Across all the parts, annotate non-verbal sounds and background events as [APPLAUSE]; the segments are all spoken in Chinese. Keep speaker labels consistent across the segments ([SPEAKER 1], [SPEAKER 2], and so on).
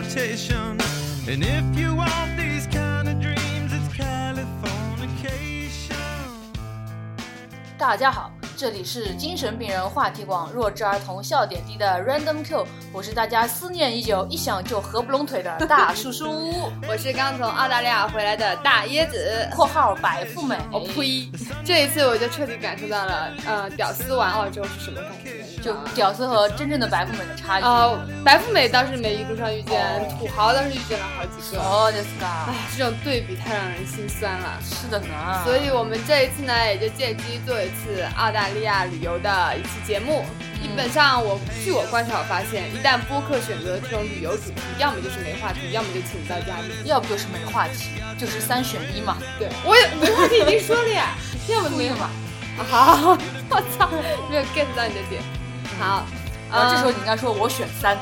[SPEAKER 1] vacation. And if you want these kind of dreams, it's Californication.
[SPEAKER 2] 大家好，这里是精神病人话题网弱智儿童笑点低的 Random Q，我是大家思念已久、一想就合不拢腿的大叔叔
[SPEAKER 3] [LAUGHS] 我是刚从澳大利亚回来的大椰子
[SPEAKER 2] （括号白富美）。
[SPEAKER 3] 我哦呸！这一次我就彻底感受到了，呃，屌丝玩澳洲是什么感觉？你知
[SPEAKER 2] 就
[SPEAKER 3] 道吗
[SPEAKER 2] 屌丝和真正的白富美的差距。
[SPEAKER 3] 呃，白富美倒是没一路上遇见，土豪倒是遇见了好几个。
[SPEAKER 2] 哦，ですか。
[SPEAKER 3] 哎，这种对比太让人心酸了。
[SPEAKER 2] 是的呢。
[SPEAKER 3] 所以我们这一次呢，也就借机做一次澳大利亚旅游的一期节目。基本上我，据我观察，我发现一旦播客选择这种旅游主题，要么就是没话题，要么就请不到嘉宾。
[SPEAKER 2] 要不就是没话题，就是三选一嘛。
[SPEAKER 3] 对，我也没话题已经说了呀，要么
[SPEAKER 2] 故
[SPEAKER 3] 没
[SPEAKER 2] 意
[SPEAKER 3] 有。
[SPEAKER 2] 嘛。
[SPEAKER 3] 好，我操，没有 get 到你的点。好，
[SPEAKER 2] 然后这时候
[SPEAKER 3] 嗯
[SPEAKER 2] 你应该说我选三。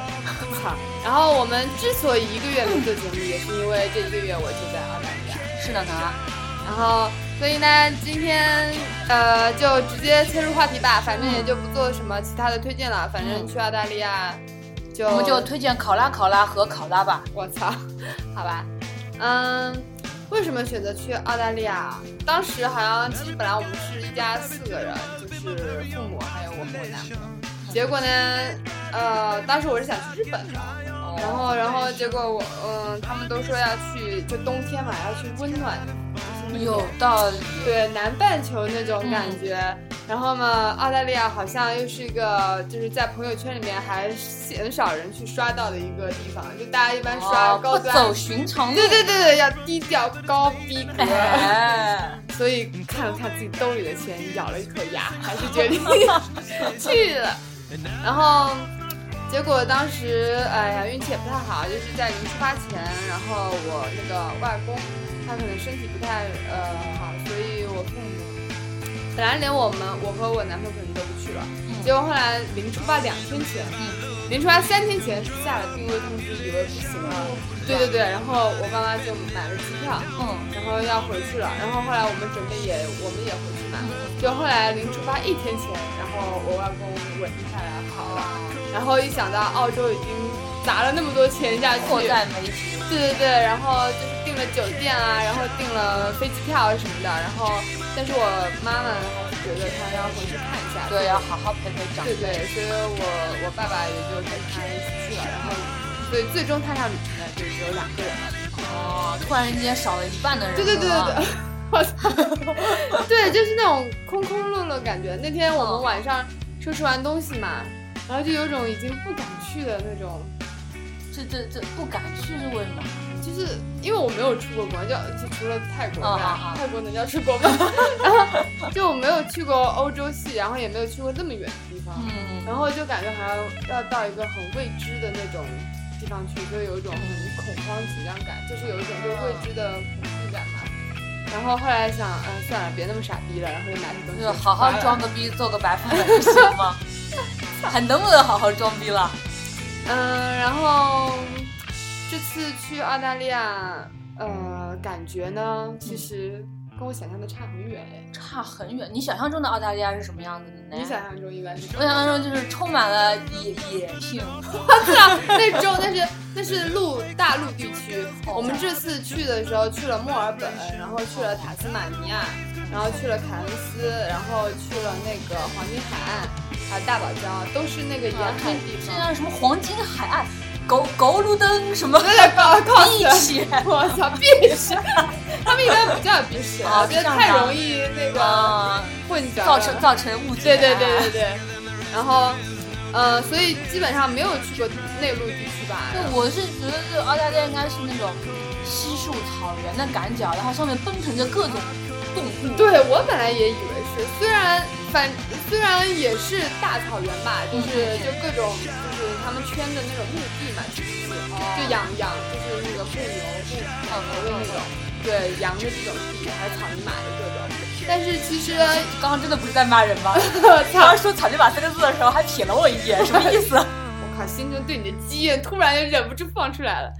[SPEAKER 3] 好。然后我们之所以一个月没做节目，也是因为这一个月我就在澳大利亚。
[SPEAKER 2] 是的呢。
[SPEAKER 3] 然后，所以呢，今天呃就直接切入话题吧，反正也就不做什么其他的推荐了，反正去澳大利亚就
[SPEAKER 2] 嗯我们就推荐考拉考拉和考拉吧。
[SPEAKER 3] 我操，好吧，嗯，为什么选择去澳大利亚？当时好像其实本来我们是一家四个人，就是父母还有我和我男朋友。结果呢，呃，当时我是想去日本的，然后然后结果我嗯，他们都说要去，就冬天嘛，要去温暖，就是那种
[SPEAKER 2] 有道理。
[SPEAKER 3] 对南半球那种感
[SPEAKER 2] 嗯
[SPEAKER 3] 觉。然后呢，澳大利亚好像又是一个就是在朋友圈里面还鲜少人去刷到的一个地方，就大家一般刷
[SPEAKER 2] 哦
[SPEAKER 3] 高
[SPEAKER 2] 不
[SPEAKER 3] 端。
[SPEAKER 2] 走寻常路
[SPEAKER 3] 对。对对对，要低调高逼格。
[SPEAKER 2] 哎。
[SPEAKER 3] 所以看了看自己兜里的钱，咬了一口牙，还是决定去了。然后结果当时哎呀运气也不太好，就是在临出发前，然后我那个外公他可能身体不太呃好，所以我父母本来连我们我和我男朋友可能都不去了，结果后来临出发两天前，临出发三天前是下了病危通知，以为不行了，对对对，然后我爸妈就买了机票。
[SPEAKER 2] 嗯，
[SPEAKER 3] 然后要回去了，然后后来我们准备也我们也回去嘛，就后来临出发一天前，然后我外公稳定下来好了，然后一想到澳洲已经砸了那么多钱下去，
[SPEAKER 2] 迫在眉睫。
[SPEAKER 3] 对对对，然后就是订了酒店啊，然后订了飞机票什么的，然后但是我妈妈还是觉得她要回去看一下，
[SPEAKER 2] 对，要好好陪陪长
[SPEAKER 3] 对
[SPEAKER 2] 辈。
[SPEAKER 3] 对，所以我我爸爸也就跟他一起去了，然后所以最终踏上旅程的就只有两个人了。
[SPEAKER 2] 哦，突然间少了一半的人。
[SPEAKER 3] 对对对对对。我操！ [LAUGHS] 对，就是那种空空落落感觉。那天我们晚上收拾完东西嘛，然后就有种已经不敢去的那种，
[SPEAKER 2] 这这这不敢去是为什么？
[SPEAKER 3] 就是因为我没有出过国，就就除了泰国
[SPEAKER 2] 啊
[SPEAKER 3] 外，
[SPEAKER 2] 啊啊
[SPEAKER 3] 泰国能叫出国吗？ [LAUGHS] 然后就我没有去过欧洲系，然后也没有去过那么远的地方，
[SPEAKER 2] 嗯，
[SPEAKER 3] 然后就感觉好像要到一个很未知的那种地方去，就有一种很恐慌紧张感，就是有一种对未知的恐惧感嘛。然后后来想，嗯、算了，别那么傻逼了，然后就拿起东
[SPEAKER 2] 嗯
[SPEAKER 3] 西
[SPEAKER 2] 就是好好装。个逼，做个白富美不行
[SPEAKER 3] [LAUGHS]
[SPEAKER 2] 吗？还能不能好好装逼了？
[SPEAKER 3] 嗯、然后这次去澳大利亚，呃，感觉呢，其实跟我想象的差很远哎。
[SPEAKER 2] 差很远。你想象中的澳大利亚是什么样子的呢？
[SPEAKER 3] 你想象中应该是
[SPEAKER 2] 我想象中就是充满了野野
[SPEAKER 3] [LAUGHS]
[SPEAKER 2] 性，
[SPEAKER 3] 那州，那是那是陆大陆地区。我们这次去的时候去了墨尔本，然后去了塔斯马尼亚，然后去了凯恩斯，然后去了那个黄金海岸，还有大堡礁，都是那个沿海地
[SPEAKER 2] 这
[SPEAKER 3] 方。
[SPEAKER 2] 叫什么黄金海岸、狗狗路灯什么
[SPEAKER 3] 我在搞搞
[SPEAKER 2] 一
[SPEAKER 3] 死， [LAUGHS]
[SPEAKER 2] 起。
[SPEAKER 3] 我操，必须！ [LAUGHS] 他们应该不叫必须，
[SPEAKER 2] 啊
[SPEAKER 3] 我觉得太容易那
[SPEAKER 2] [LAUGHS]
[SPEAKER 3] 个
[SPEAKER 2] 啊，
[SPEAKER 3] 混淆了，
[SPEAKER 2] 造成造成啊误解。
[SPEAKER 3] 对对对对。对。然后，呃，所以基本上没有去过内陆地区吧。
[SPEAKER 2] 就我是觉得，这澳大利亚应该是那种稀树草原的赶脚，然后上面奔腾着各种动物。
[SPEAKER 3] 对我本来也以为是，虽然反虽然也是大草原吧，就是就各种就是他们圈的那种墓地嘛，其实是就养养就是那个牧牛牧养牛的那种，对羊的这种地，还有草泥马的各种。但是其实
[SPEAKER 2] 刚刚真的不是在骂人
[SPEAKER 3] [LAUGHS]
[SPEAKER 2] 吗？
[SPEAKER 3] 我
[SPEAKER 2] 刚刚说“草泥马”三个字的时候，还瞥了我一眼，什么意思？
[SPEAKER 3] 我靠，心中对你的基因突然就忍不住放出来了。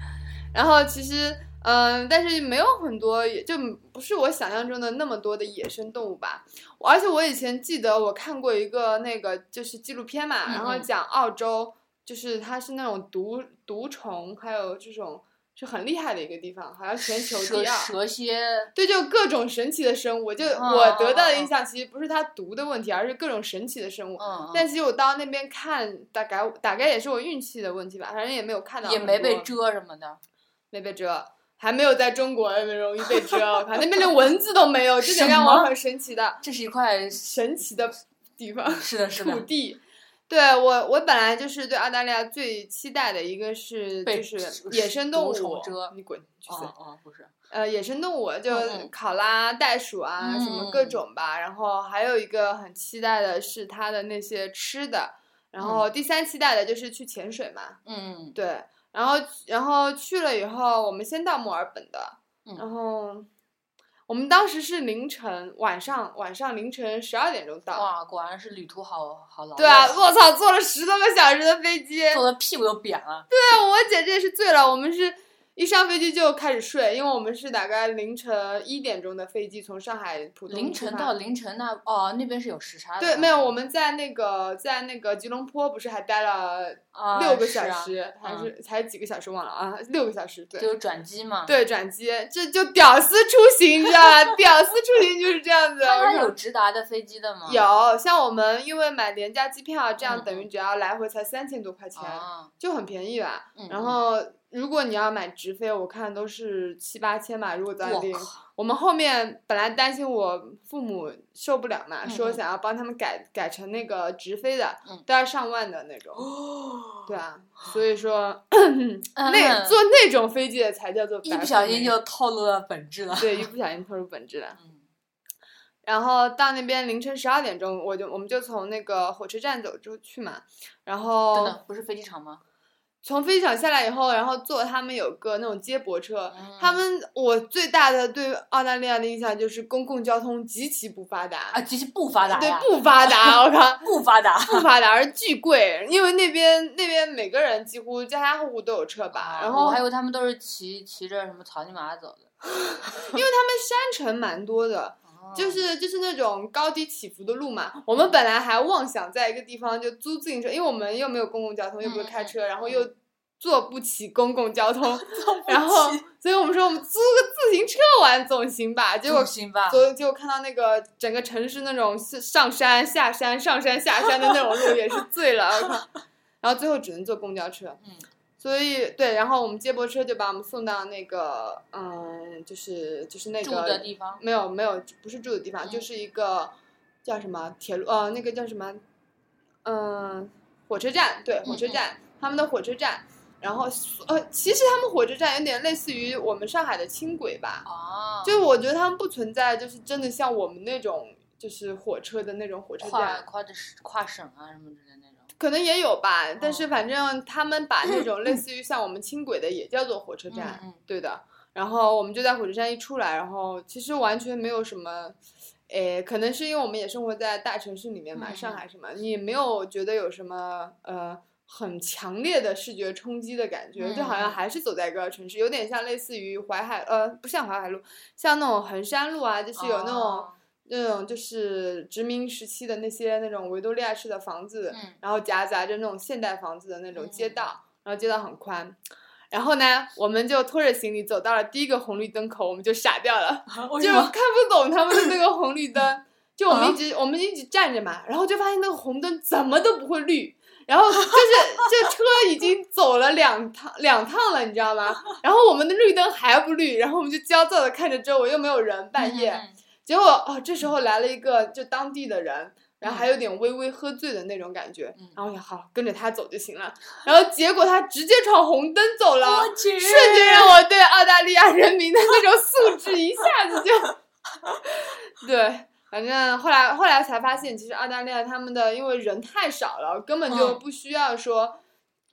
[SPEAKER 3] 然后其实，嗯、但是没有很多，也就不是我想象中的那么多的野生动物吧。我而且我以前记得我看过一个那个就是纪录片嘛，
[SPEAKER 2] 嗯嗯
[SPEAKER 3] 然后讲澳洲，就是它是那种毒毒虫，还有这种是很厉害的一个地方，好像 [LAUGHS] 全球
[SPEAKER 2] 蛇
[SPEAKER 3] 第二。
[SPEAKER 2] 蛇蝎，
[SPEAKER 3] 对，就各种神奇的生物。我就
[SPEAKER 2] 啊
[SPEAKER 3] 我得到的印象，其实不是它毒的问题，而是各种神奇的生物。
[SPEAKER 2] 嗯，
[SPEAKER 3] 但其实我到那边看，大概大概也是我运气的问题吧，反正也没有看到
[SPEAKER 2] 嗯也
[SPEAKER 3] 很
[SPEAKER 2] 没被
[SPEAKER 3] 多
[SPEAKER 2] 蛰什么的，
[SPEAKER 3] 没被蛰，还没有在中国那么容易被
[SPEAKER 2] [LAUGHS]
[SPEAKER 3] 蛰。我靠，那边连蚊子都没有，这点让
[SPEAKER 2] 什
[SPEAKER 3] 我
[SPEAKER 2] 么
[SPEAKER 3] 很神奇的
[SPEAKER 2] 这是一块，
[SPEAKER 3] 神奇的地方。
[SPEAKER 2] 是的，是
[SPEAKER 3] 土
[SPEAKER 2] 的，
[SPEAKER 3] 地。对我，我本来就是对澳大利亚最期待的一个是
[SPEAKER 2] 被
[SPEAKER 3] 就是
[SPEAKER 2] 毒
[SPEAKER 3] 野生动物，
[SPEAKER 2] 虫蛰
[SPEAKER 3] 你滚去死！
[SPEAKER 2] 哦哦，不是，
[SPEAKER 3] 呃，野生动物就
[SPEAKER 2] 嗯嗯
[SPEAKER 3] 考拉、袋鼠啊，什么各
[SPEAKER 2] 嗯
[SPEAKER 3] 种吧。然后还有一个很期待的是它的那些吃的，然后第三期待的就是去潜水嘛。
[SPEAKER 2] 嗯，
[SPEAKER 3] 对，然后然后去了以后，我们先到墨尔本的，
[SPEAKER 2] 嗯
[SPEAKER 3] 然后我们当时是凌晨晚上晚上凌晨十二点钟到，
[SPEAKER 2] 哇，果然是旅途好好劳累，
[SPEAKER 3] 对啊，我操，坐了十多个小时的飞机，
[SPEAKER 2] 坐的屁股都扁了，
[SPEAKER 3] 对， [LAUGHS] 我姐这也是醉了。我们是一上飞机就开始睡，因为我们是大概凌晨一点钟的飞机从上海浦东
[SPEAKER 2] 凌
[SPEAKER 3] 出
[SPEAKER 2] 晨
[SPEAKER 3] 发
[SPEAKER 2] 到凌晨那哦，那边是有时差的，
[SPEAKER 3] 对，没有，我们在那个在那个吉隆坡不是还待了
[SPEAKER 2] 啊
[SPEAKER 3] 六个小，
[SPEAKER 2] 是
[SPEAKER 3] 时，还是、才几个小时忘了啊，六个小时
[SPEAKER 2] 啊
[SPEAKER 3] 对。
[SPEAKER 2] 就有转机嘛，，
[SPEAKER 3] 对，转机这就屌丝出行，你知道吧？屌丝出行就是这样子。
[SPEAKER 2] 那
[SPEAKER 3] 我
[SPEAKER 2] 它
[SPEAKER 3] 靠
[SPEAKER 2] 有直达的飞机的吗？
[SPEAKER 3] 有像我们因为买廉价机票，啊这
[SPEAKER 2] 嗯
[SPEAKER 3] 样
[SPEAKER 2] 嗯
[SPEAKER 3] 等于只要来回才三千多块钱，
[SPEAKER 2] 啊，
[SPEAKER 3] 就很便宜吧。
[SPEAKER 2] 嗯
[SPEAKER 3] 然后如果你要买直飞，我看都是七八千吧。如果早点
[SPEAKER 2] 我
[SPEAKER 3] 订，
[SPEAKER 2] 靠，
[SPEAKER 3] 我们后面本来担心我父母受不了嘛，
[SPEAKER 2] 嗯嗯
[SPEAKER 3] 说想要帮他们改改成那个直飞的，
[SPEAKER 2] 嗯
[SPEAKER 3] 都要上万的那
[SPEAKER 2] [GASPS]
[SPEAKER 3] 种。对啊，所以说那
[SPEAKER 2] 嗯
[SPEAKER 3] 坐那种飞机的才叫做
[SPEAKER 2] 一
[SPEAKER 3] 白
[SPEAKER 2] 不
[SPEAKER 3] 富
[SPEAKER 2] 小心
[SPEAKER 3] 美
[SPEAKER 2] 就透露了本质了，
[SPEAKER 3] 对，一不小心透露本质了。
[SPEAKER 2] 嗯
[SPEAKER 3] 然后到那边凌晨十二点钟，我就我们就从那个火车站走出去嘛，然
[SPEAKER 2] 等
[SPEAKER 3] 后
[SPEAKER 2] 等，不是飞机场吗？
[SPEAKER 3] 从飞机场下来以后，然后坐他们有个那种接驳车，
[SPEAKER 2] 嗯
[SPEAKER 3] 他们我最大的对澳大利亚的印象就是公共交通极其不发达，
[SPEAKER 2] 啊，极其不发达
[SPEAKER 3] 对
[SPEAKER 2] 呀，
[SPEAKER 3] 不发达，
[SPEAKER 2] [LAUGHS]
[SPEAKER 3] 我靠，
[SPEAKER 2] 不发达，
[SPEAKER 3] 不发达而巨贵，因为那边那边每个人几乎家家户户都有车吧，
[SPEAKER 2] 啊
[SPEAKER 3] 然后
[SPEAKER 2] 我还
[SPEAKER 3] 因
[SPEAKER 2] 以
[SPEAKER 3] 为
[SPEAKER 2] 为他们都是骑骑着什么草泥马走的，
[SPEAKER 3] 他们山城蛮多的，
[SPEAKER 2] 哦
[SPEAKER 3] 就是就是那种高低起伏的路嘛，我们本来还妄想在一个地方就租自行车，因为我们又没有公共交通，
[SPEAKER 2] 嗯
[SPEAKER 3] 又不会开车，然后又。坐不起公共交通，然后，所以我们说我们租个自行车玩总行吧。结果
[SPEAKER 2] 住行吧，
[SPEAKER 3] 昨就看到那个整个城市那种是上山下山、上山下山的那种路，也是醉了，我靠！然后最后只能坐公交车，
[SPEAKER 2] 嗯，
[SPEAKER 3] 所以对，然后我们接驳车就把我们送到那个，嗯，就是就是那
[SPEAKER 2] 住的
[SPEAKER 3] 个
[SPEAKER 2] 地方，
[SPEAKER 3] 没有没有不是住的地方，
[SPEAKER 2] 嗯
[SPEAKER 3] 就是一个叫什么铁路呃那个叫什么，嗯、火车站对
[SPEAKER 2] 嗯
[SPEAKER 3] 火车站、他们的火车站，然后呃其实他们火车站有点类似于我们上海的轻轨吧，
[SPEAKER 2] 啊，
[SPEAKER 3] 就我觉得他们不存在，就是真的像我们那种就是火车的那种火车
[SPEAKER 2] 跨
[SPEAKER 3] 站，
[SPEAKER 2] 跨的是跨省啊什么之类的那种，
[SPEAKER 3] 可能也有吧，但
[SPEAKER 2] 嗯
[SPEAKER 3] 是反正他们把那种类似于像我们轻轨的也叫做火车站，
[SPEAKER 2] 嗯
[SPEAKER 3] 对的。然后我们就在火车站一出来，然后其实完全没有什么。诶，可能是因为我们也生活在大城市里面嘛，
[SPEAKER 2] 嗯
[SPEAKER 3] 上海什么，你没有觉得有什么呃很强烈的视觉冲击的感觉，就好像
[SPEAKER 2] 嗯
[SPEAKER 3] 还是走在一个城市，有点像类似于淮海呃，不像淮海路，像那种衡山路啊，就
[SPEAKER 2] 嗯，
[SPEAKER 3] 是有那种、
[SPEAKER 2] 哦，
[SPEAKER 3] 那种就是殖民时期的那些那种维多利亚式的房子，
[SPEAKER 2] 嗯，
[SPEAKER 3] 然后夹杂着那种现代房子的那种街
[SPEAKER 2] 嗯
[SPEAKER 3] 道，然后街道很宽。然后呢，我们就拖着行李走到了第一个红绿灯口，我们就傻掉了，
[SPEAKER 2] 为
[SPEAKER 3] 就
[SPEAKER 2] 什么
[SPEAKER 3] 看不懂他们的那个红绿灯。就我们
[SPEAKER 2] 啊
[SPEAKER 3] 一直、我们一直站着嘛，然后就发现那个红灯怎么都不会绿，然后
[SPEAKER 2] [LAUGHS]
[SPEAKER 3] 就是这车已经走了两趟两趟了，你知道吗？然后我们的绿灯还不绿，然后我们就焦躁的看着周围，又没有人，半夜。
[SPEAKER 2] 嗯嗯嗯
[SPEAKER 3] 结果哦，这时候来了一个就当地的人，然后还有点微微喝醉的那种感觉，
[SPEAKER 2] 嗯
[SPEAKER 3] 然后我想好跟着他走就行了，然后结果他直接闯红灯走了，
[SPEAKER 2] 我去，
[SPEAKER 3] 瞬间让我对澳大利亚人民的
[SPEAKER 2] [LAUGHS]
[SPEAKER 3] 那种素质一下子就， [LAUGHS] 对。反正后来后来才发现，其实澳大利亚他们的因为人太少了，根本就
[SPEAKER 2] 嗯
[SPEAKER 3] 不需要说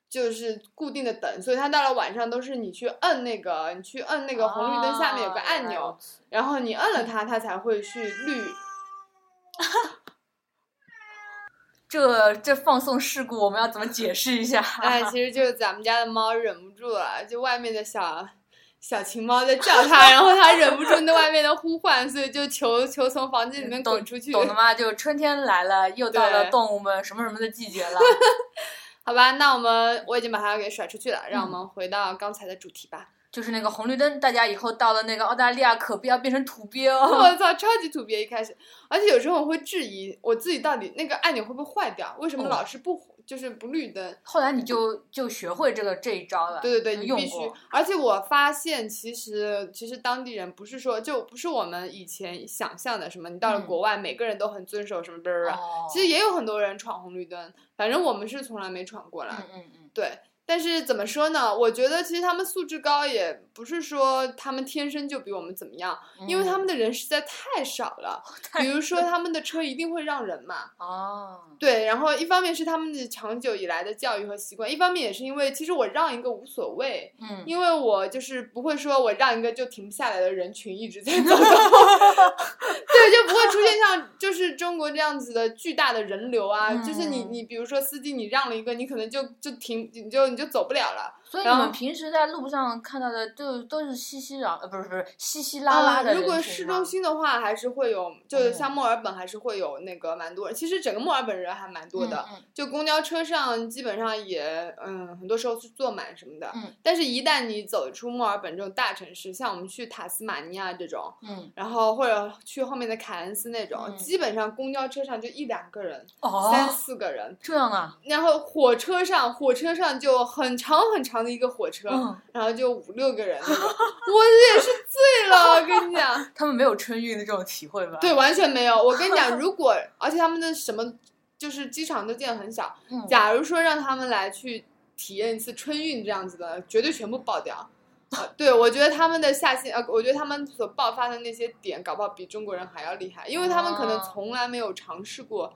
[SPEAKER 3] 就是固定的等，所以他到了晚上都是你去摁那个你去摁那个红绿灯下面有个
[SPEAKER 2] 啊
[SPEAKER 3] 按钮，，然后你摁了它，它才会去绿。
[SPEAKER 2] 这这放送事故我们要怎么解释一下？
[SPEAKER 3] 哎，
[SPEAKER 2] [LAUGHS]
[SPEAKER 3] 其实就是咱们家的猫忍不住了，就外面的小小情猫在叫它，然后它忍不住那外面的呼唤，所以就求求从房间里面滚出去。
[SPEAKER 2] 懂了吗？就春天来了，又到了
[SPEAKER 3] 对
[SPEAKER 2] 动物们什么什么的季节了。 [LAUGHS] 嗯
[SPEAKER 3] 好吧，那我们我已经把它给甩出去了，让我们回到刚才的主题吧。
[SPEAKER 2] 就是那个红绿灯，大家以后到了那个澳大利亚可不要变成土鳖哦。
[SPEAKER 3] [LAUGHS] 我操，超级土鳖一开始，而且有时候我会质疑我自己到底那个按钮会不会坏掉，为什么
[SPEAKER 2] 哦
[SPEAKER 3] 老是不、就是不绿灯？
[SPEAKER 2] 后来你就就学会这个这一招了，
[SPEAKER 3] 对对对，
[SPEAKER 2] 就
[SPEAKER 3] 你
[SPEAKER 2] 用
[SPEAKER 3] 必须
[SPEAKER 2] 过。
[SPEAKER 3] 而且我发现，其实其实当地人不是说就不是我们以前想象的什么，你到了
[SPEAKER 2] 嗯
[SPEAKER 3] 国外、每个人都很遵守什么叭叭叭。
[SPEAKER 2] 哦
[SPEAKER 3] 啊其实也有很多人闯红绿灯，反正我们是从来没闯过啦。
[SPEAKER 2] 嗯嗯嗯，
[SPEAKER 3] 对，但是怎么说呢？我觉得其实他们素质高，也不是说他们天生就比我们怎么样，
[SPEAKER 2] 嗯
[SPEAKER 3] 因为他们的人实在太少了。比如说他们的车一定会让人嘛，
[SPEAKER 2] 哦，
[SPEAKER 3] 对，然后一方面是他们的长久以来的教育和习惯，一方面也是因为其实我让一个无所谓，
[SPEAKER 2] 嗯，
[SPEAKER 3] 因为我就是不会说我让一个就停不下来的人群一直在
[SPEAKER 2] [LAUGHS]
[SPEAKER 3] 走走，对，就不会出现像就是中国这样子的巨大的人流啊，就是你
[SPEAKER 2] 嗯
[SPEAKER 3] 你比如说司机你让了一个，你可能就就停你就你就走不了了，
[SPEAKER 2] 所以
[SPEAKER 3] 然
[SPEAKER 2] 你
[SPEAKER 3] 后
[SPEAKER 2] 们平时在路上看到的就都是熙熙攘，呃，不是不是稀稀拉拉的
[SPEAKER 3] 嗯
[SPEAKER 2] 人
[SPEAKER 3] 如果
[SPEAKER 2] 群
[SPEAKER 3] 市
[SPEAKER 2] 吗
[SPEAKER 3] 中心的话，还是会有，就
[SPEAKER 2] 嗯
[SPEAKER 3] 像墨尔本还是会有那个蛮多人，其实整个墨尔本人还蛮多的，，
[SPEAKER 2] 嗯
[SPEAKER 3] 就公交车上基本上也，嗯，很多时候是坐满什么的。
[SPEAKER 2] 嗯
[SPEAKER 3] 但是，一旦你走出墨尔本这种大城市，像我们去塔斯马尼亚这种，
[SPEAKER 2] 嗯嗯，
[SPEAKER 3] 然后或者去后面的凯恩斯那种，
[SPEAKER 2] 嗯
[SPEAKER 3] 基本上公交车上就一两个人，三
[SPEAKER 2] 哦，
[SPEAKER 3] 四个人。
[SPEAKER 2] 这样啊，
[SPEAKER 3] 然后火车上，火车上就很长很长的一个火车，
[SPEAKER 2] 嗯，
[SPEAKER 3] 然后就五六个人那种我也是醉了，我跟你讲。
[SPEAKER 2] 他们没有春运的这种体会吧？
[SPEAKER 3] 对，完全没有。我跟你
[SPEAKER 2] [LAUGHS]
[SPEAKER 3] 讲，如果而且他们的什么就是机场都建得很小，
[SPEAKER 2] 嗯
[SPEAKER 3] 假如说让他们来去体验一次春运这样子的，绝对全部爆掉。呃对，我觉得他们的下线，呃，我觉得他们所爆发的那些点，搞不好比中国人还要厉害，因为他们可能
[SPEAKER 2] 哦
[SPEAKER 3] 从来没有尝试过，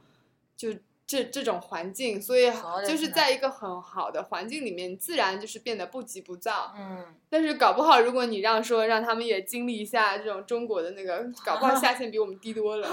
[SPEAKER 3] 就这这种环境，所以
[SPEAKER 2] 哦好的
[SPEAKER 3] 就是
[SPEAKER 2] 天呐
[SPEAKER 3] 在一个很好的环境里面，你自然就是变得不急不躁，
[SPEAKER 2] 嗯，
[SPEAKER 3] 但是搞不好，如果你让说让他们也经历一下这种中国的那个，搞不好下限比我们低
[SPEAKER 2] [LAUGHS]
[SPEAKER 3] 多了。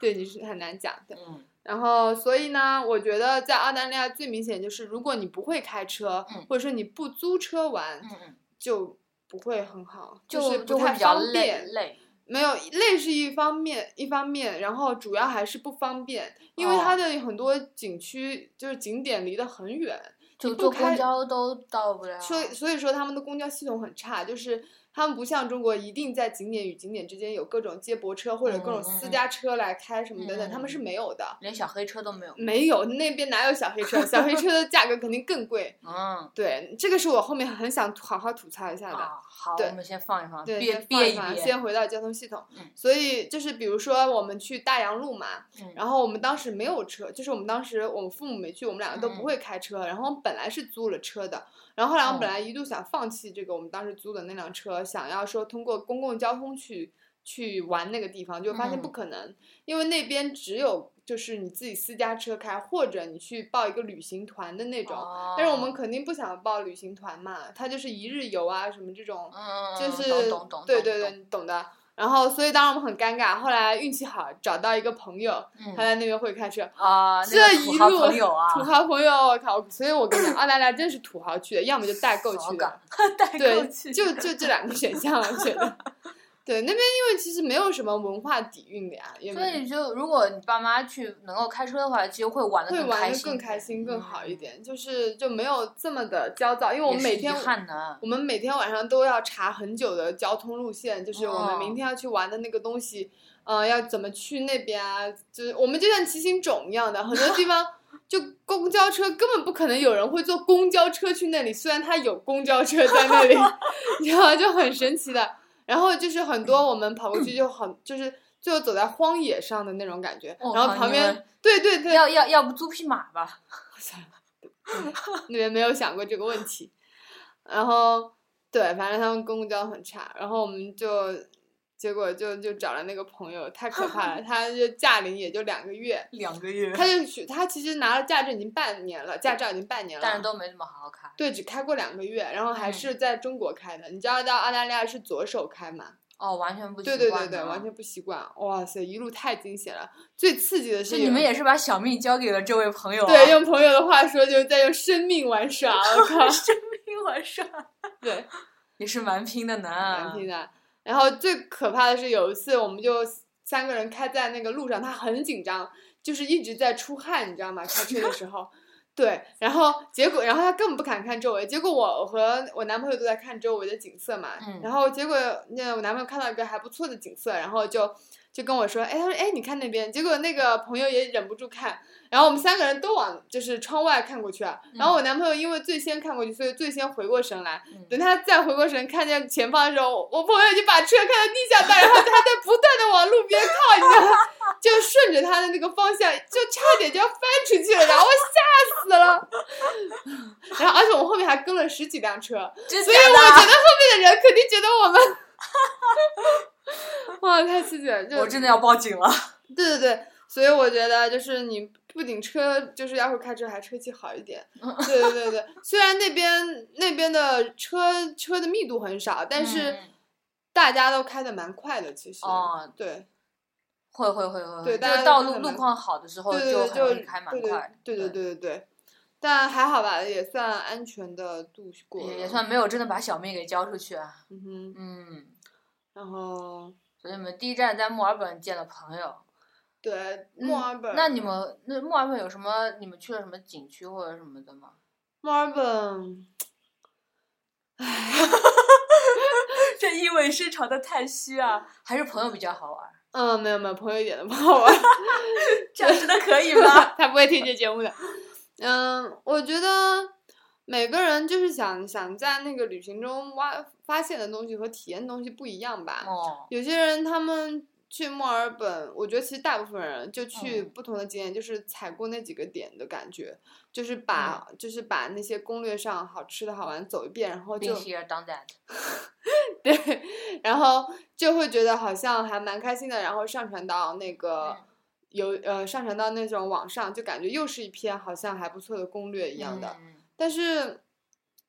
[SPEAKER 3] 对，你是很难讲的。
[SPEAKER 2] 嗯
[SPEAKER 3] 然后，所以呢，我觉得在澳大利亚最明显就是，如果你不会开车，
[SPEAKER 2] 嗯
[SPEAKER 3] 或者说你不租车玩，
[SPEAKER 2] 嗯嗯，
[SPEAKER 3] 就不会很好，
[SPEAKER 2] 就是就
[SPEAKER 3] 不
[SPEAKER 2] 会
[SPEAKER 3] 太
[SPEAKER 2] 比较
[SPEAKER 3] 方
[SPEAKER 2] 累
[SPEAKER 3] 便。
[SPEAKER 2] 累，
[SPEAKER 3] 没有累是一方面，一方面，然后主要还是不方便，因为
[SPEAKER 2] 哦
[SPEAKER 3] 它的很多景区就是景点离得很远，
[SPEAKER 2] 就
[SPEAKER 3] 你不
[SPEAKER 2] 坐
[SPEAKER 3] 开
[SPEAKER 2] 公交都到不了。
[SPEAKER 3] 所以所以说他们的公交系统很差，就是他们不像中国一定在景点与景点之间有各种接驳车或者
[SPEAKER 2] 嗯
[SPEAKER 3] 各种私家车来开什么等等，他们是没有的。
[SPEAKER 2] 连小黑车都没有。
[SPEAKER 3] 没有，那边哪有小黑车？小黑车的价格肯定更贵。
[SPEAKER 2] 嗯，
[SPEAKER 3] 对，这个是我后面很想好好吐槽一下的。
[SPEAKER 2] 啊，好，
[SPEAKER 3] 对
[SPEAKER 2] 我们先放一放，
[SPEAKER 3] 对，
[SPEAKER 2] 憋
[SPEAKER 3] 先放
[SPEAKER 2] 憋
[SPEAKER 3] 一
[SPEAKER 2] 一
[SPEAKER 3] 放，
[SPEAKER 2] 憋。
[SPEAKER 3] 先回到交通系统
[SPEAKER 2] 嗯。
[SPEAKER 3] 所以就是比如说我们去大洋路嘛，
[SPEAKER 2] 嗯
[SPEAKER 3] 然后我们当时没有车，就是我们当时我们父母没去，我们两个都
[SPEAKER 2] 嗯
[SPEAKER 3] 不会开车，然后我们本来是租了车的，然后后来我们本
[SPEAKER 2] 哦
[SPEAKER 3] 来一度想放弃这个我们当时租的那辆车，想要说通过公共交通去去玩那个地方，就发现不
[SPEAKER 2] 嗯
[SPEAKER 3] 可能，因为那边只有就是你自己私家车开，或者你去报一个旅行团的那种，
[SPEAKER 2] 哦
[SPEAKER 3] 但是我们肯定不想报旅行团嘛，它就是一日游啊什么这种，
[SPEAKER 2] 嗯，
[SPEAKER 3] 就是
[SPEAKER 2] 懂懂懂，
[SPEAKER 3] 对
[SPEAKER 2] 懂
[SPEAKER 3] 对对，，你懂的。然后，所以当时我们很尴尬。后来运气好，找到一个朋友，
[SPEAKER 2] 懂
[SPEAKER 3] 他
[SPEAKER 2] 嗯
[SPEAKER 3] 在那边会开车。
[SPEAKER 2] 啊，那
[SPEAKER 3] 这
[SPEAKER 2] 个土
[SPEAKER 3] 一
[SPEAKER 2] 豪
[SPEAKER 3] 路
[SPEAKER 2] 朋友啊，
[SPEAKER 3] 土豪朋友，我靠！所以我跟你讲，澳大利亚真是土豪去的，要么就代购
[SPEAKER 2] 好
[SPEAKER 3] 去的
[SPEAKER 2] 感，，代购
[SPEAKER 3] 对，
[SPEAKER 2] 去
[SPEAKER 3] 就
[SPEAKER 2] [LAUGHS]
[SPEAKER 3] 就这两个选项，我觉得。对，那边因为其实没有什么文化底蕴的呀，也
[SPEAKER 2] 所
[SPEAKER 3] 没
[SPEAKER 2] 以就如果你爸妈去能够开车的话，其实会玩的
[SPEAKER 3] 会玩
[SPEAKER 2] 开
[SPEAKER 3] 的
[SPEAKER 2] 心，
[SPEAKER 3] 更
[SPEAKER 2] 更
[SPEAKER 3] 开心、更好一。点，就是就没有这么的焦躁，因为我
[SPEAKER 2] 也
[SPEAKER 3] 们
[SPEAKER 2] 是
[SPEAKER 3] 每
[SPEAKER 2] 遗
[SPEAKER 3] 天
[SPEAKER 2] 憾的，
[SPEAKER 3] 我们每天晚上都要查很久的交通路线，就是我们
[SPEAKER 2] 哦
[SPEAKER 3] 明天要去玩的那个东西，呃，要怎么去那边啊？就是我们就像骑行种一样的，很多地方就公交车根本不可能有人会坐公交车去那里，虽然它有公交车在那
[SPEAKER 2] [LAUGHS]
[SPEAKER 3] 里，你知道吗就很神奇的。然后就是很多我们跑过去就很就是最后走在荒野上的那种感觉，
[SPEAKER 2] 哦
[SPEAKER 3] 然
[SPEAKER 2] 靠
[SPEAKER 3] 后旁
[SPEAKER 2] 你
[SPEAKER 3] 边
[SPEAKER 2] 们
[SPEAKER 3] 对对对，
[SPEAKER 2] 要要要不租匹马吧？ [LAUGHS]
[SPEAKER 3] 那边没有想过这个问题。然后，对，反正他们公共交通很差，然后我们就结果就就找了那个朋友，太可
[SPEAKER 2] [LAUGHS]
[SPEAKER 3] 怕了，他就驾龄也就两个月，
[SPEAKER 2] 两个月 [LAUGHS]
[SPEAKER 3] 他就学他其实拿了驾照已经半年了，驾照已经半年了，
[SPEAKER 2] 但是都没怎么好好开。
[SPEAKER 3] 对，只开过两个月，然后还
[SPEAKER 2] 嗯
[SPEAKER 3] 是在中国开的。你知道到澳大利亚是左手开嘛？
[SPEAKER 2] 哦，完全不习啊
[SPEAKER 3] 对
[SPEAKER 2] 惯。
[SPEAKER 3] 对对对，完。全不习惯。哇塞，一路太惊险了。最刺激的是
[SPEAKER 2] 就你
[SPEAKER 3] 有
[SPEAKER 2] 们也是把小命交给了这位朋友、啊，，
[SPEAKER 3] 对，用朋友的话说，就是在用生命玩耍。我
[SPEAKER 2] [LAUGHS]
[SPEAKER 3] 靠
[SPEAKER 2] 生命晚上
[SPEAKER 3] 对。
[SPEAKER 2] 也是蛮拼的呢，
[SPEAKER 3] 难听的。然后最可怕的是有一次，我们就三个
[SPEAKER 2] [LAUGHS]
[SPEAKER 3] 人开在那个路上，他很紧张，就是一直在出汗，你知道吗？开车的时候，对，然后结果，然后他根本不敢看周围。结果我和我男朋友都在看周围的景色嘛，
[SPEAKER 2] 嗯
[SPEAKER 3] 然后结果那我男朋友看到一个还不错的景色，然后就就跟我说，哎，他说，哎，你看那边。结果那个朋友也忍不住看，然后我们三个人都往就是窗外看过去啊。然后我男朋友因为最先看过去，所以最先回过神来。
[SPEAKER 2] 嗯
[SPEAKER 3] 等他再回过神看见前方的时候，我朋友已经把车开到地下道，然后他在不断的往路边靠，你知道吗？就顺着他的那个方向，就差点就要翻出去了，然后我吓死了。然后而且我们后面还跟了十几辆车，
[SPEAKER 2] 真
[SPEAKER 3] 所以我觉得后面的人肯定觉得我们，哇，太刺激了！就
[SPEAKER 2] 我真的要报警了。
[SPEAKER 3] [LAUGHS] 对对对，所以我觉得就是你不仅车就是要会开车，还车技好一点。
[SPEAKER 2] 嗯
[SPEAKER 3] 对对对对，虽然那边那边的车车的密度很少，但是
[SPEAKER 2] 嗯
[SPEAKER 3] 大家都开的蛮快的，其实。
[SPEAKER 2] 哦，
[SPEAKER 3] 对
[SPEAKER 2] 会会会会，
[SPEAKER 3] 对
[SPEAKER 2] 就
[SPEAKER 3] 大家
[SPEAKER 2] 是道
[SPEAKER 3] 都
[SPEAKER 2] 路
[SPEAKER 3] 很
[SPEAKER 2] 路
[SPEAKER 3] 蛮
[SPEAKER 2] 况好的时候
[SPEAKER 3] 对对
[SPEAKER 2] 就
[SPEAKER 3] 对，
[SPEAKER 2] 很
[SPEAKER 3] 就
[SPEAKER 2] 容易开蛮快，
[SPEAKER 3] 对对对对对，但还好吧，也算安全的度过了，
[SPEAKER 2] 也也算没有真的把小命给交出去啊。
[SPEAKER 3] 嗯哼。
[SPEAKER 2] 嗯，
[SPEAKER 3] 然后
[SPEAKER 2] 所以你们第一站在墨尔本见了朋友，
[SPEAKER 3] 对墨
[SPEAKER 2] 嗯
[SPEAKER 3] 尔本，
[SPEAKER 2] 那你们那墨尔本有什么？你们去了什么景区或者什么的吗？
[SPEAKER 3] 墨尔本，
[SPEAKER 2] 这意味深长的叹息啊，还是朋友比较好玩，
[SPEAKER 3] 嗯，没有没有，朋友一点都不好玩。
[SPEAKER 2] 这样真的可以
[SPEAKER 3] [LAUGHS] 他不会听这节目的。嗯，我觉得每个人就是想想在那个旅行中挖发现的东西和体验的东西不一样
[SPEAKER 2] [LAUGHS]
[SPEAKER 3] 吧。
[SPEAKER 2] 哦，
[SPEAKER 3] 有些人他们去墨尔本，我觉得其实大部分人就去
[SPEAKER 2] 嗯
[SPEAKER 3] 不同的景点，就是踩过那几个点的感觉，就是把、
[SPEAKER 2] 嗯
[SPEAKER 3] 就是把那些攻略上好吃的好玩走一遍，然后就
[SPEAKER 2] 并 here done that。
[SPEAKER 3] 对，然后就会觉得好像还蛮开心的，然后上传到那个
[SPEAKER 2] 嗯
[SPEAKER 3] 有呃上传到那种网上，就感觉又是一篇好像还不错的攻略一样的。
[SPEAKER 2] 嗯
[SPEAKER 3] 但是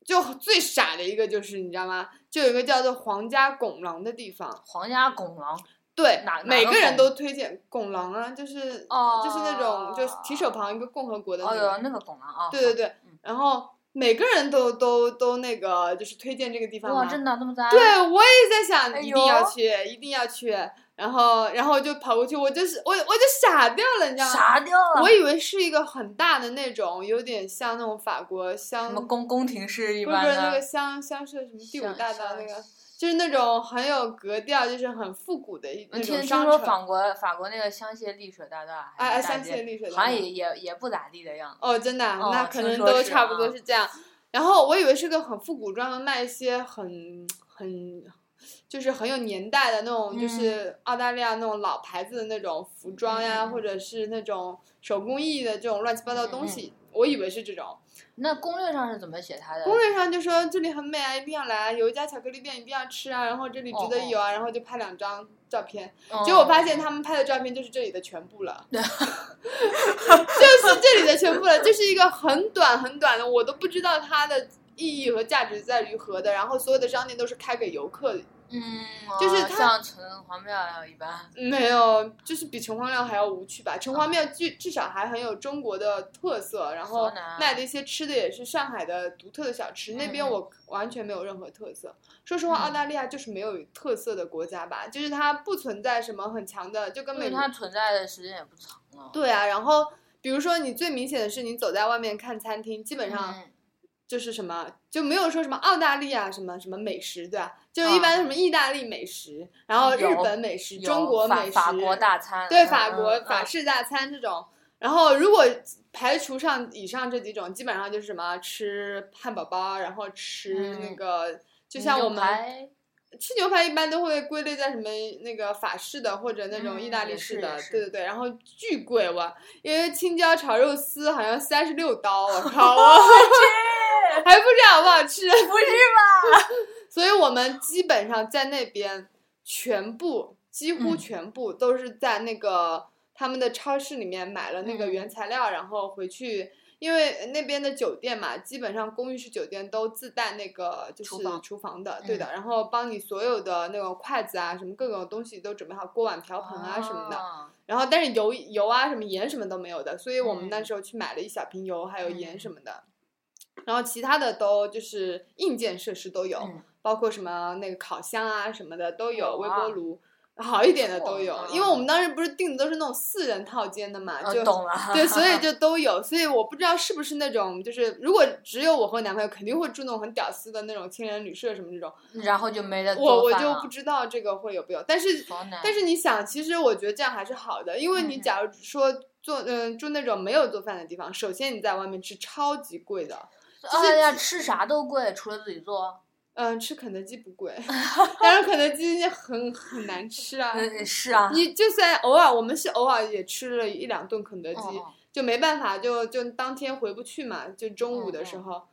[SPEAKER 3] 就最傻的一个就是你知道吗？就有一个叫做皇家拱廊的地方，
[SPEAKER 2] 皇家拱廊
[SPEAKER 3] 对
[SPEAKER 2] 哪，
[SPEAKER 3] 每
[SPEAKER 2] 哪个
[SPEAKER 3] 个人
[SPEAKER 2] 拱
[SPEAKER 3] 都推荐拱廊啊，就是、就是那种就是提手旁一个共和国的那
[SPEAKER 2] 哦
[SPEAKER 3] 个，
[SPEAKER 2] 哟，那个拱廊啊，
[SPEAKER 3] 对对对，
[SPEAKER 2] 嗯
[SPEAKER 3] 然后每个人都都都那个就是推荐这个地方
[SPEAKER 2] 哇，
[SPEAKER 3] 嘛
[SPEAKER 2] 真的那么赞？
[SPEAKER 3] 对，啊我也在想，
[SPEAKER 2] 哎
[SPEAKER 3] 一
[SPEAKER 2] 呦
[SPEAKER 3] 定要去，一定要去。然后，然后就跑过去，我就是我，我就傻掉了，你知道吗？
[SPEAKER 2] 傻掉了。
[SPEAKER 3] 啊我以为是一个很大的那种，有点像那种法国
[SPEAKER 2] 什
[SPEAKER 3] 乡，
[SPEAKER 2] 么
[SPEAKER 3] 不是
[SPEAKER 2] 宫宫廷式一般
[SPEAKER 3] 那个
[SPEAKER 2] 的，
[SPEAKER 3] 乡乡社什么第五
[SPEAKER 2] 乡
[SPEAKER 3] 大道那
[SPEAKER 2] 乡
[SPEAKER 3] 个，就是那种很有格调，就是很复古的一
[SPEAKER 2] 我
[SPEAKER 3] 那
[SPEAKER 2] 嗯听
[SPEAKER 3] 种
[SPEAKER 2] 听
[SPEAKER 3] 商
[SPEAKER 2] 说
[SPEAKER 3] 城。
[SPEAKER 2] 法国法国那个香榭丽舍大道，
[SPEAKER 3] 哎哎
[SPEAKER 2] 还是大
[SPEAKER 3] 香
[SPEAKER 2] 街
[SPEAKER 3] 榭丽舍大
[SPEAKER 2] 好像
[SPEAKER 3] 道
[SPEAKER 2] 也也也不咋地的样子。
[SPEAKER 3] 哦，真的啊、
[SPEAKER 2] 哦
[SPEAKER 3] 那可
[SPEAKER 2] 听
[SPEAKER 3] 能
[SPEAKER 2] 说
[SPEAKER 3] 都
[SPEAKER 2] 是
[SPEAKER 3] 差不多
[SPEAKER 2] 啊
[SPEAKER 3] 是这样。然后我以为是个很复古，专门卖一些很很就是很有年代的那种，就
[SPEAKER 2] 嗯
[SPEAKER 3] 是澳大利亚那种老牌子的那种服装呀，
[SPEAKER 2] 嗯嗯嗯
[SPEAKER 3] 或者是那种手工艺的这种乱七八糟的东
[SPEAKER 2] 嗯嗯
[SPEAKER 3] 西。我以为是这种，
[SPEAKER 2] 那攻略上是怎么写它的？
[SPEAKER 3] 攻略上就说这里很美啊，一定要来啊，有一家巧克力店一定要吃啊，然后这里值
[SPEAKER 2] 哦
[SPEAKER 3] 得
[SPEAKER 2] 哦
[SPEAKER 3] 一游啊，然后就拍两张照片。
[SPEAKER 2] 嗯，
[SPEAKER 3] 结果我发现他们拍的照片就是这里的全
[SPEAKER 2] [LAUGHS]
[SPEAKER 3] 部了，就是这里的全部了，就是一个很短很短的，我都不知道它的意义和价值在于何的。然后所有的商店都是开给游客的，
[SPEAKER 2] 嗯，
[SPEAKER 3] 就是
[SPEAKER 2] 哦
[SPEAKER 3] 它
[SPEAKER 2] 像城隍庙一样一般。
[SPEAKER 3] 没有，就是比城隍庙还要无趣
[SPEAKER 2] 哦
[SPEAKER 3] 吧。城隍庙至至少还很有中国的特色，然后
[SPEAKER 2] 河南
[SPEAKER 3] 卖的一些吃的也是上海的独特的小吃。那边
[SPEAKER 2] 嗯嗯
[SPEAKER 3] 我完全没有任何特色。说实话，
[SPEAKER 2] 嗯
[SPEAKER 3] 澳大利亚就是没有特色的国家吧，就是它不存在什么很强的，就跟
[SPEAKER 2] 因
[SPEAKER 3] 美
[SPEAKER 2] 为嗯
[SPEAKER 3] 国
[SPEAKER 2] 它存在的时间也不长了。
[SPEAKER 3] 对啊，然后比如说你最明显的是，你走在外面看餐厅，基本上
[SPEAKER 2] 嗯，
[SPEAKER 3] 就是什么、就没有说什么澳大利亚什么什么美食，对吧？就是一般
[SPEAKER 2] 啊
[SPEAKER 3] 什么意大利美食，然后日
[SPEAKER 2] 有
[SPEAKER 3] 本美食、
[SPEAKER 2] 有
[SPEAKER 3] 中国
[SPEAKER 2] 法
[SPEAKER 3] 美食、
[SPEAKER 2] 法国大餐，
[SPEAKER 3] 对
[SPEAKER 2] 嗯
[SPEAKER 3] 法国、
[SPEAKER 2] 嗯
[SPEAKER 3] 法
[SPEAKER 2] 嗯
[SPEAKER 3] 式大餐这种。然后如果排除上以上这几种，基本上就是什么吃汉堡包，然后吃那
[SPEAKER 2] 嗯
[SPEAKER 3] 个。就像我
[SPEAKER 2] 牛
[SPEAKER 3] 们
[SPEAKER 2] 排
[SPEAKER 3] 吃牛排一般都会归类在什么那个法式的或者那种
[SPEAKER 2] 嗯
[SPEAKER 3] 意大利
[SPEAKER 2] 也
[SPEAKER 3] 式
[SPEAKER 2] 是
[SPEAKER 3] 的，
[SPEAKER 2] 也是
[SPEAKER 3] 对对对，然后巨贵哇！因为青椒炒肉丝好像三十六刀，我靠，我
[SPEAKER 2] 哦
[SPEAKER 3] [LAUGHS] 还不知道好不好吃，
[SPEAKER 2] 不是吧？
[SPEAKER 3] 所以我们基本上在那边全部几乎
[SPEAKER 2] 嗯
[SPEAKER 3] 全部都是在那个他们的超市里面买了那个
[SPEAKER 2] 嗯
[SPEAKER 3] 原材料，然后回去。因为那边的酒店嘛，基本上公寓式酒店都自带那个就是
[SPEAKER 2] 厨房嗯
[SPEAKER 3] 厨房的，对的。然后帮你所有的那种筷子啊，什么各种东西都准备好，锅碗瓢盆啊什么的。
[SPEAKER 2] 的，
[SPEAKER 3] 然后但是油油啊什么盐什么都没有的，所以我们那
[SPEAKER 2] 嗯
[SPEAKER 3] 时候去买了一小瓶油还有盐
[SPEAKER 2] 嗯
[SPEAKER 3] 什么的，然后其他的都就是硬件设施都有，
[SPEAKER 2] 嗯
[SPEAKER 3] 包括什么那个烤箱啊什么的都有，微波
[SPEAKER 2] 哇
[SPEAKER 3] 炉。好一点的都有
[SPEAKER 2] 不，错
[SPEAKER 3] 因为我们当时不是订的都是那种四人套间的嘛，
[SPEAKER 2] 呃
[SPEAKER 3] 就
[SPEAKER 2] 哦嗯懂了。 [LAUGHS]
[SPEAKER 3] 对，所以就都有，所以我不知道是不是那种，就是如果只有我和我男朋友，肯定会住那种很屌丝的那种青年旅社什么这种，
[SPEAKER 2] 然后就没得
[SPEAKER 3] 我
[SPEAKER 2] 做
[SPEAKER 3] 我
[SPEAKER 2] 饭
[SPEAKER 3] 就
[SPEAKER 2] 了
[SPEAKER 3] 不知道这个会有没有。但是
[SPEAKER 2] 好难
[SPEAKER 3] 但是你想，其实我觉得这样还是好的，因为你
[SPEAKER 2] 嗯
[SPEAKER 3] 假如说做嗯、住那种没有做饭的地方，首先你在外面吃超级贵的，
[SPEAKER 2] 澳大利亚哎吃啥都贵，除了自己做。
[SPEAKER 3] 嗯、吃肯德基不
[SPEAKER 2] [LAUGHS]
[SPEAKER 3] 贵，但是肯德基很很难吃啊。
[SPEAKER 2] 嗯，是啊。
[SPEAKER 3] 你就算偶尔，我们是偶尔也吃了一两顿肯德基，
[SPEAKER 2] 哦
[SPEAKER 3] 就没办法，就就当天回不去嘛，就中午的
[SPEAKER 2] 嗯
[SPEAKER 3] 时
[SPEAKER 2] 嗯
[SPEAKER 3] 候。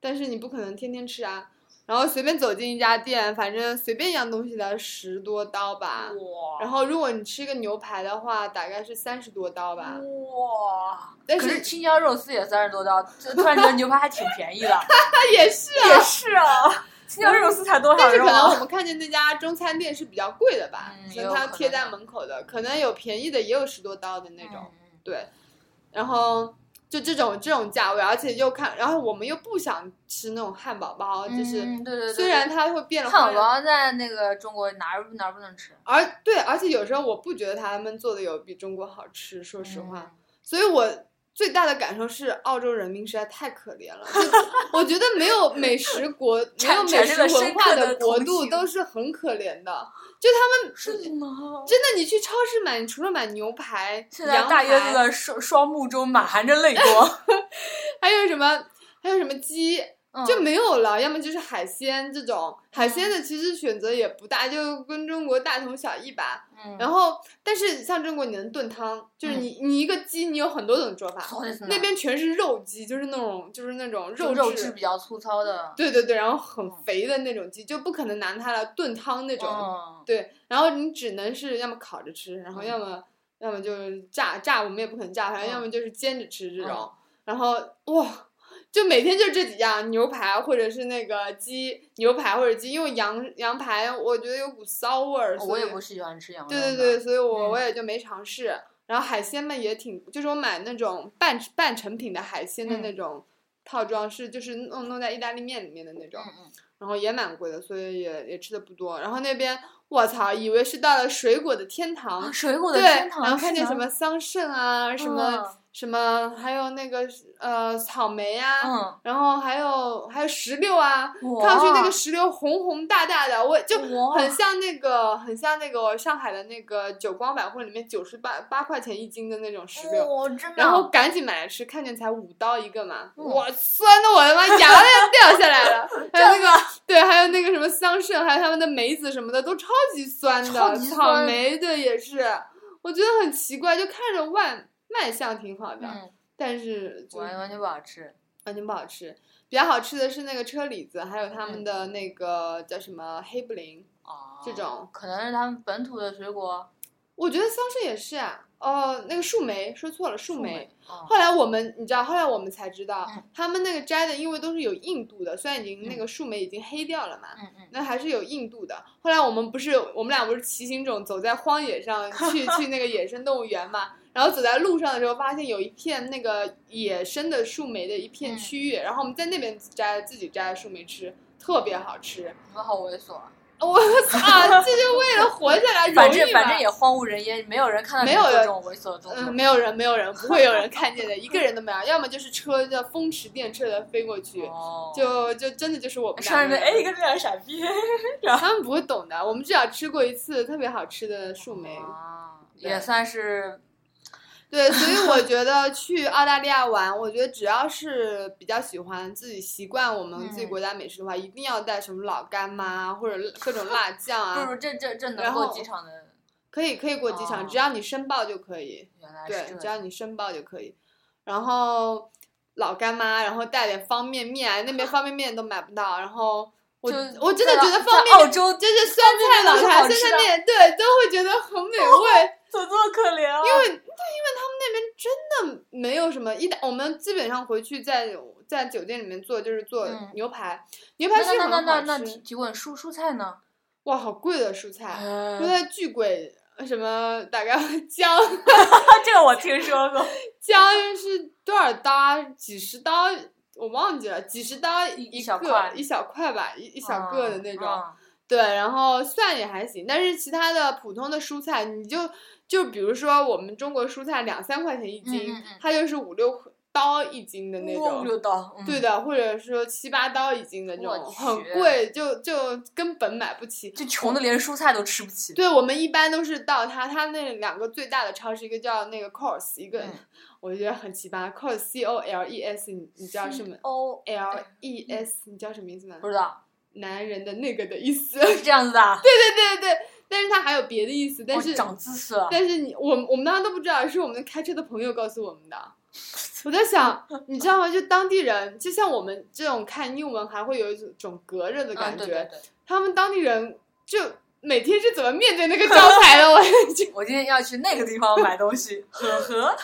[SPEAKER 3] 但是你不可能天天吃啊，然后随便走进一家店，反正随便一样东西才十多刀吧。
[SPEAKER 2] 哇
[SPEAKER 3] 啊然后如果你吃一个牛排的话，大概是三十多刀吧。
[SPEAKER 2] 哇！
[SPEAKER 3] 但
[SPEAKER 2] 嗯可
[SPEAKER 3] 是
[SPEAKER 2] 是青椒肉丝也三十多刀，就突然觉得牛排还挺便宜
[SPEAKER 3] [LAUGHS]
[SPEAKER 2] 的。
[SPEAKER 3] 它也是啊，
[SPEAKER 2] 也是啊，青椒肉丝才多
[SPEAKER 3] 但
[SPEAKER 2] 少
[SPEAKER 3] 是可
[SPEAKER 2] 肉
[SPEAKER 3] 能我
[SPEAKER 2] 啊？
[SPEAKER 3] 们看见那家中餐店是比较贵的吧，
[SPEAKER 2] 嗯
[SPEAKER 3] 所以
[SPEAKER 2] 有
[SPEAKER 3] 它
[SPEAKER 2] 可
[SPEAKER 3] 贴
[SPEAKER 2] 能
[SPEAKER 3] 在
[SPEAKER 2] 的
[SPEAKER 3] 门口的，可能有便宜的，也有十多刀的那种。
[SPEAKER 2] 嗯
[SPEAKER 3] 对，然后就这种这种价位，而且又看，然后我们又不想吃那种汉堡包，啊就是、
[SPEAKER 2] 嗯对对对，
[SPEAKER 3] 虽然它会变了花
[SPEAKER 2] 汉堡
[SPEAKER 3] 样，
[SPEAKER 2] 包在那个中国哪儿哪儿不能吃，
[SPEAKER 3] 而对，而且有时候我不觉得他们做的有比中国好吃，说实话，
[SPEAKER 2] 嗯，
[SPEAKER 3] 所以我。最大的感受是，澳洲人民实在太可
[SPEAKER 2] [LAUGHS]
[SPEAKER 3] 怜了。就我觉得没有美食国、没有
[SPEAKER 2] 产
[SPEAKER 3] 美
[SPEAKER 2] 产
[SPEAKER 3] 食
[SPEAKER 2] 生了
[SPEAKER 3] 文
[SPEAKER 2] 深
[SPEAKER 3] 化
[SPEAKER 2] 刻
[SPEAKER 3] 的
[SPEAKER 2] 的
[SPEAKER 3] 国
[SPEAKER 2] 同
[SPEAKER 3] 度
[SPEAKER 2] 情
[SPEAKER 3] 都是很可怜的。就他们
[SPEAKER 2] 嗯是吗？
[SPEAKER 3] 真的，你去超市买，你除了买牛排、
[SPEAKER 2] 现在
[SPEAKER 3] 羊
[SPEAKER 2] 大
[SPEAKER 3] 排，
[SPEAKER 2] 椰子的双双目中满含着泪 [LAUGHS] 光，
[SPEAKER 3] 还有什么，还有什么鸡，
[SPEAKER 2] 嗯
[SPEAKER 3] 就没有了，要么就是海鲜这种，海鲜的其实选择也不大，就跟中国大同小异吧。
[SPEAKER 2] 嗯
[SPEAKER 3] 然后，但是像中国你能炖汤，就是你、你一个鸡你有很多种做法，
[SPEAKER 2] そうですね
[SPEAKER 3] 那边全是肉鸡，就是那种就是那种
[SPEAKER 2] 就
[SPEAKER 3] 肉
[SPEAKER 2] 肉
[SPEAKER 3] 质
[SPEAKER 2] 质比较粗糙的，
[SPEAKER 3] 对对对，然后很
[SPEAKER 2] 嗯
[SPEAKER 3] 肥的那种鸡，就不可能拿它来炖汤那种，
[SPEAKER 2] 嗯，
[SPEAKER 3] 对，然后你只能是要么烤着吃，然后
[SPEAKER 2] 嗯
[SPEAKER 3] 要么、要么就是炸炸，我们也不可能炸，反正要
[SPEAKER 2] 嗯
[SPEAKER 3] 么就是煎着吃这种。
[SPEAKER 2] 嗯
[SPEAKER 3] 然后哇，就每天就这几样，牛排或者是那个鸡牛排或者鸡，因为羊羊排我觉得有股骚味儿，所
[SPEAKER 2] 哦我
[SPEAKER 3] 以
[SPEAKER 2] 也不喜欢吃羊肉
[SPEAKER 3] 对
[SPEAKER 2] 的，
[SPEAKER 3] 对对，所以我、我
[SPEAKER 2] 嗯
[SPEAKER 3] 也就没尝试。然后海鲜嘛也挺，就是我买那种半半成品的海鲜的
[SPEAKER 2] 嗯
[SPEAKER 3] 那种套装，是就是弄弄在意大利面里面的那种。
[SPEAKER 2] 嗯嗯，
[SPEAKER 3] 然后也蛮贵的，所以也也吃的不多。然后那边我操，以为是到了水果的天堂，
[SPEAKER 2] 啊水果的
[SPEAKER 3] 对，
[SPEAKER 2] 天堂，
[SPEAKER 3] 然后看见
[SPEAKER 2] 是
[SPEAKER 3] 什
[SPEAKER 2] 吗
[SPEAKER 3] 么桑葚啊，什么、
[SPEAKER 2] 嗯
[SPEAKER 3] 什么，还有那个呃草莓啊。
[SPEAKER 2] 嗯，
[SPEAKER 3] 然后还有还有石榴啊，
[SPEAKER 2] 哇
[SPEAKER 3] 看上去那个石榴红红大大的，我就
[SPEAKER 2] 哇
[SPEAKER 3] 很像那个很像那个上海的那个九光百货里面九十八八块钱一斤的那种石榴，
[SPEAKER 2] 哦，真的，
[SPEAKER 3] 然后赶紧买来吃，看见才五刀一个嘛，
[SPEAKER 2] 嗯
[SPEAKER 3] 我酸的我的妈牙都要掉下来
[SPEAKER 2] [LAUGHS]
[SPEAKER 3] 了。还有那
[SPEAKER 2] 真
[SPEAKER 3] 个
[SPEAKER 2] 的
[SPEAKER 3] 对，还有那个什么桑葚，还有他们的梅子什么的都超级酸的，
[SPEAKER 2] 超级
[SPEAKER 3] 草
[SPEAKER 2] 酸
[SPEAKER 3] 莓的也是，我觉得很奇怪，就看着外卖相挺好的，
[SPEAKER 2] 嗯，
[SPEAKER 3] 但是就
[SPEAKER 2] 完完全不好吃，
[SPEAKER 3] 完全不好吃。比较好吃的是那个车厘子，还有他
[SPEAKER 2] 嗯
[SPEAKER 3] 们的那个叫什么黑布林，
[SPEAKER 2] 哦，
[SPEAKER 3] 这种
[SPEAKER 2] 可能是他们本土的水果，
[SPEAKER 3] 我觉得桑葚也是啊。哦，那个树莓，说错了，树莓。
[SPEAKER 2] 哦，
[SPEAKER 3] 后来我们，你知道，后来我们才知道，
[SPEAKER 2] 嗯
[SPEAKER 3] 他们那个摘的，因为都是有硬度的，虽然已经那
[SPEAKER 2] 嗯
[SPEAKER 3] 个树莓已经黑掉了嘛，
[SPEAKER 2] 嗯嗯，
[SPEAKER 3] 那还是有硬度的。后来我们不是，我们俩不是骑行种走在荒
[SPEAKER 2] [LAUGHS]
[SPEAKER 3] 野上去去那个野生动物园嘛，然后走在路上的时候，发现有一片那个野生的树莓的一片
[SPEAKER 2] 嗯
[SPEAKER 3] 区域，然后我们在那边摘自己摘的树莓吃，特别好吃。 [LAUGHS]
[SPEAKER 2] 你们好猥琐啊。 [LAUGHS]
[SPEAKER 3] 我操，这就为了活下来，
[SPEAKER 2] 反
[SPEAKER 3] 容
[SPEAKER 2] 正
[SPEAKER 3] 易
[SPEAKER 2] 反
[SPEAKER 3] 吗
[SPEAKER 2] 正也荒无人烟，没有人看到
[SPEAKER 3] 没
[SPEAKER 2] 你
[SPEAKER 3] 有
[SPEAKER 2] 做
[SPEAKER 3] 人
[SPEAKER 2] 这种猥琐的动作。
[SPEAKER 3] 嗯，没有人，没有人，不会有人看见的，一个人都没有。要么就是车叫风驰电掣的飞过去，
[SPEAKER 2] 哦，
[SPEAKER 3] 就就真的就是我们
[SPEAKER 2] 上
[SPEAKER 3] 两个
[SPEAKER 2] 面
[SPEAKER 3] 人
[SPEAKER 2] 哎，你跟这两个傻逼。
[SPEAKER 3] 他们不会懂的。我们至少吃过一次特别好吃的树莓，
[SPEAKER 2] 啊
[SPEAKER 3] 对
[SPEAKER 2] 也算是
[SPEAKER 3] 对，所以我觉得去澳大利亚玩，我觉得只要是比较喜欢自己习惯我们自己
[SPEAKER 2] 嗯
[SPEAKER 3] 国家美食的话，一定要带什么老干妈啊或者各种辣酱
[SPEAKER 2] 不
[SPEAKER 3] 啊，
[SPEAKER 2] 如这这这
[SPEAKER 3] 然
[SPEAKER 2] 能
[SPEAKER 3] 后
[SPEAKER 2] 过机场的，
[SPEAKER 3] 可以可以过机
[SPEAKER 2] 哦
[SPEAKER 3] 场，只要你申报就可以。
[SPEAKER 2] 原来
[SPEAKER 3] 对
[SPEAKER 2] 是，
[SPEAKER 3] 只
[SPEAKER 2] 这样。
[SPEAKER 3] 要你申报就可以。然后老干妈，然后带点方便面啊，那边方便面都买不到。然后我
[SPEAKER 2] 就
[SPEAKER 3] 我真的觉得方
[SPEAKER 2] 在
[SPEAKER 3] 便
[SPEAKER 2] 澳
[SPEAKER 3] 面
[SPEAKER 2] 洲
[SPEAKER 3] 就是酸菜老
[SPEAKER 2] 都是
[SPEAKER 3] 坛、
[SPEAKER 2] 好
[SPEAKER 3] 酸
[SPEAKER 2] 吃
[SPEAKER 3] 菜
[SPEAKER 2] 的
[SPEAKER 3] 面，对，都会觉得很
[SPEAKER 2] [LAUGHS]
[SPEAKER 3] 美味。
[SPEAKER 2] 怎么这么可怜啊？
[SPEAKER 3] 因为 [LAUGHS] 对，因为他们那边真的没有什么一打，我们基本上回去在在酒店里面做就是做
[SPEAKER 2] 嗯
[SPEAKER 3] 牛排，牛排
[SPEAKER 2] 那
[SPEAKER 3] 是很
[SPEAKER 2] 那那那
[SPEAKER 3] 好
[SPEAKER 2] 那
[SPEAKER 3] 吃哎
[SPEAKER 2] 提提问蔬蔬菜呢？
[SPEAKER 3] 哇，好贵的蔬菜，蔬
[SPEAKER 2] 嗯 [LAUGHS]
[SPEAKER 3] 菜巨贵，什么大概 [LAUGHS] 姜。
[SPEAKER 2] 这个我听说过。嗯
[SPEAKER 3] 姜是多少刀啊？几十刀，我忘记了，几十刀一
[SPEAKER 2] 一
[SPEAKER 3] 个
[SPEAKER 2] 小块
[SPEAKER 3] [LAUGHS] 一小块吧，一一小个的那种。
[SPEAKER 2] 啊
[SPEAKER 3] 对，然后蒜也还行，但是其他的普通的蔬菜，你就就比如说我们中国蔬菜两三块钱一
[SPEAKER 2] 嗯
[SPEAKER 3] 斤，
[SPEAKER 2] 嗯嗯
[SPEAKER 3] 它就是五六刀一斤的那
[SPEAKER 2] 哇
[SPEAKER 3] 种
[SPEAKER 2] 五。六刀，嗯
[SPEAKER 3] 对，的，或者说七八刀一斤的这
[SPEAKER 2] 我
[SPEAKER 3] 种，很
[SPEAKER 2] 去
[SPEAKER 3] 贵，就就根本买不起。
[SPEAKER 2] 就穷的连蔬菜都吃不起。
[SPEAKER 3] 对我们一般都是到它，它那两个最大的超市，一个叫那个 Coles，一个、
[SPEAKER 2] 嗯
[SPEAKER 3] 我觉得很奇葩，Coles C O L E S，你你知道什么
[SPEAKER 2] 哦，
[SPEAKER 3] ？L E
[SPEAKER 2] 嗯
[SPEAKER 3] S，你知道什么意思吗
[SPEAKER 2] 不？知道
[SPEAKER 3] 男人的那个的意思。 [LAUGHS]
[SPEAKER 2] 是这样子的啊，
[SPEAKER 3] 对对对，但是它还有别的意思，但
[SPEAKER 2] 我
[SPEAKER 3] 是、
[SPEAKER 2] 哦长知识了。
[SPEAKER 3] 但是你我们我们当时都不知道，是我们开车的朋友告诉我们的。
[SPEAKER 2] [LAUGHS]
[SPEAKER 3] 我在想，你知道吗？就当地人，就像我们这种看英文还会有一种隔着的感
[SPEAKER 2] 嗯，
[SPEAKER 3] 觉，
[SPEAKER 2] 对对对，
[SPEAKER 3] 他们当地人就每天是怎么面对那个招牌的？我 [LAUGHS]
[SPEAKER 2] 我今天要去那个地方买东西， [LAUGHS] 呵呵。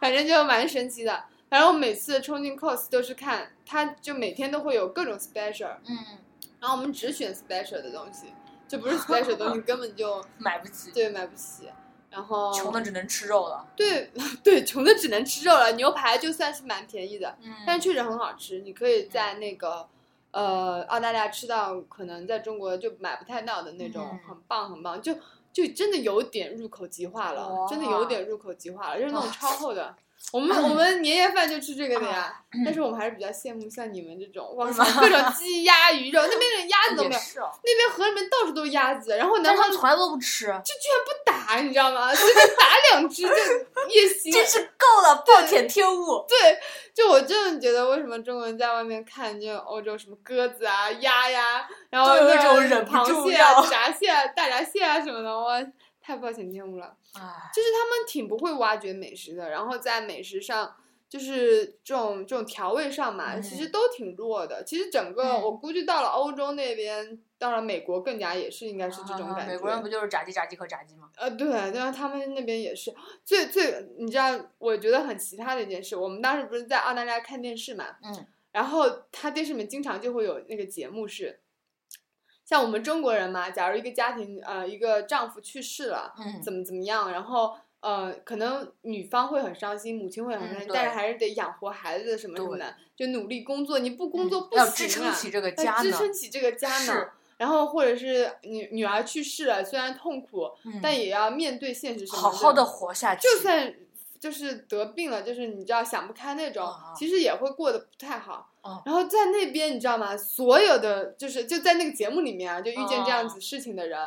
[SPEAKER 3] 反正就蛮神奇的。反正我每次冲进 cos 都是看，它就每天都会有各种 special，
[SPEAKER 2] 嗯，
[SPEAKER 3] 然后我们只选 special 的东西，就
[SPEAKER 2] [LAUGHS]
[SPEAKER 3] 不是 special 的东西根本就
[SPEAKER 2] 买不起，
[SPEAKER 3] 对买不起。然后
[SPEAKER 2] 穷的只能吃肉了。
[SPEAKER 3] 对 [LAUGHS] 对，穷的只能吃肉了。牛排就算是蛮便宜的，
[SPEAKER 2] 嗯，
[SPEAKER 3] 但确实很好吃。你可以在那个呃澳大利亚吃到可能在中国就买不太到的那种
[SPEAKER 2] 嗯，
[SPEAKER 3] 很棒很棒，就就真的有点入口即化了，真的有
[SPEAKER 2] 哇
[SPEAKER 3] 点入口即化了，就是那种
[SPEAKER 2] 哇
[SPEAKER 3] 超
[SPEAKER 2] [LAUGHS]
[SPEAKER 3] 厚的。我们我们年夜饭就吃这个的呀，
[SPEAKER 2] 嗯
[SPEAKER 3] 但是我们还是比较羡慕像你们这种，哇
[SPEAKER 2] 是 [LAUGHS] 吗
[SPEAKER 3] 塞，各种鸡鸭鱼肉，那边的鸭子都
[SPEAKER 2] 也
[SPEAKER 3] 没有，
[SPEAKER 2] 是哦，
[SPEAKER 3] 那边河里面到处都是鸭子，然后南
[SPEAKER 2] 但他
[SPEAKER 3] 方
[SPEAKER 2] 们从来都不吃，
[SPEAKER 3] 就居然不打，你知道吗？随便打两只就也
[SPEAKER 2] [LAUGHS]
[SPEAKER 3] 行，
[SPEAKER 2] 真是够了，暴殄天物。
[SPEAKER 3] 对，就我真的觉得，为什么中国人在外面看这种欧洲什么鸽子啊、鸭呀，然
[SPEAKER 2] 都
[SPEAKER 3] 后
[SPEAKER 2] 有
[SPEAKER 3] 那
[SPEAKER 2] 种忍不
[SPEAKER 3] 螃
[SPEAKER 2] 住
[SPEAKER 3] 蟹啊、
[SPEAKER 2] 要
[SPEAKER 3] 闸蟹啊、大闸蟹啊什么的，我太暴殄天物了。
[SPEAKER 2] 唉，
[SPEAKER 3] 就是他们挺不会挖掘美食的，然后在美食上。就是这种这种调味上嘛，其实
[SPEAKER 2] 嗯
[SPEAKER 3] 都挺弱的。其实整个、
[SPEAKER 2] 嗯
[SPEAKER 3] 我估计到了欧洲那边，当然美国更加也是应该是这种
[SPEAKER 2] 啊
[SPEAKER 3] 感觉。
[SPEAKER 2] 美国人不就是炸鸡、炸鸡和炸鸡吗？
[SPEAKER 3] 呃，对，然后他们那边也是最最，你知道，我觉得很奇葩的一件事，我们当时不是在澳大利亚看电视嘛，
[SPEAKER 2] 嗯，
[SPEAKER 3] 然后他电视里面经常就会有那个节目是，像我们中国人嘛，假如一个家庭呃一个丈夫去世了，
[SPEAKER 2] 嗯，
[SPEAKER 3] 怎么怎么样，然后呃可能女方会很伤心，母亲会很
[SPEAKER 2] 嗯
[SPEAKER 3] 伤心，
[SPEAKER 2] 对
[SPEAKER 3] 但是还是得养活孩子什么什么的，就努力工作，你不工作不行、啊
[SPEAKER 2] 嗯要支撑起这个
[SPEAKER 3] 要
[SPEAKER 2] 家
[SPEAKER 3] 支
[SPEAKER 2] 呢。
[SPEAKER 3] 撑起这个家呢
[SPEAKER 2] 是。
[SPEAKER 3] 然后或者是女女儿去世了，虽然痛苦，
[SPEAKER 2] 嗯
[SPEAKER 3] 但也要面对现实什么
[SPEAKER 2] 好好的，活下去，
[SPEAKER 3] 就算就是得病了，就是你知道想不开那种，
[SPEAKER 2] 啊
[SPEAKER 3] 其实也会过得不太好。
[SPEAKER 2] 哦
[SPEAKER 3] 然后在那边你知道吗？所有的就是就在那个节目里面啊，就遇见
[SPEAKER 2] 嗯
[SPEAKER 3] 这样子事情的人。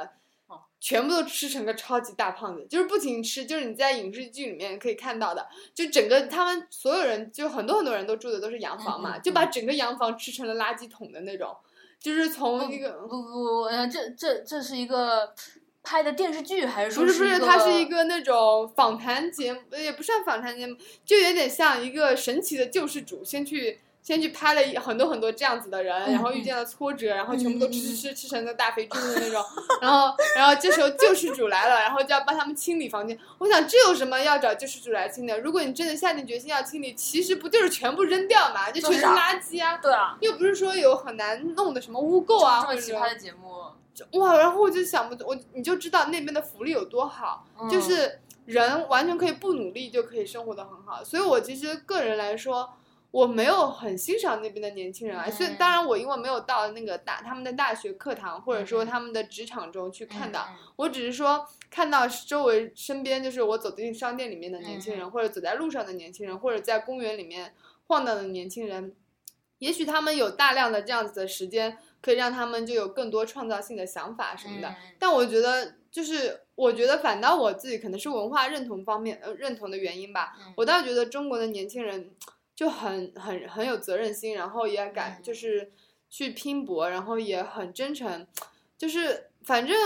[SPEAKER 2] 哦
[SPEAKER 3] 全部都吃成个超级大胖子，就是不停吃，就是你在影视剧里面可以看到的，就整个他们所有人，就很多很多人都住的都是洋房
[SPEAKER 2] 嗯
[SPEAKER 3] 嘛，
[SPEAKER 2] 嗯
[SPEAKER 3] 就把整个洋房吃成了垃圾桶的那种，就是从一个、
[SPEAKER 2] 不不不，呃，这这这是一个拍的电视剧还是说
[SPEAKER 3] 不是
[SPEAKER 2] 是
[SPEAKER 3] 不
[SPEAKER 2] 一
[SPEAKER 3] 是，
[SPEAKER 2] 个
[SPEAKER 3] 它是一个那种访谈节目，呃也不算访谈节目，就有点像一个神奇的救世主，先去先去拍了一很多很多这样子的人，
[SPEAKER 2] 嗯
[SPEAKER 3] 然后遇见了挫折，然后全部都
[SPEAKER 2] 嗯
[SPEAKER 3] 吃吃
[SPEAKER 2] 嗯
[SPEAKER 3] 吃吃成个大肥猪的那种，然后然后这时候救世主来了，然后就要帮他们清理房间。我想这有什么要找救世主来清的？如果你真的下定决心要清理，其实不就是全部扔掉嘛，就全
[SPEAKER 2] 就是是啊
[SPEAKER 3] 垃圾啊。
[SPEAKER 2] 对啊，
[SPEAKER 3] 又不是说有很难弄的什么污垢啊，
[SPEAKER 2] 这
[SPEAKER 3] 或
[SPEAKER 2] 么
[SPEAKER 3] 者
[SPEAKER 2] 奇
[SPEAKER 3] 什么
[SPEAKER 2] 葩的节目，
[SPEAKER 3] 哇！然后我就想不，我你就知道那边的福利有多好，
[SPEAKER 2] 嗯
[SPEAKER 3] 就是人完全可以不努力就可以生活的很好。所以我其实个人来说，我没有很欣赏那边的年轻人啊。所以
[SPEAKER 2] 嗯
[SPEAKER 3] 当然我因为没有到那个大他们的大学课堂，或者说
[SPEAKER 2] 嗯
[SPEAKER 3] 他们的职场中去看到，，
[SPEAKER 2] 嗯
[SPEAKER 3] 我只是说看到周围身边，就是我走进商店里面的年轻
[SPEAKER 2] 嗯
[SPEAKER 3] 人，或者走在路上的年轻人，或者在公园里面晃荡的年轻人，也许他们有大量的这样子的时间，可以让他们就有更多创造性的想法什么的。
[SPEAKER 2] 嗯
[SPEAKER 3] 但我觉得，就是我觉得反倒我自己可能是文化认同方面呃认同的原因吧，
[SPEAKER 2] 嗯
[SPEAKER 3] 我倒觉得中国的年轻人就很很很有责任心，然后也敢
[SPEAKER 2] 嗯
[SPEAKER 3] 就是去拼搏，然后也很真诚，就是反正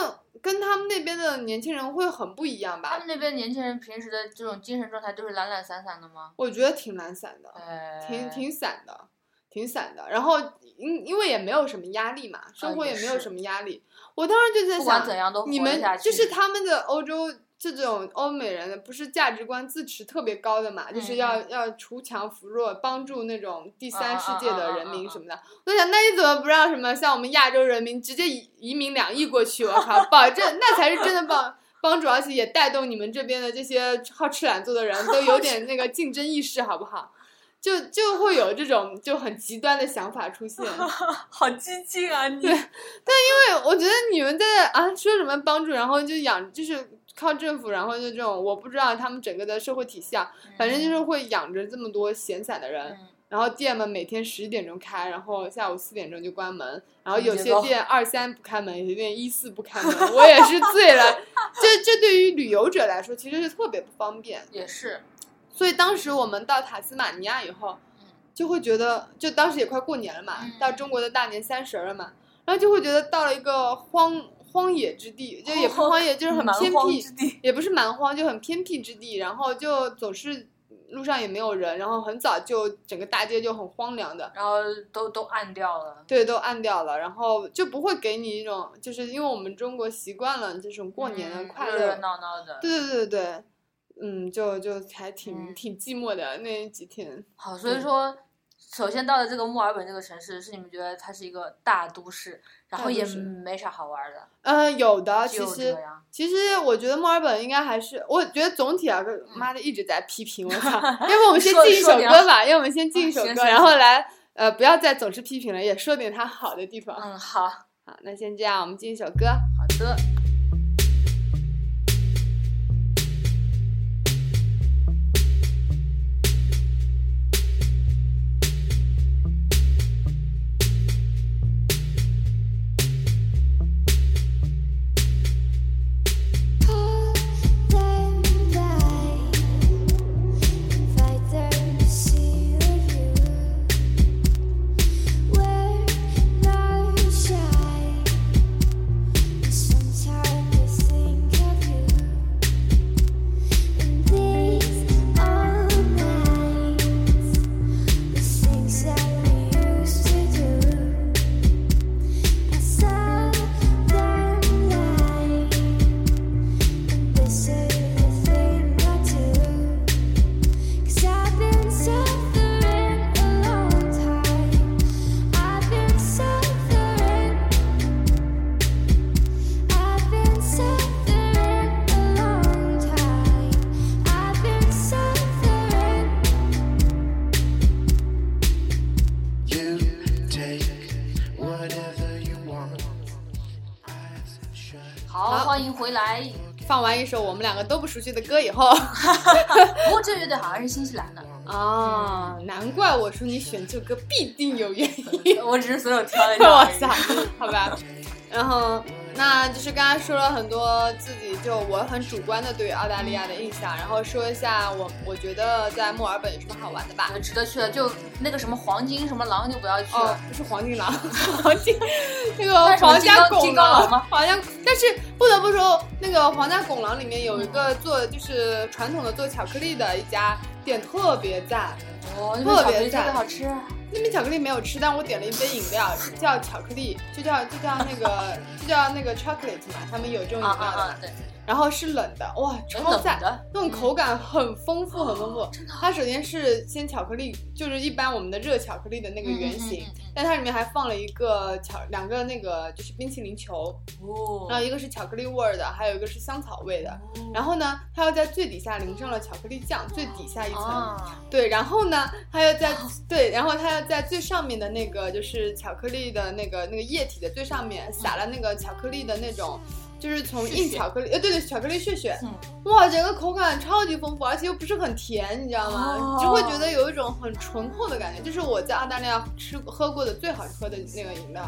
[SPEAKER 3] 跟他们那边的年轻人会很不一样
[SPEAKER 2] 他
[SPEAKER 3] 吧
[SPEAKER 2] 们。那边年轻人平时的这种精神状态都是懒懒散散的吗？
[SPEAKER 3] 我觉得挺懒散的，
[SPEAKER 2] 呃，
[SPEAKER 3] 挺挺散的，挺散的。然后因因为也没有什么压力嘛，生
[SPEAKER 2] 啊
[SPEAKER 3] 活
[SPEAKER 2] 也
[SPEAKER 3] 也没有
[SPEAKER 2] 是
[SPEAKER 3] 什么压力。我当时就在
[SPEAKER 2] 不管
[SPEAKER 3] 想，
[SPEAKER 2] 怎样都活
[SPEAKER 3] 你
[SPEAKER 2] 得
[SPEAKER 3] 们
[SPEAKER 2] 下去，
[SPEAKER 3] 就是他们的欧洲这种欧美人，不是价值观自持特别高的嘛，
[SPEAKER 2] 嗯
[SPEAKER 3] 就是要要锄强扶弱，帮助那种第三
[SPEAKER 2] 嗯
[SPEAKER 3] 世界的人民什么的。我想，那你怎么不让什么像我们亚洲人民直接移移民两亿过去？我靠，保证那才是真的帮 [LAUGHS] 帮助，而且也带动你们这边的这些好吃懒做的人都有点那个竞争意识，好不好？就就会有这种就很极端的想法出现，
[SPEAKER 2] 好激进啊！你
[SPEAKER 3] 对我 [LAUGHS] 我觉得你们在啊说什么帮助，然后就养就是靠政府，然后就这种我不知道他们整个的社会体系啊，反正就是会养着这么多闲散的人。
[SPEAKER 2] 嗯
[SPEAKER 3] 然后店们每天十点钟开，然后下午四点钟就关门，然后有
[SPEAKER 2] 嗯
[SPEAKER 3] 些
[SPEAKER 2] 有
[SPEAKER 3] 店二三不开门，有些店一四不开门，我也是醉了。这这对于旅游者来说其实是特别不方便。
[SPEAKER 2] 也是，
[SPEAKER 3] 所以当时我们到塔斯马尼亚以后，
[SPEAKER 2] 嗯
[SPEAKER 3] 就会觉得，就当时也快过年了嘛
[SPEAKER 2] 嗯，
[SPEAKER 3] 到中国的大年三十了嘛，然后就会觉得到了一个荒荒野之地，就也不是荒野，就是很
[SPEAKER 2] 哦蛮
[SPEAKER 3] 偏
[SPEAKER 2] 荒
[SPEAKER 3] 僻
[SPEAKER 2] 之，地，
[SPEAKER 3] 也不是蛮荒，就很偏僻之地，然后就总是路上也没有人，然后很早就整个大街就很荒凉的。
[SPEAKER 2] 然后都都暗掉了。
[SPEAKER 3] 对，都暗掉了，然后就不会给你一种，就是因为我们中国习惯了这种过年的
[SPEAKER 2] 嗯
[SPEAKER 3] 快
[SPEAKER 2] 热
[SPEAKER 3] 乐，
[SPEAKER 2] 热闹闹的。
[SPEAKER 3] 对对对对，嗯，就就还挺、
[SPEAKER 2] 嗯
[SPEAKER 3] 挺寂寞的那几天。
[SPEAKER 2] 好，所以
[SPEAKER 3] 对
[SPEAKER 2] 说，首先到了这个墨尔本这个城市，是你们觉得它是一个大都市，然
[SPEAKER 3] 大
[SPEAKER 2] 后
[SPEAKER 3] 都
[SPEAKER 2] 也
[SPEAKER 3] 市
[SPEAKER 2] 没啥好玩的，
[SPEAKER 3] 嗯，有的，其
[SPEAKER 2] 就
[SPEAKER 3] 实
[SPEAKER 2] 这样。
[SPEAKER 3] 其实我觉得墨尔本应该还是，我觉得总体啊，妈的一直在
[SPEAKER 2] [LAUGHS]
[SPEAKER 3] 批评我操，要不我们先
[SPEAKER 2] 嗯说
[SPEAKER 3] 进一
[SPEAKER 2] 说
[SPEAKER 3] 首
[SPEAKER 2] 点啊
[SPEAKER 3] 歌吧，要不我们先进一首
[SPEAKER 2] 行
[SPEAKER 3] 歌，
[SPEAKER 2] 行
[SPEAKER 3] 然后
[SPEAKER 2] 行
[SPEAKER 3] 来呃不要再总是批评了，也说点它好的地方。
[SPEAKER 2] 嗯，好，好
[SPEAKER 3] 好，那先这样，我们进一首歌。
[SPEAKER 2] 的。
[SPEAKER 4] This is the thing I do. Cause I've been suffering a long time. I've been suffering. I've been suffering a long time. I've been suffering.
[SPEAKER 1] You take whatever you want. Eyes shut.
[SPEAKER 2] 好，
[SPEAKER 3] 好
[SPEAKER 2] 欢迎回来。
[SPEAKER 3] 放完一首我们两个都不熟悉的歌以
[SPEAKER 2] [LAUGHS]
[SPEAKER 3] 后，
[SPEAKER 2] 不过这乐队好像是新西兰的，
[SPEAKER 3] 啊，难怪我说你选这首歌必定有原因。
[SPEAKER 2] 我只是随手挑了 [LAUGHS] 一
[SPEAKER 3] 哇塞
[SPEAKER 2] 下而已。，
[SPEAKER 3] [LAUGHS] 好吧。然后，那就是刚刚说了很多自己就我很主观的对于澳大利亚的印象，然后说一下我我觉得在墨尔本有什么好玩的吧
[SPEAKER 2] 我觉。得值得去的就那个什么黄金什么狼就不要去
[SPEAKER 3] 哦
[SPEAKER 2] 了，，
[SPEAKER 3] 不是黄金狼， [LAUGHS] 黄金那个
[SPEAKER 2] 那是什么
[SPEAKER 3] 皇家
[SPEAKER 2] 金刚
[SPEAKER 3] 拱
[SPEAKER 2] 金刚
[SPEAKER 3] 狼
[SPEAKER 2] 狼吗
[SPEAKER 3] 皇家，但是不得不说，那个皇家拱狼里面有一个做就是传统的做巧克力的一家店，特别赞。
[SPEAKER 2] 哦，那边
[SPEAKER 3] 特
[SPEAKER 2] 巧克
[SPEAKER 3] 别
[SPEAKER 2] 力特别
[SPEAKER 3] 赞
[SPEAKER 2] 好吃。
[SPEAKER 3] 那边巧克力没有吃，但我点了一杯饮料，叫巧克力，就叫就叫那个 [LAUGHS] 就叫那个 chocolate 嘛，他们有这种饮
[SPEAKER 2] 啊
[SPEAKER 3] 料
[SPEAKER 2] 啊
[SPEAKER 3] 的嘛
[SPEAKER 2] 啊，。对，
[SPEAKER 3] 然后是冷的，哇，超
[SPEAKER 2] 冷
[SPEAKER 3] 赞！
[SPEAKER 2] 的。
[SPEAKER 3] 那种口感很丰富，很丰富。它首先是先巧克力，就是一般我们的热巧克力的那个原型，
[SPEAKER 2] 嗯嗯嗯嗯
[SPEAKER 3] 但它里面还放了一个巧两个那个就是冰淇淋球，
[SPEAKER 2] 哦，
[SPEAKER 3] 然后一个是巧克力味儿的，还有一个是香草味的。
[SPEAKER 2] 哦
[SPEAKER 3] 然后呢，它又在最底下淋上了巧克力酱，最底下一层，
[SPEAKER 2] 啊，
[SPEAKER 3] 对，然后呢，它又在对，然后它要在最上面的那个就是巧克力的那个那个液体的最上面撒了那个巧克力的那种，就是从
[SPEAKER 2] 屑
[SPEAKER 3] 硬
[SPEAKER 2] 屑
[SPEAKER 3] 巧克力，呃，对对，巧克力屑屑，
[SPEAKER 2] 嗯
[SPEAKER 3] 哇，整个口感超级丰富，而且又不是很甜，你知道吗？
[SPEAKER 2] 哦
[SPEAKER 3] 只会觉得有一种很醇厚的感觉，这是我在澳大利亚吃喝过的最好喝的那个饮料。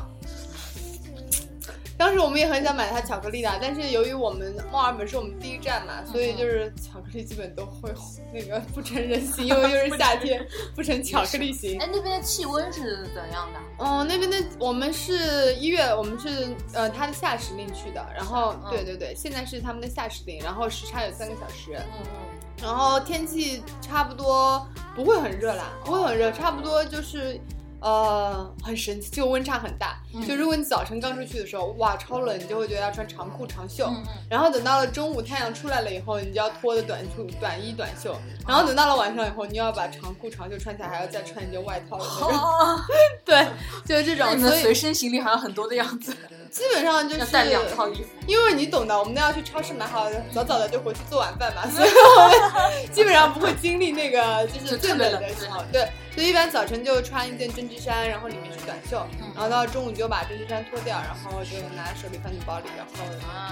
[SPEAKER 3] 当时我们也很想买它巧克力的，但是由于我们墨尔本是我们第一站嘛，所以就是巧克力基本都会那个不成人形，因为又是夏天，不成巧克力形。
[SPEAKER 2] 哎，那边的气温是怎样的？
[SPEAKER 3] 嗯，那边的我们是一月，我们是呃它的夏时令去的，然后
[SPEAKER 2] 嗯
[SPEAKER 3] 对对对，现在是他们的夏时令，然后时差有三个小时，
[SPEAKER 2] 嗯嗯。
[SPEAKER 3] 然后天气差不多不会很热
[SPEAKER 2] 哦
[SPEAKER 3] 啦，不会很热，差不多就是。呃，很神奇，这个温差很大。
[SPEAKER 2] 嗯
[SPEAKER 3] 就如果你早晨刚出去的时候，哇，超冷，你就会觉得要穿长裤长袖。
[SPEAKER 2] 嗯嗯
[SPEAKER 3] 然后等到了中午太阳出来了以后，你就要脱的短裤、短衣、短袖。然后等到了晚上以后，你又要把长裤长袖穿起来，还要再穿一件外套的那种。
[SPEAKER 2] 哦，
[SPEAKER 3] [LAUGHS] 对，就是这
[SPEAKER 2] 那
[SPEAKER 3] 种。
[SPEAKER 2] 你们
[SPEAKER 3] 所
[SPEAKER 2] 的
[SPEAKER 3] 以
[SPEAKER 2] 随身行李好像很多的样子。
[SPEAKER 3] 基本上就
[SPEAKER 2] 要
[SPEAKER 3] 是
[SPEAKER 2] 带两套衣服。
[SPEAKER 3] 因为你懂的，我们都要去超市买好，早早的就回去做晚 [LAUGHS] 饭嘛，所以我们基本上不会经历那个就是最冷的时候。对，所以一般早晨就穿一件针织衫，然后里面是短袖，然后到中午就把针织衫脱掉，然后就拿手里放进包里，然后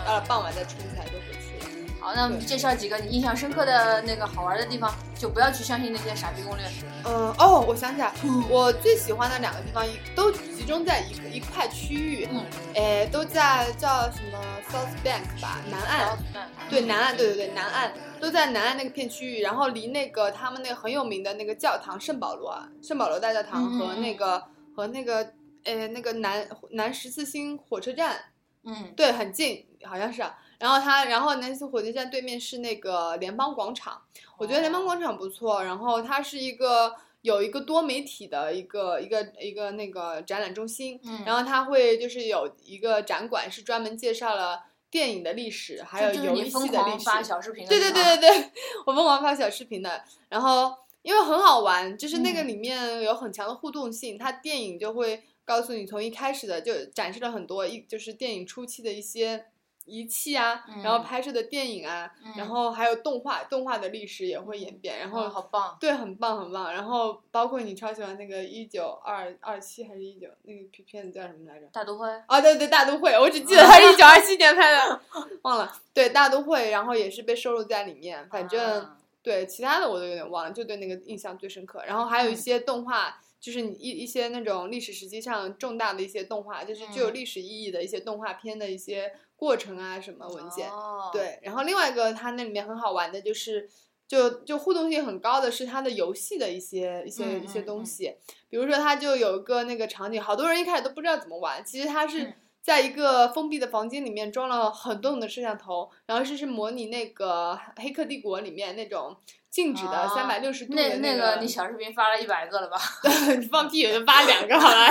[SPEAKER 3] 到了傍晚再穿起来就回去了。
[SPEAKER 2] 好，那我们介绍几个你印象深刻的那个好玩的地方，就不要去相信那些傻逼攻略。
[SPEAKER 3] 嗯，哦，我想起来，我最喜欢的两个地方一都集中在一个一块区域，
[SPEAKER 2] 嗯，
[SPEAKER 3] 诶，都在叫什么 South Bank 吧，南
[SPEAKER 2] 嗯
[SPEAKER 3] 岸。嗯对南岸，对对对，南岸都在南岸那个片区域，然后离那个他们那个很有名的那个教堂圣保罗啊，圣保罗大教堂和那个、和那个呃那个南南十字星火车站，
[SPEAKER 2] 嗯，
[SPEAKER 3] 对，很近，好像是啊、然后它，然后南溪火车站对面是那个联邦广场，我觉得联邦广场不错。然后它是一个有一个多媒体的一个一个一个那个展览中心，
[SPEAKER 2] 嗯
[SPEAKER 3] 然后它会就是有一个展馆是专门介绍了电影的历史，还有
[SPEAKER 2] 这就是
[SPEAKER 3] 游
[SPEAKER 2] 你
[SPEAKER 3] 戏
[SPEAKER 2] 疯
[SPEAKER 3] 的
[SPEAKER 2] 狂
[SPEAKER 3] 历史。
[SPEAKER 2] 发小视频的
[SPEAKER 3] 对
[SPEAKER 2] 地
[SPEAKER 3] 对
[SPEAKER 2] 方。
[SPEAKER 3] 对对对， [LAUGHS] 我疯狂发小视频的，然后因为很好玩，就是那个
[SPEAKER 2] 嗯
[SPEAKER 3] 里面有很强的互动性，它电影就会告诉你从一开始的就展示了很多一就是电影初期的一些仪器啊，然后
[SPEAKER 2] 嗯
[SPEAKER 3] 拍摄的电影啊，
[SPEAKER 2] 嗯
[SPEAKER 3] 然后还有动画，动画的历史也会演变，然后、
[SPEAKER 2] 哦好棒。
[SPEAKER 3] 对，很棒很棒，然后包括你超喜欢那个一九二二七还是一九那个片子叫什么来着？
[SPEAKER 2] 大都会，
[SPEAKER 3] 啊，对对，大都会，我只记得它是一九二七年拍的，忘了。对，大都会，然后也是被收录在里面。反正、
[SPEAKER 2] 啊
[SPEAKER 3] 对其他的我都有点忘了，就对那个印象最深刻。然后还有一
[SPEAKER 2] 嗯
[SPEAKER 3] 些动画，就是你一一些那种历史时期上重大的一些动画，就是具有
[SPEAKER 2] 嗯
[SPEAKER 3] 历史意义的一些动画片的一些过程啊，什么文件。
[SPEAKER 2] 哦、，
[SPEAKER 3] 对，然后另外一个它那里面很好玩的就是，就就互动性很高的是它的游戏的一些一些、
[SPEAKER 2] 嗯
[SPEAKER 3] 一些
[SPEAKER 2] 嗯
[SPEAKER 3] 东
[SPEAKER 2] 嗯
[SPEAKER 3] 西，比如说它就有一个那个场景，好多人一开始都不知道怎么玩，其实它是
[SPEAKER 2] 嗯
[SPEAKER 3] 在一个封闭的房间里面装了很多很多摄像头，然后这是模拟那个《黑客帝国》里面那种。静止的
[SPEAKER 2] 啊
[SPEAKER 3] 三百六十度的
[SPEAKER 2] 那那
[SPEAKER 3] 个，
[SPEAKER 2] 个你小视频发了一百个了吧？
[SPEAKER 3] [LAUGHS] 你放屁也就发两个好了。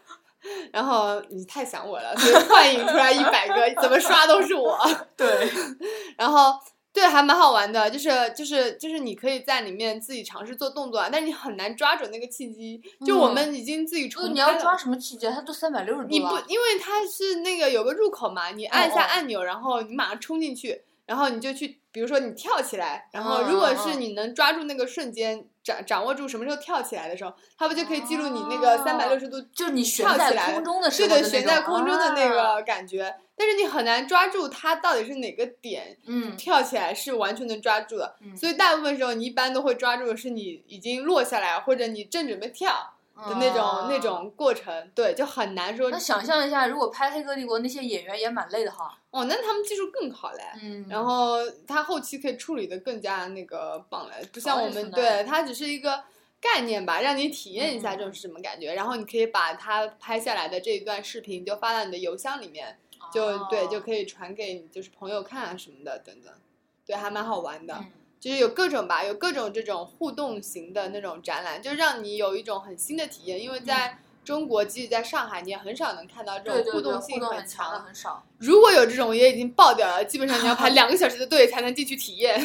[SPEAKER 3] [LAUGHS] 然后你太想我了，所以幻影出来一百个，怎么刷都是我。
[SPEAKER 2] 对，
[SPEAKER 3] 然后对，还蛮好玩的，就是就是就是你可以在里面自己尝试做动作啊，但是你很难抓准那个契机。就我们已经自己
[SPEAKER 2] 嗯就
[SPEAKER 3] 重
[SPEAKER 2] 你
[SPEAKER 3] 拍
[SPEAKER 2] 要
[SPEAKER 3] 了
[SPEAKER 2] 抓什么细节，它都三百六十度啊
[SPEAKER 3] 你不
[SPEAKER 2] 了，
[SPEAKER 3] 因为它是那个有个入口嘛，你按一
[SPEAKER 2] 哦
[SPEAKER 3] 下
[SPEAKER 2] 哦
[SPEAKER 3] 按钮，然后你马上冲进去，然后你就去，比如说你跳起来，然后如果
[SPEAKER 2] 嗯嗯
[SPEAKER 3] 是
[SPEAKER 2] 嗯
[SPEAKER 3] 你能抓住那个瞬间，掌掌握住什么时候跳起来的时候，它不就可以记录你那个
[SPEAKER 2] 哦
[SPEAKER 3] 三百六十度
[SPEAKER 2] 就是你悬
[SPEAKER 3] 跳起
[SPEAKER 2] 在
[SPEAKER 3] 来
[SPEAKER 2] 空中的时候
[SPEAKER 3] 对
[SPEAKER 2] 的
[SPEAKER 3] 对，
[SPEAKER 2] 那
[SPEAKER 3] 悬
[SPEAKER 2] 种
[SPEAKER 3] 在空中的那
[SPEAKER 2] 啊
[SPEAKER 3] 个感觉，但是你很难抓住它到底是哪个点。
[SPEAKER 2] 嗯，
[SPEAKER 3] 跳起来是完全能抓住的，
[SPEAKER 2] 嗯
[SPEAKER 3] 所以大部分时候你一般都会抓住的是你已经落下来或者你正准备跳的那种、那
[SPEAKER 2] 啊。
[SPEAKER 3] 种过程，对，就很难说
[SPEAKER 2] 那想象一下，如果拍《黑客帝国》，那些演员也蛮累的哈。
[SPEAKER 3] 哦，那他们技术更好嘞。
[SPEAKER 2] 嗯
[SPEAKER 3] 然后他后期可以处理的更加那个棒了，不像我们
[SPEAKER 2] 哦
[SPEAKER 3] 对它只是一个概念吧，让你体验一下
[SPEAKER 2] 嗯
[SPEAKER 3] 这种是什么感觉，然后你可以把它拍下来的这一段视频就发到你的邮箱里面，就、对就
[SPEAKER 2] 以。
[SPEAKER 3] 可以传给你就是朋友看啊什么的等等，对，还蛮好玩的。
[SPEAKER 2] 嗯
[SPEAKER 3] 就是有各种吧，有各种这种互动型的那种展览，就是让你有一种很新的体验。因为在中国，即使在上海，你也很少能看到这
[SPEAKER 2] 嗯对
[SPEAKER 3] 种
[SPEAKER 2] 对
[SPEAKER 3] 互
[SPEAKER 2] 对，
[SPEAKER 3] 动
[SPEAKER 2] 互
[SPEAKER 3] 性
[SPEAKER 2] 动
[SPEAKER 3] 很
[SPEAKER 2] 强的
[SPEAKER 3] 强。
[SPEAKER 2] 很少。
[SPEAKER 3] 如果有这种，也已经爆掉了，基本上你要
[SPEAKER 2] [LAUGHS]
[SPEAKER 3] 排两个小时的队才能进去体验，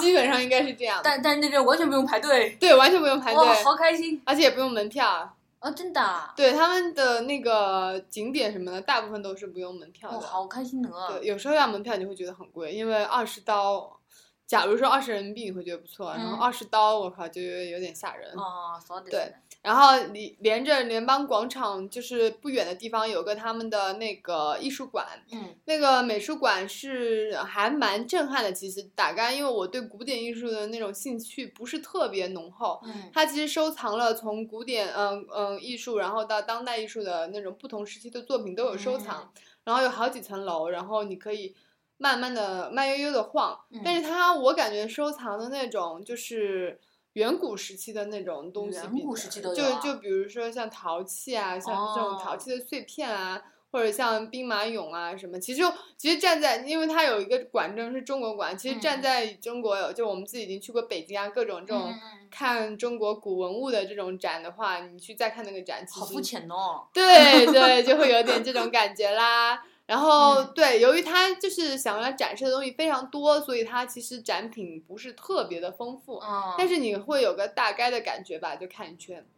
[SPEAKER 3] 基本上应该是这样的。
[SPEAKER 2] 但但那边完全不用排队，
[SPEAKER 3] 对，完全不用排队，
[SPEAKER 2] 哇，好开心
[SPEAKER 3] 而且也不用门票啊。
[SPEAKER 2] 啊！真的啊，
[SPEAKER 3] 对他们的那个景点什么的，大部分都是不用门票
[SPEAKER 2] 哇，
[SPEAKER 3] 的。
[SPEAKER 2] 哦好开心呢。
[SPEAKER 3] 对，有时候要门票你会觉得很贵，因为二十刀，假如说二十人民币你会觉得不错，然后
[SPEAKER 2] 嗯
[SPEAKER 3] 二十刀我靠就有有点吓人。
[SPEAKER 2] 啊，そうです
[SPEAKER 3] 对
[SPEAKER 2] ね，
[SPEAKER 3] 然后连连着联邦广场就是不远的地方有个他们的那个艺术馆，
[SPEAKER 2] 嗯
[SPEAKER 3] 那个美术馆是还蛮震撼的。其实大概因为我对古典艺术的那种兴趣不是特别浓厚，
[SPEAKER 2] 嗯
[SPEAKER 3] 它其实收藏了从古典嗯嗯艺术，然后到当代艺术的那种不同时期的作品都有收藏。
[SPEAKER 2] 嗯
[SPEAKER 3] 然后有好几层楼，然后你可以慢慢的、慢悠悠的晃。
[SPEAKER 2] 嗯
[SPEAKER 3] 但是它，我感觉收藏的那种就是远古时期的那种东西比的，
[SPEAKER 2] 远古时期都有
[SPEAKER 3] 就
[SPEAKER 2] 啊
[SPEAKER 3] 就比如说像陶器啊，像这种陶
[SPEAKER 2] 哦
[SPEAKER 3] 器的碎片啊。或者像兵马俑啊什么，其实其实站在，因为它有一个馆证是中国馆，其实站
[SPEAKER 2] 嗯
[SPEAKER 3] 在中国有，就我们自己已经去过北京啊，各种这种
[SPEAKER 2] 嗯嗯嗯
[SPEAKER 3] 看中国古文物的这种展的话，你去再看那个展，其
[SPEAKER 2] 好肤
[SPEAKER 3] 实
[SPEAKER 2] 浅哦。
[SPEAKER 3] 对对，就会有点这种感觉啦。然后、
[SPEAKER 2] 嗯
[SPEAKER 3] 对，由于它就是想要展示的东西非常多，所以它其实展品不是特别的丰富，
[SPEAKER 2] 嗯，
[SPEAKER 3] 但是你会有个大概的感觉吧，就看一圈。
[SPEAKER 2] 嗯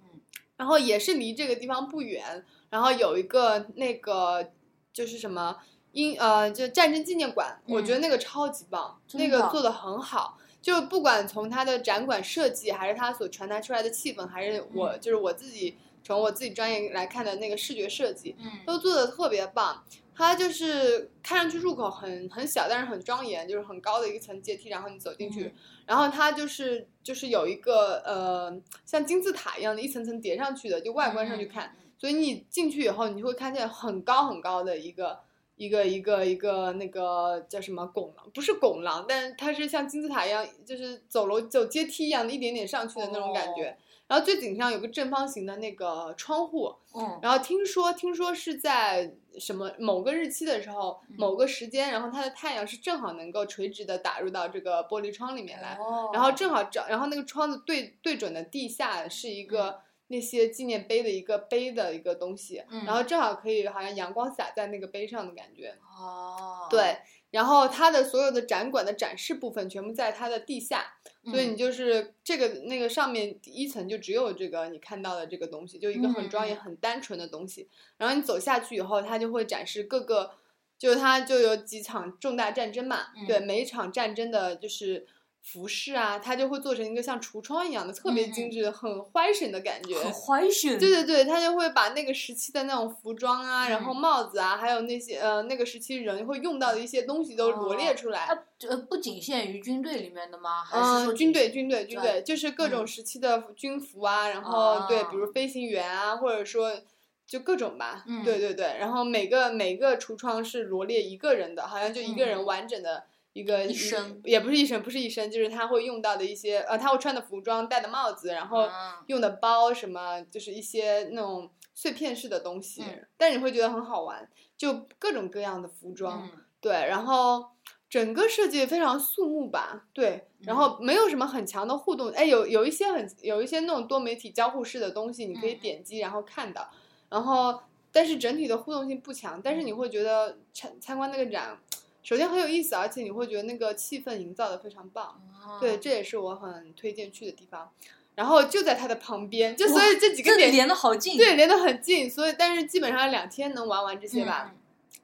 [SPEAKER 3] 然后也是离这个地方不远，然后有一个那个就是什么英呃，就战争纪念馆，我觉得那个超级
[SPEAKER 2] 嗯
[SPEAKER 3] 棒，
[SPEAKER 2] 真
[SPEAKER 3] 那个
[SPEAKER 2] 的
[SPEAKER 3] 做的很好。就不管从它的展馆设计，还是它所传达出来的气氛，还
[SPEAKER 2] 嗯
[SPEAKER 3] 是我、就是我自己从我自己专业来看的那个视觉设计，
[SPEAKER 2] 嗯
[SPEAKER 3] 都做的特别棒。它就是看上去入口很很小，但是很庄严，就是很高的一层阶梯，然后你走进去，
[SPEAKER 2] 嗯
[SPEAKER 3] 然后它就是就是有一个呃像金字塔一样的一层层叠上去的，就外观
[SPEAKER 2] 嗯
[SPEAKER 3] 上去看，所以你进去以后，你会看见很高很高的一个一个一个一个那个叫什么拱廊，不是拱廊，但是它是像金字塔一样，就是走楼走阶梯一样的，一点点上去的那种感觉。然后最顶上有个正方形的那个窗户，
[SPEAKER 2] 嗯
[SPEAKER 3] 然后听说听说是在什么某个日期的时候，
[SPEAKER 2] 嗯
[SPEAKER 3] 某个时间，然后它的太阳是正好能够垂直的打入到这个玻璃窗里面来，
[SPEAKER 2] 哦
[SPEAKER 3] 然后正好照，然后那个窗子对对准的地下是
[SPEAKER 2] 嗯
[SPEAKER 3] 一个那些纪念碑的一个碑的一个东西，
[SPEAKER 2] 嗯
[SPEAKER 3] 然后正好可以好像阳光洒在那个碑上的感觉，
[SPEAKER 2] 哦，
[SPEAKER 3] 对。然后它的所有的展馆的展示部分全部在它的地下，
[SPEAKER 2] 嗯，
[SPEAKER 3] 所以你就是这个那个上面一层就只有这个你看到的这个东西，就一个
[SPEAKER 2] 嗯
[SPEAKER 3] 很庄严、很单纯的东西。然后你走下去以后，它就会展示各个，就它就有几场重大战争嘛，
[SPEAKER 2] 嗯
[SPEAKER 3] 对，每一场战争的就是服饰啊，它就会做成一个像橱窗一样的，特别
[SPEAKER 2] 嗯嗯
[SPEAKER 3] 精致、很 fashion 的感觉。
[SPEAKER 2] 很怀神，
[SPEAKER 3] 对对对，他就会把那个时期的那种服装啊，然后
[SPEAKER 2] 嗯
[SPEAKER 3] 帽子啊，还有那些呃那个时期人会用到的一些东西都罗列
[SPEAKER 2] 哦
[SPEAKER 3] 出来。
[SPEAKER 2] 它呃不仅限于军队里面的吗？还是说
[SPEAKER 3] 嗯，军
[SPEAKER 2] 仅
[SPEAKER 3] 队，军队，军
[SPEAKER 2] 对
[SPEAKER 3] 队，就是各种
[SPEAKER 2] 嗯
[SPEAKER 3] 时期的军服啊，然后对，
[SPEAKER 2] 啊
[SPEAKER 3] 比如飞行员啊，或者说就各种吧，
[SPEAKER 2] 嗯
[SPEAKER 3] 对对对。然后每个每个橱窗是罗列一个人的，好像就一个
[SPEAKER 2] 嗯
[SPEAKER 3] 人完整的一个
[SPEAKER 2] 一生
[SPEAKER 3] 也不是一身，不是一身，就是他会用到的一些呃，他会穿的服装、戴的帽子，然后
[SPEAKER 2] 啊
[SPEAKER 3] 用的包什么，就是一些那种碎片式的东西，
[SPEAKER 2] 嗯
[SPEAKER 3] 但你会觉得很好玩，就各种各样的服装。
[SPEAKER 2] 嗯
[SPEAKER 3] 对，然后整个设计非常肃穆吧，对，然后
[SPEAKER 2] 嗯
[SPEAKER 3] 没有什么很强的互动，哎，有有一些很有一些那种多媒体交互式的东西，你可以
[SPEAKER 2] 嗯嗯
[SPEAKER 3] 点击然后看到，然后但是整体的互动性不强，但是
[SPEAKER 2] 嗯
[SPEAKER 3] 你会觉得参参观那个展，首先很有意思，而且你会觉得那个气氛营造的非常棒，
[SPEAKER 2] 嗯哦
[SPEAKER 3] 对，这也是我很推荐去的地方。然后就在它的旁边，就所以这几
[SPEAKER 2] 这
[SPEAKER 3] 个点
[SPEAKER 2] 连的好近，
[SPEAKER 3] 对连得很近，所以但是基本上两天能玩完这些
[SPEAKER 2] 嗯
[SPEAKER 3] 吧。？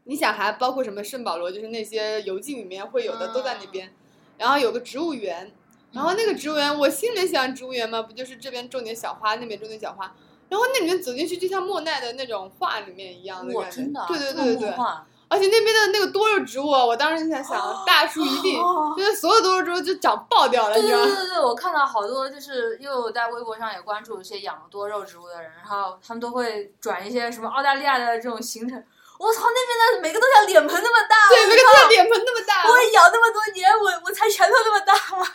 [SPEAKER 3] 你想还包括什么圣保罗，就是那些游记里面会有的都在
[SPEAKER 2] 嗯
[SPEAKER 3] 那边，然后有个植物园，然后那个植物园，我心里想植物园嘛，不就是这边种点小花，那边种点小花，然后那里面走进去就像莫奈的那种画里面一样的
[SPEAKER 2] 我
[SPEAKER 3] 感觉
[SPEAKER 2] 真的啊，
[SPEAKER 3] 对对
[SPEAKER 2] 这么
[SPEAKER 3] 对对
[SPEAKER 2] 梦，幻
[SPEAKER 3] 而且那边的那个多肉植物啊，我当时就想想大树一地，
[SPEAKER 2] 哦
[SPEAKER 3] 就是所有多肉植物就长爆掉了，
[SPEAKER 2] 对
[SPEAKER 3] 你
[SPEAKER 2] 对
[SPEAKER 3] 知道
[SPEAKER 2] 对
[SPEAKER 3] 吗？
[SPEAKER 2] 对对，我看到好多就是因为我在微博上也关注一些养了多肉植物的人，然后他们都会转一些什么澳大利亚的这种行程。我操，那边的每个都像脸盆那么大，
[SPEAKER 3] 对，每个大脸盆那么大，
[SPEAKER 2] 我也养那么多年，我我才拳头那么大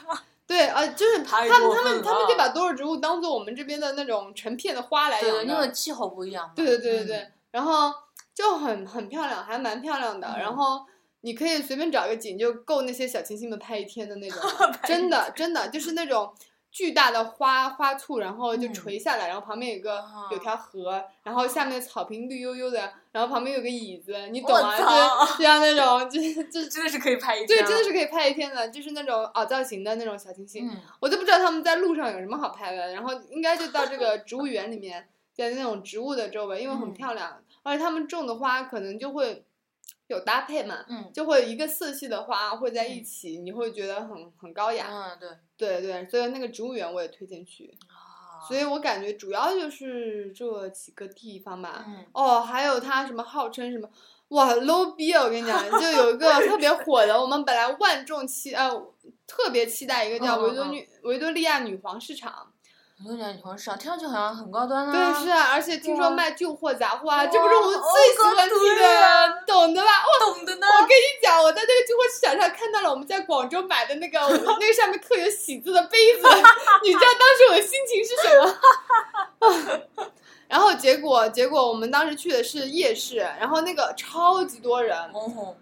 [SPEAKER 2] 吗？
[SPEAKER 3] 对啊，就是他
[SPEAKER 2] 太
[SPEAKER 3] 们他
[SPEAKER 2] 过嗯
[SPEAKER 3] 们他
[SPEAKER 2] 分
[SPEAKER 3] 们他们
[SPEAKER 2] 了
[SPEAKER 3] 就把多肉植物当做我们这边的那种成片的花来养的，
[SPEAKER 2] 对，因为气候不一样嘛。
[SPEAKER 3] 对对对对对，
[SPEAKER 2] 嗯，
[SPEAKER 3] 然后就很很漂亮，还蛮漂亮的。
[SPEAKER 2] 嗯
[SPEAKER 3] 然后你可以随便找一个景，就够那些小清新们拍一天的那种了，
[SPEAKER 2] [LAUGHS] 拍一
[SPEAKER 3] 真的真的就是那种。巨大的花花簇，然后就
[SPEAKER 2] 嗯
[SPEAKER 3] 垂下来，然后旁边有个
[SPEAKER 2] 啊
[SPEAKER 3] 有条河，然后下面的草坪绿油油的，然后旁边有个椅子，你懂
[SPEAKER 2] 我
[SPEAKER 3] 啊？
[SPEAKER 2] 操 [LAUGHS]
[SPEAKER 3] 就就像那种，就是就是，
[SPEAKER 2] 真的是可以拍一
[SPEAKER 3] 对，
[SPEAKER 2] 天啊
[SPEAKER 3] 真的是可以拍一天的，就是那种凹造型的那种小清新。
[SPEAKER 2] 嗯，
[SPEAKER 3] 我都不知道他们在路上有什么好拍的，然后应该就到这个植物园里面，在那种植物的周围，因为
[SPEAKER 2] 嗯
[SPEAKER 3] 很漂亮，而且他们种的花可能就会有搭配嘛，
[SPEAKER 2] 嗯
[SPEAKER 3] 就会一个色系的花会在一起，你会觉得很很高雅。
[SPEAKER 2] 嗯对，
[SPEAKER 3] 对对，所以那个植物园我也推荐去，
[SPEAKER 2] 啊
[SPEAKER 3] 所以我感觉主要就是这几个地方吧。
[SPEAKER 2] 嗯
[SPEAKER 3] 哦，还有他什么号称什么，哇，low 逼啊！我跟你讲，就有
[SPEAKER 2] [LAUGHS]
[SPEAKER 3] 一个特别火的，我们本来万众期呃特别期待一个叫
[SPEAKER 2] 嗯嗯
[SPEAKER 3] 维多
[SPEAKER 2] 嗯
[SPEAKER 3] 女、维多利亚女皇市场，
[SPEAKER 2] 有点女皇市场，听上去好像很高端啊。
[SPEAKER 3] 对，是啊，而且听
[SPEAKER 2] 对啊
[SPEAKER 3] 说卖旧货杂货啊，
[SPEAKER 2] 哇哦
[SPEAKER 3] 这不是我们最喜欢听
[SPEAKER 2] 好高端
[SPEAKER 3] 的，懂的吧？哇
[SPEAKER 2] 哦懂的呢。
[SPEAKER 3] 我跟你讲，我在这个旧货市场上看到了我们在广州买的那个那个上面刻有喜字的杯子， [LAUGHS] 你知道当时我的心情是什么？ [LAUGHS] 然后结果结果我们当时去的是夜市，然后那个超级多人，
[SPEAKER 2] 红红，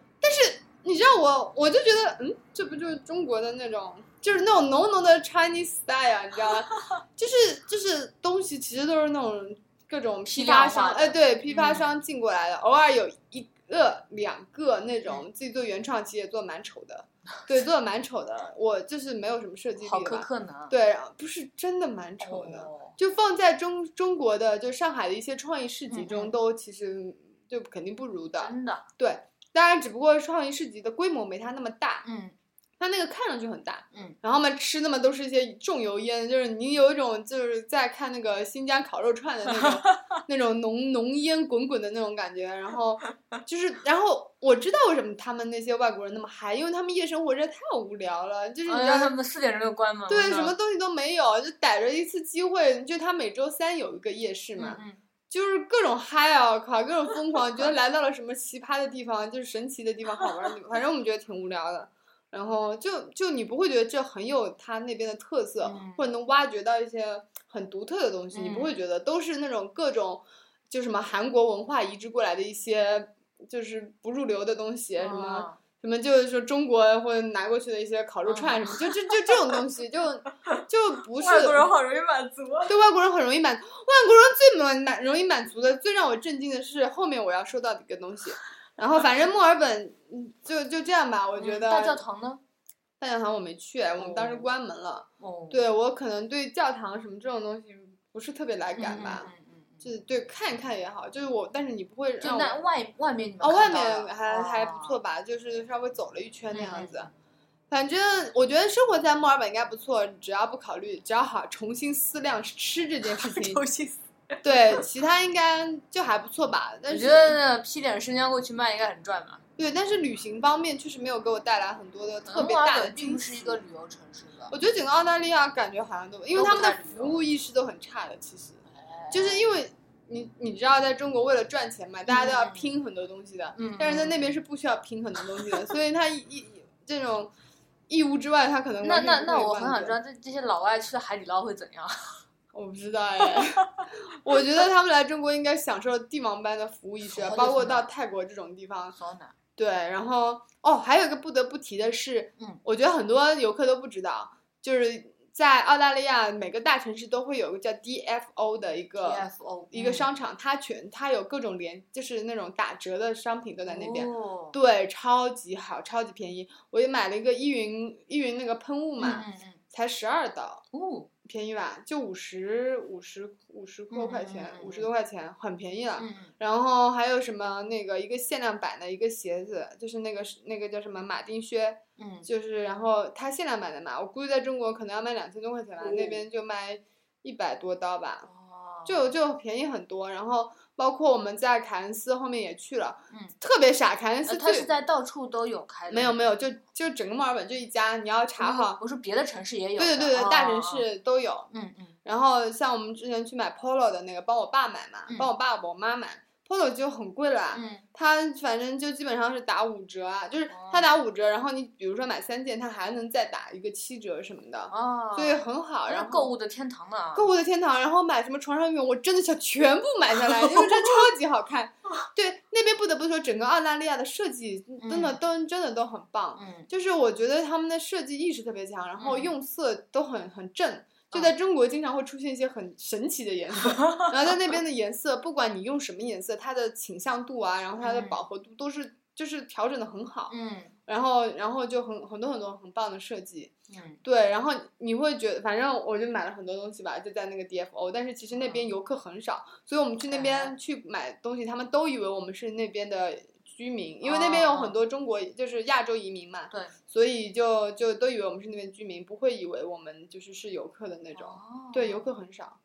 [SPEAKER 3] 你知道我我就觉得嗯，这不就是中国的那种，就是那种浓浓的 Chinese style，啊你知道吗？ [LAUGHS] 就是就是东西其实都是那种各种批发
[SPEAKER 2] 批量化
[SPEAKER 3] 商，
[SPEAKER 2] 的嗯
[SPEAKER 3] 哎，对，批发商进过来的，偶尔有一个两个那
[SPEAKER 2] 嗯
[SPEAKER 3] 种自己做原创，其实也做蛮丑的，对，做的蛮丑的。我就是没有什么设计力
[SPEAKER 2] 好苛
[SPEAKER 3] 吧，
[SPEAKER 2] 刻呢。
[SPEAKER 3] 对，不是真的蛮丑的。
[SPEAKER 2] 哦
[SPEAKER 3] 就放在中中国的就上海的一些创意市
[SPEAKER 2] 嗯
[SPEAKER 3] 集
[SPEAKER 2] 嗯
[SPEAKER 3] 中，都其实就肯定不如的。
[SPEAKER 2] 真的，
[SPEAKER 3] 对，当然只不过创意市集的规模没它那么大，
[SPEAKER 2] 嗯，
[SPEAKER 3] 它那个看上去很大，
[SPEAKER 2] 嗯，
[SPEAKER 3] 然后嘛吃的嘛都是一些重油烟，就是你有一种就是在看那个新疆烤肉串的那
[SPEAKER 2] [LAUGHS]
[SPEAKER 3] 种那种浓浓烟滚滚的那种感觉，然
[SPEAKER 2] [LAUGHS]
[SPEAKER 3] 后就是然后我知道为什么他们那些外国人那么嗨，因为他们夜生活真的太无聊了，就是你知
[SPEAKER 2] 哦
[SPEAKER 3] 道
[SPEAKER 2] 啊让他们四点钟就关嗯门了，
[SPEAKER 3] 对
[SPEAKER 2] 是吧
[SPEAKER 3] 什么东西都没有，就逮着一次机会，就他每周三有一个夜市嘛，
[SPEAKER 2] 嗯
[SPEAKER 3] 就是各种嗨啊，我靠，各种疯狂，觉得来到了什么奇葩的地方，就是神奇的地方，好玩的地方，反正我们觉得挺无聊的。然后就就你不会觉得这很有它那边的特色，
[SPEAKER 2] 嗯
[SPEAKER 3] 或者能挖掘到一些很独特的东西，你不会觉得都是那种各种就什么韩国文化移植过来的一些就是不入流的东西，
[SPEAKER 2] 嗯，
[SPEAKER 3] 什么
[SPEAKER 2] 啊
[SPEAKER 3] 什么就是说中国或者拿过去的一些烤肉串什么，就就就这种东西，就就不是
[SPEAKER 2] 外国人好容易满足啊，
[SPEAKER 3] 对外国人很容易满，外国人最满满容易满足的，最让我震惊的是后面我要说到的一个东西。然后反正墨尔本嗯就就这样吧， [LAUGHS] 我觉得
[SPEAKER 2] 嗯大教堂呢？
[SPEAKER 3] 大教堂我没去，我们当时关门了。
[SPEAKER 2] 哦，
[SPEAKER 3] 对我可能对教堂什么这种东西不是特别来
[SPEAKER 2] 嗯，
[SPEAKER 3] 感吧，
[SPEAKER 2] 嗯，嗯嗯
[SPEAKER 3] 就是对看一看也好，就是我但是你不会
[SPEAKER 2] 就
[SPEAKER 3] 让
[SPEAKER 2] 那
[SPEAKER 3] 我
[SPEAKER 2] 外外面你们
[SPEAKER 3] 哦外
[SPEAKER 2] 看到
[SPEAKER 3] 面
[SPEAKER 2] 了
[SPEAKER 3] 还还
[SPEAKER 2] 哦 [LAUGHS]
[SPEAKER 3] 不错吧，就是稍微走了一圈那样子。
[SPEAKER 2] 嗯嗯
[SPEAKER 3] 反正我觉得生活在墨尔本应该不错，只要不考虑，只要好重新思量吃这件事情，
[SPEAKER 2] 周星驰
[SPEAKER 3] 对，其他应该就还不错吧。但
[SPEAKER 2] 我
[SPEAKER 3] 是
[SPEAKER 2] 觉得那批点生姜过去卖应该很赚吧？
[SPEAKER 3] 对，但是旅行方面确实没有给我带来很多的特别
[SPEAKER 2] 墨尔
[SPEAKER 3] 大的
[SPEAKER 2] 本并
[SPEAKER 3] 惊
[SPEAKER 2] 不是
[SPEAKER 3] 喜
[SPEAKER 2] 一。个旅游城市的，
[SPEAKER 3] 我觉得整个澳大利亚感觉好像都，因
[SPEAKER 2] 都
[SPEAKER 3] 为
[SPEAKER 2] 不
[SPEAKER 3] 他们的
[SPEAKER 2] 太旅游
[SPEAKER 3] 服务意识都很差的，其实
[SPEAKER 2] 哎
[SPEAKER 3] 就是因为你你知道，在中国为了赚钱嘛，大家都要
[SPEAKER 2] 嗯
[SPEAKER 3] 拼很多东西的，
[SPEAKER 2] 嗯，
[SPEAKER 3] 但是在那边是不需要拼很多东西的，所以他一一这种义务之外，他可能
[SPEAKER 2] 那
[SPEAKER 3] 完全
[SPEAKER 2] 那
[SPEAKER 3] 不
[SPEAKER 2] 那
[SPEAKER 3] 会
[SPEAKER 2] 我
[SPEAKER 3] 帮
[SPEAKER 2] 很想
[SPEAKER 3] 你
[SPEAKER 2] 知道这这些老外吃的海底捞会怎样？
[SPEAKER 3] 我不知道哎， [LAUGHS] 我觉得他们来中国应该享受帝王般的服务意识啊
[SPEAKER 2] 好，的
[SPEAKER 3] 包括
[SPEAKER 2] 真的
[SPEAKER 3] 到泰国这种地方。
[SPEAKER 2] 好难，
[SPEAKER 3] 对，然后哦，还有一个不得不提的是，
[SPEAKER 2] 嗯，
[SPEAKER 3] 我觉得很多游客都不知道，就是在澳大利亚每个大城市都会有一个叫 DFO 的一个
[SPEAKER 2] TFO
[SPEAKER 3] 一个
[SPEAKER 2] 嗯
[SPEAKER 3] 商场，它全它有各种连，就是那种打折的商品都在那边。
[SPEAKER 2] 哦
[SPEAKER 3] 对，超级好，超级便宜。我也买了一个依云依云那个喷雾嘛，
[SPEAKER 2] 嗯嗯
[SPEAKER 3] 才十二刀。
[SPEAKER 2] 嗯，哦，
[SPEAKER 3] 便宜吧，就五十五十五十多块
[SPEAKER 2] 嗯
[SPEAKER 3] 钱
[SPEAKER 2] 嗯嗯，
[SPEAKER 3] 五十
[SPEAKER 2] 嗯
[SPEAKER 3] 多块钱很便宜了。
[SPEAKER 2] 嗯嗯
[SPEAKER 3] 然后还有什么那个一个限量版的一个鞋子，就是那个是那个叫什么马丁靴，
[SPEAKER 2] 嗯，
[SPEAKER 3] 就是然后它限量版的嘛，我估计在中国可能要卖两千多块钱吧，那
[SPEAKER 2] 哦
[SPEAKER 3] 边就卖一百多刀吧，
[SPEAKER 2] 哦
[SPEAKER 3] 就就便宜很多。然后包括我们在凯恩斯后面也去了，
[SPEAKER 2] 嗯
[SPEAKER 3] 特别傻，凯恩斯
[SPEAKER 2] 呃它
[SPEAKER 3] 最
[SPEAKER 2] 是在到处都有开的，
[SPEAKER 3] 没有没有，就就整个墨尔本就一家，你要查好，
[SPEAKER 2] 不是别的城市嗯也有的，
[SPEAKER 3] 对对对对，大城
[SPEAKER 2] 哦，哦
[SPEAKER 3] 市都有。
[SPEAKER 2] 嗯嗯
[SPEAKER 3] 然后像我们之前去买 Polo 的那个，帮我爸买嘛，
[SPEAKER 2] 嗯
[SPEAKER 3] 帮我爸我妈买，Polo 就很贵了啊，
[SPEAKER 2] 嗯，
[SPEAKER 3] 它反正就基本上是打五折啊，就是
[SPEAKER 2] 哦
[SPEAKER 3] 它打五折，然后你比如说买三件，它还能再打一个七折什么的，
[SPEAKER 2] 哦，
[SPEAKER 3] 所以很好。
[SPEAKER 2] 那
[SPEAKER 3] 然
[SPEAKER 2] 是
[SPEAKER 3] 后
[SPEAKER 2] 购物的天堂啊呢，
[SPEAKER 3] 购物的天堂，然后买什么床上用，我真的想全部买下来，因为真的超级
[SPEAKER 2] [LAUGHS]
[SPEAKER 3] 好看。对，那边不得不说，整个澳大利亚的设计真的
[SPEAKER 2] 嗯
[SPEAKER 3] 都真的都很棒。
[SPEAKER 2] 嗯
[SPEAKER 3] 就是我觉得他们的设计意识特别强，然后
[SPEAKER 2] 嗯
[SPEAKER 3] 用色都很很正。就在中国经常会出现一些很神奇的
[SPEAKER 2] [LAUGHS]
[SPEAKER 3] 颜色，然后在那边的颜色，不管你用什么颜色，它的倾向度啊，然后它的
[SPEAKER 2] 嗯
[SPEAKER 3] 饱和度都是就是调整的很好，
[SPEAKER 2] 嗯
[SPEAKER 3] 然后然后就很很多很多很棒的设计，
[SPEAKER 2] 嗯，
[SPEAKER 3] 对，然后你会觉得，反正我就买了很多东西吧，就在那个 DFO，但是其实那
[SPEAKER 2] 嗯
[SPEAKER 3] 边游客很少，所以我们去那边去买东西，他们都以为我们是那边的居民，因为那边
[SPEAKER 2] 哦
[SPEAKER 3] 有很多中国就是亚洲移民嘛，
[SPEAKER 2] 对，
[SPEAKER 3] 所以就就都以为我们是那边居民，不会以为我们就是是游客的那种，
[SPEAKER 2] 哦
[SPEAKER 3] 对，游客很少，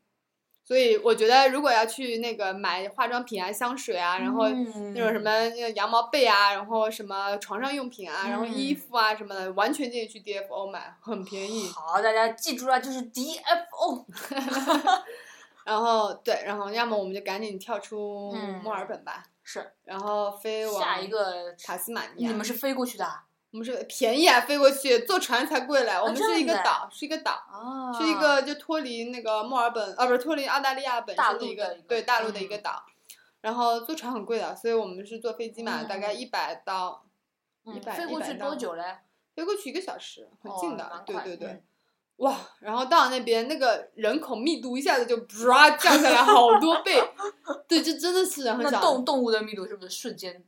[SPEAKER 3] 所以我觉得如果要去那个买化妆品啊、香水啊，然后那
[SPEAKER 2] 那
[SPEAKER 3] 种什么呃羊毛被啊，然后什么床上用品啊，然后衣
[SPEAKER 2] 嗯哦
[SPEAKER 3] 服啊什么的，完全建议去 DFO 买，很便宜。
[SPEAKER 2] 好，大家记住了，就是 DFO。
[SPEAKER 3] 然后对，然后要么我们就赶紧跳出
[SPEAKER 2] 嗯
[SPEAKER 3] 墨尔本吧，
[SPEAKER 2] 是
[SPEAKER 3] 然后飞往
[SPEAKER 2] 下一个，
[SPEAKER 3] 塔斯马尼亚。
[SPEAKER 2] 你们是飞过去的啊？
[SPEAKER 3] 我们是便宜啊，飞过去坐船才贵嘞。我们
[SPEAKER 2] 这
[SPEAKER 3] 是一
[SPEAKER 2] 样
[SPEAKER 3] 个
[SPEAKER 2] 子啊
[SPEAKER 3] 岛，是一个岛，
[SPEAKER 2] 啊
[SPEAKER 3] 是一个就脱离那个墨尔本啊，不是脱离澳大利亚本
[SPEAKER 2] 大
[SPEAKER 3] 身
[SPEAKER 2] 陆的
[SPEAKER 3] 的一
[SPEAKER 2] 一个
[SPEAKER 3] 对大陆的一个
[SPEAKER 2] 嗯
[SPEAKER 3] 岛。然后坐船很贵的，所以我们是坐飞机嘛，大概
[SPEAKER 2] 嗯
[SPEAKER 3] 一百到
[SPEAKER 2] 嗯
[SPEAKER 3] 100
[SPEAKER 2] 飞过去
[SPEAKER 3] 100
[SPEAKER 2] 多
[SPEAKER 3] 刀
[SPEAKER 2] 久嘞？
[SPEAKER 3] 飞过去一个小时，很近的。
[SPEAKER 2] 哦蛮
[SPEAKER 3] 对
[SPEAKER 2] 快
[SPEAKER 3] 对对。
[SPEAKER 2] 嗯
[SPEAKER 3] 哇，然后到了那边，那个人口密度一下子就 [LAUGHS] 唰降下来好多
[SPEAKER 2] [LAUGHS]
[SPEAKER 3] 倍，对，这真的是很
[SPEAKER 2] 那
[SPEAKER 3] 少，
[SPEAKER 2] 动动物的密度是不是瞬间？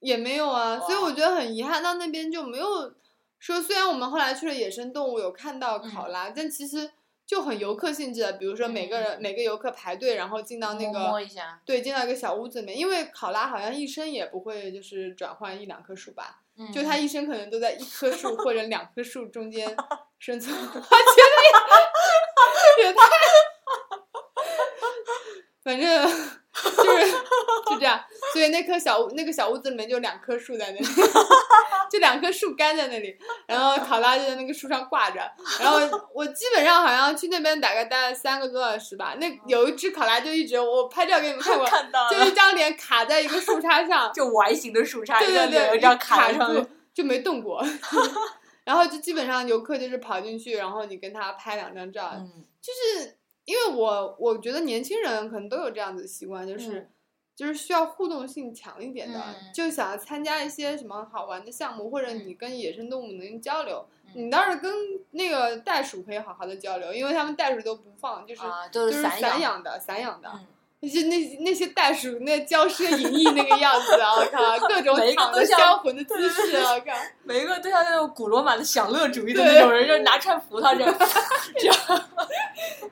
[SPEAKER 3] 也没有啊，所以我
[SPEAKER 2] 哇
[SPEAKER 3] 觉得很遗憾，到
[SPEAKER 2] 嗯
[SPEAKER 3] 那边就没有说，虽然我们后来去了野生动物，有看到考拉，但其实就很游客性质的，比如说每个人、每个游客排队，然后进到那
[SPEAKER 2] 摸
[SPEAKER 3] 个
[SPEAKER 2] 摸一下，
[SPEAKER 3] 对，进到一个小屋子里面，因为考拉好像一生也不会就是转换一两棵树吧，
[SPEAKER 2] 嗯，
[SPEAKER 3] 就它一生可能都在一棵树或者两棵树中间生存。我觉得也也太，反正就是就这样。所以那棵小屋那个小屋子里面就两棵树在那里，就两棵树干在那里，然后考拉就在那个树上挂着。然后我基本上好像去那边大概待了三个多小时吧。那有一只考拉就一直我拍照给你们看过
[SPEAKER 2] 看到
[SPEAKER 3] 就
[SPEAKER 2] 了，，
[SPEAKER 3] 一张脸卡在一个树杈上
[SPEAKER 2] 就 Y 型的树杈，
[SPEAKER 3] 对对
[SPEAKER 2] 一个
[SPEAKER 3] 对，
[SPEAKER 2] 脸这样
[SPEAKER 3] 卡
[SPEAKER 2] 卡上
[SPEAKER 3] 住
[SPEAKER 2] 去，
[SPEAKER 3] 就没动过。 [LAUGHS] 然后就基本上游客就是跑进去，然后你跟他拍两张照，
[SPEAKER 2] 嗯
[SPEAKER 3] 就是因为我我觉得年轻人可能都有这样子的习惯，就是、
[SPEAKER 2] 嗯
[SPEAKER 3] 就是需要互动性强一点的，
[SPEAKER 2] 嗯
[SPEAKER 3] 就想要参加一些什么好玩的项目，或者你跟野生动物能交流。
[SPEAKER 2] 嗯
[SPEAKER 3] 你倒是跟那个袋鼠可以好好的交流，因为他们袋鼠都不放，就是、
[SPEAKER 2] 啊，就
[SPEAKER 3] 就是是
[SPEAKER 2] 散
[SPEAKER 3] 散养的，散养的。
[SPEAKER 2] 嗯，
[SPEAKER 3] 那些那那些袋鼠那骄奢淫逸那个样子啊，我靠，各种
[SPEAKER 2] 每一个
[SPEAKER 3] 躺
[SPEAKER 2] 都
[SPEAKER 3] 着
[SPEAKER 2] 像
[SPEAKER 3] 销魂的姿势啊，我靠，
[SPEAKER 2] 每一个都像那种古罗马的享乐主义的
[SPEAKER 3] 对
[SPEAKER 2] 那种人，就拿串葡萄这样，这样，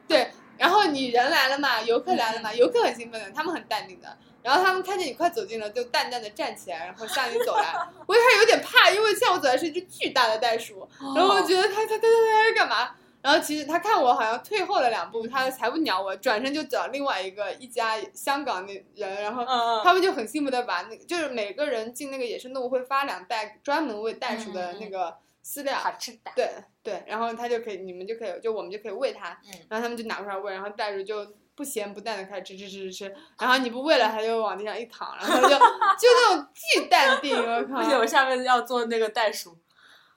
[SPEAKER 3] 对。然后你人来了嘛，游客来了嘛，游客很兴奋的，他们很淡定的。然后他们看见你快走近了，就淡淡的站起来，然后向你
[SPEAKER 2] [LAUGHS]
[SPEAKER 3] 走来。我一开始有点怕，因为向我走来是一只巨大的袋
[SPEAKER 2] 哦
[SPEAKER 3] 鼠， [LAUGHS] 然后我觉得它它它它它是干嘛？然后其实它看我好像退后了两步，它才不鸟我，转身就找另外一个一家香港的人，然后
[SPEAKER 2] 嗯，
[SPEAKER 3] [LAUGHS] 他们就很幸福的把那就是每个人进那个野生动物会发两袋专门为袋鼠
[SPEAKER 2] 嗯
[SPEAKER 3] 的那个饲料，
[SPEAKER 2] 卡吃打，
[SPEAKER 3] 对对，然后它就可以，你们就可以，就我们就可以喂它，
[SPEAKER 2] 嗯
[SPEAKER 3] 然后他们就拿过来喂，然后袋鼠就不咸不淡的开始吃吃吃
[SPEAKER 2] [LAUGHS]
[SPEAKER 3] 吃吃，然后你不喂了，它就往地上一躺，然后就就那种巨淡定，我靠
[SPEAKER 2] 不！行，我下辈子要做那个袋鼠，